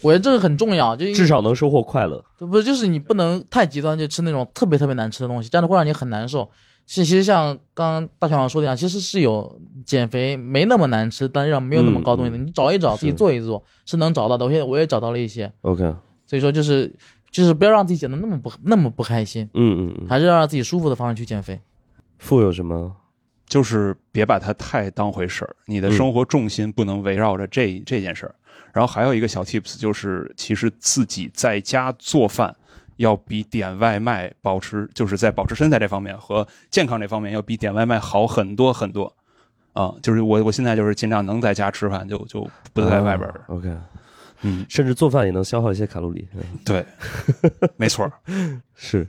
Speaker 6: 我觉得这个很重要，就
Speaker 2: 至少能收获快乐。
Speaker 6: 不是，就是你不能太极端，就吃那种特别特别难吃的东西，这样的会让你很难受。其其实像刚刚大小王说的一样，其实是有减肥没那么难吃，但让没有那么高东
Speaker 2: 嗯
Speaker 6: 西的，你找一找，自己做一做是能找到的。我现在我也找到了一些，
Speaker 2: OK，嗯
Speaker 6: 所以说就是就是不要让自己减得那么不那么不开心，
Speaker 2: 嗯嗯嗯，
Speaker 6: 还是要让自己舒服的方式去减肥。
Speaker 2: 富有什么？嗯
Speaker 5: 就是别把它太当回事儿，你的生活重心不能围绕着这这件事儿。然后还有一个小 tips 就是，其实自己在家做饭要比点外卖保持，就是在保持身材这方面和健康这方面要比点外卖好很多很多。啊，就是我我现在就是尽量能在家吃饭就就不在外边儿。
Speaker 2: 啊 OK，
Speaker 5: 嗯，
Speaker 2: 甚至做饭也能消耗一些卡路里。嗯
Speaker 5: 对， 没错儿。
Speaker 2: 是。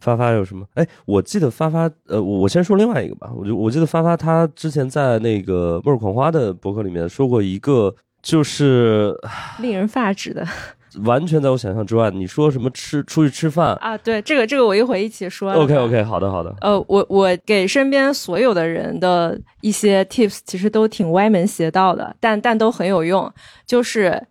Speaker 2: 发发有什么？哎，我记得发发，呃，我我先说另外一个吧。我就我记得发发他之前在那个《末日狂花》的博客里面说过一个，就是
Speaker 4: 令人发指的
Speaker 2: 完全在我想象之外。你说什么吃出去吃饭
Speaker 4: 啊！对，这个这个我一会儿一起 说。
Speaker 2: ？OK OK，好的好的。
Speaker 4: 呃，我我给身边所有的人的一些 tips 其实都挺歪门邪道的，但但都很有用。就是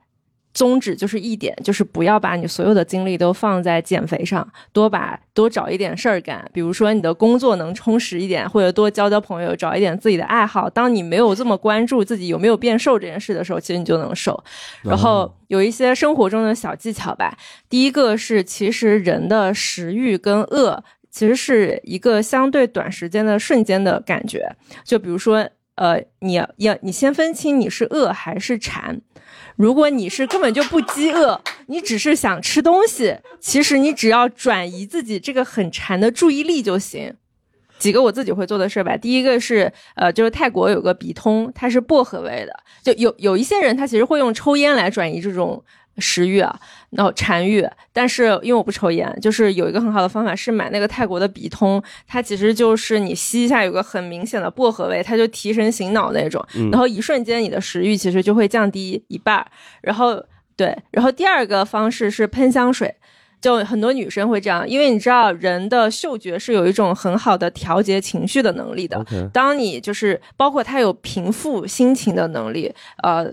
Speaker 4: 宗旨就是一点，就是不要把你所有的精力都放在减肥上，多把多找一点事儿干，比如说你的工作能充实一点，或者多交交朋友，找一点自己的爱好。当你没有这么关注自己有没有变瘦这件事的时候，其实你就能瘦。然后有一些生活中的小技巧吧。第一个是，其实人的食欲跟饿其实是一个相对短时间的瞬间的感觉。就比如说，呃，你要你先分清你是饿还是馋。如果你是根本就不饥饿，你只是想吃东西，其实你只要转移自己这个很馋的注意力就行。几个我自己会做的事儿吧。第一个是，呃，就是泰国有个鼻通，它是薄荷味的。就有有一些人他其实会用抽烟来转移这种食欲啊，然后馋欲。但是因为我不抽烟，就是有一个很好的方法是买那个泰国的鼻通，它其实就是你吸一下有个很明显的薄荷味，它就提神醒脑那种
Speaker 2: 嗯，
Speaker 4: 然后一瞬间你的食欲其实就会降低一半儿。然后对，然后第二个方式是喷香水。就很多女生会这样，因为你知道人的嗅觉是有一种很好的调节情绪的能力的。
Speaker 2: OK，
Speaker 4: 当你就是包括他有平复心情的能力，呃，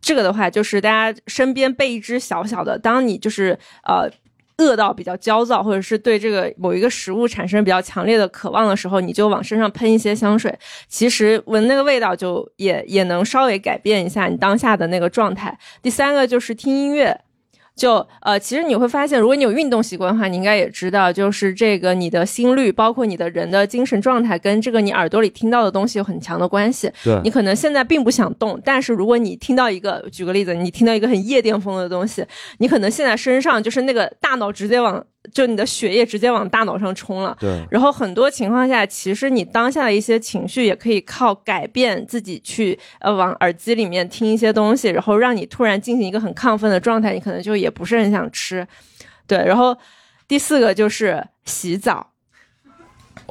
Speaker 4: 这个的话就是大家身边备一支小小的，当你就是呃。饿到比较焦躁，或者是对这个某一个食物产生比较强烈的渴望的时候，你就往身上喷一些香水，其实闻那个味道就也也能稍微改变一下你当下的那个状态。第三个就是听音乐，就呃，其实你会发现，如果你有运动习惯的话，你应该也知道，就是这个你的心率，包括你的人的精神状态，跟这个你耳朵里听到的东西有很强的关系。
Speaker 2: 对
Speaker 4: 你可能现在并不想动，但是如果你听到一个，举个例子，你听到一个很夜店风的东西，你可能现在身上就是那个大脑直接往，就你的血液直接往大脑上冲了。
Speaker 2: 对，
Speaker 4: 然后很多情况下，其实你当下的一些情绪也可以靠改变自己去呃往耳机里面听一些东西，然后让你突然进行一个很亢奋的状态，你可能就也不是很想吃。对，然后第四个就是洗澡。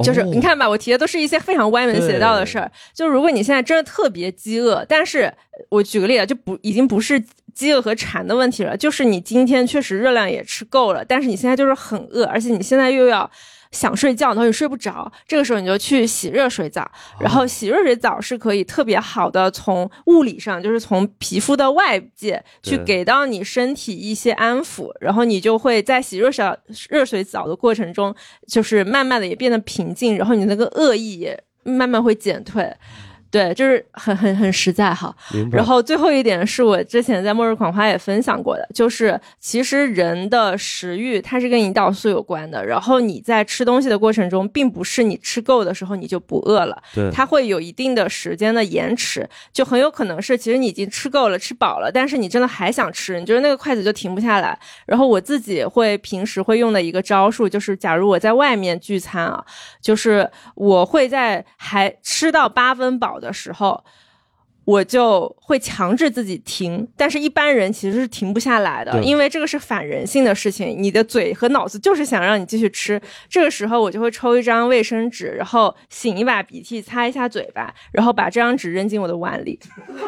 Speaker 4: 就是
Speaker 2: 哦
Speaker 4: 你看吧，我提的都是一些非常歪门邪道的事儿。就如果你现在真的特别饥饿，但是我举个例子，就不已经不是饥饿和馋的问题了，就是你今天确实热量也吃够了，但是你现在就是很饿，而且你现在又要。想睡觉，然后你睡不着，这个时候你就去洗热水澡，然后洗热水澡是可以特别好的从物理上，就是从皮肤的外界去
Speaker 2: 对
Speaker 4: 给到你身体一些安抚，然后你就会在洗热水澡热水澡的过程中，就是慢慢的也变得平静，然后你那个恶意也慢慢会减退，对，就是很很很实在哈。
Speaker 2: 明白。
Speaker 4: 然后最后一点是我之前在《末日狂花》也分享过的，就是其实人的食欲它是跟胰岛素有关的。然后你在吃东西的过程中，并不是你吃够的时候你就不饿了，
Speaker 2: 对
Speaker 4: 它会有一定的时间的延迟，就很有可能是其实你已经吃够了、吃饱了，但是你真的还想吃，你就是那个筷子就停不下来。然后我自己会平时会用的一个招数，就是假如我在外面聚餐啊，就是我会在还吃到八分饱的时候，我就会强制自己停，但是一般人其实是停不下来的，
Speaker 2: 对
Speaker 4: 因为这个是反人性的事情。你的嘴和脑子就是想让你继续吃，这个时候我就会抽一张卫生纸，然后擤一把鼻涕，擦一下嘴巴，然后把这张纸扔进我的碗里。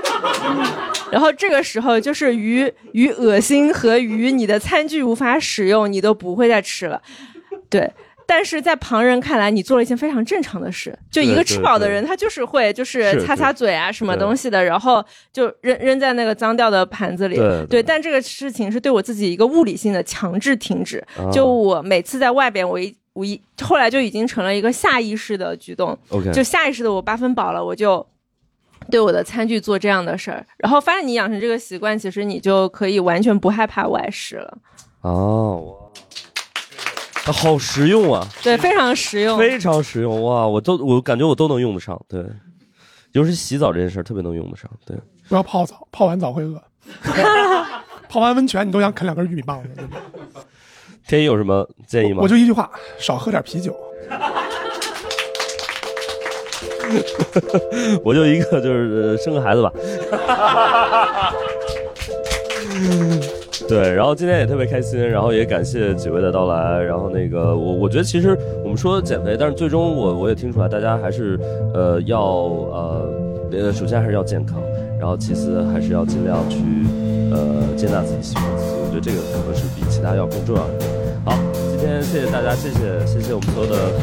Speaker 4: 然后这个时候就是于于恶心和于你的餐具无法使用，你都不会再吃了。对。但是在旁人看来，你做了一件非常正常的事。就一
Speaker 2: 对
Speaker 4: 个吃
Speaker 2: 对
Speaker 4: 饱的
Speaker 2: 对
Speaker 4: 人，他就是会就是是擦
Speaker 2: 是
Speaker 4: 擦嘴啊什么
Speaker 2: 对
Speaker 4: 东西的，然后就扔扔在那个脏掉的盘子里。
Speaker 2: 对对
Speaker 4: 但这个事情是对我自己一个物理性的强制停止。
Speaker 2: 啊
Speaker 4: 就我每次在外边，我一我一后来就已经成了一个下意识的举动。
Speaker 2: OK，
Speaker 4: 就下意识的我八分饱了，我就对我的餐具做这样的事儿。然后发现你养成这个习惯，其实你就可以完全不害怕外食了。
Speaker 2: 哦，哇好实用啊，
Speaker 4: 对，非常实用。
Speaker 2: 非常实用哇！我都我感觉我都能用得上，对，尤其是洗澡这件事儿特别能用得上，对。
Speaker 3: 不要泡澡，泡完澡 会饿。泡完温泉你都想啃两根玉米棒子，真的
Speaker 2: 天一有什么建议吗？
Speaker 3: 我就一句话：少喝点啤酒。
Speaker 2: 我就一个就是呃生个孩子吧。对，然后今天也特别开心，然后也感谢几位的到来。然后那个，我我觉得其实我们说减肥，但是最终我我也听出来，大家还是呃要呃呃，首先还是要健康，然后其次还是要尽量去呃接纳自己、喜欢自己。我觉得这个可能是比其他要更重要一点。好，今天谢谢大家，谢谢谢谢我们所有的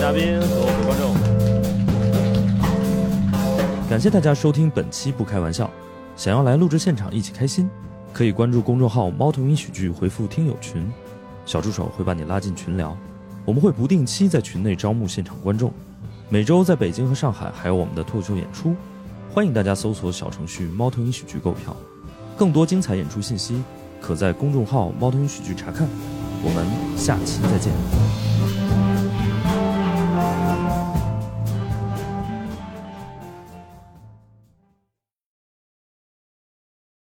Speaker 2: 嘉宾和我们的观众。
Speaker 1: 感谢大家收听本期《不开玩笑》，想要来录制现场一起开心，可以关注公众号“猫头鹰喜剧”，回复“听友群”，小助手会把你拉进群聊。我们会不定期在群内招募现场观众，每周在北京和上海还有我们的脱口秀演出，欢迎大家搜索小程序“猫头鹰喜剧”购票。更多精彩演出信息，可在公众号“猫头鹰喜剧”查看。我们下期再见。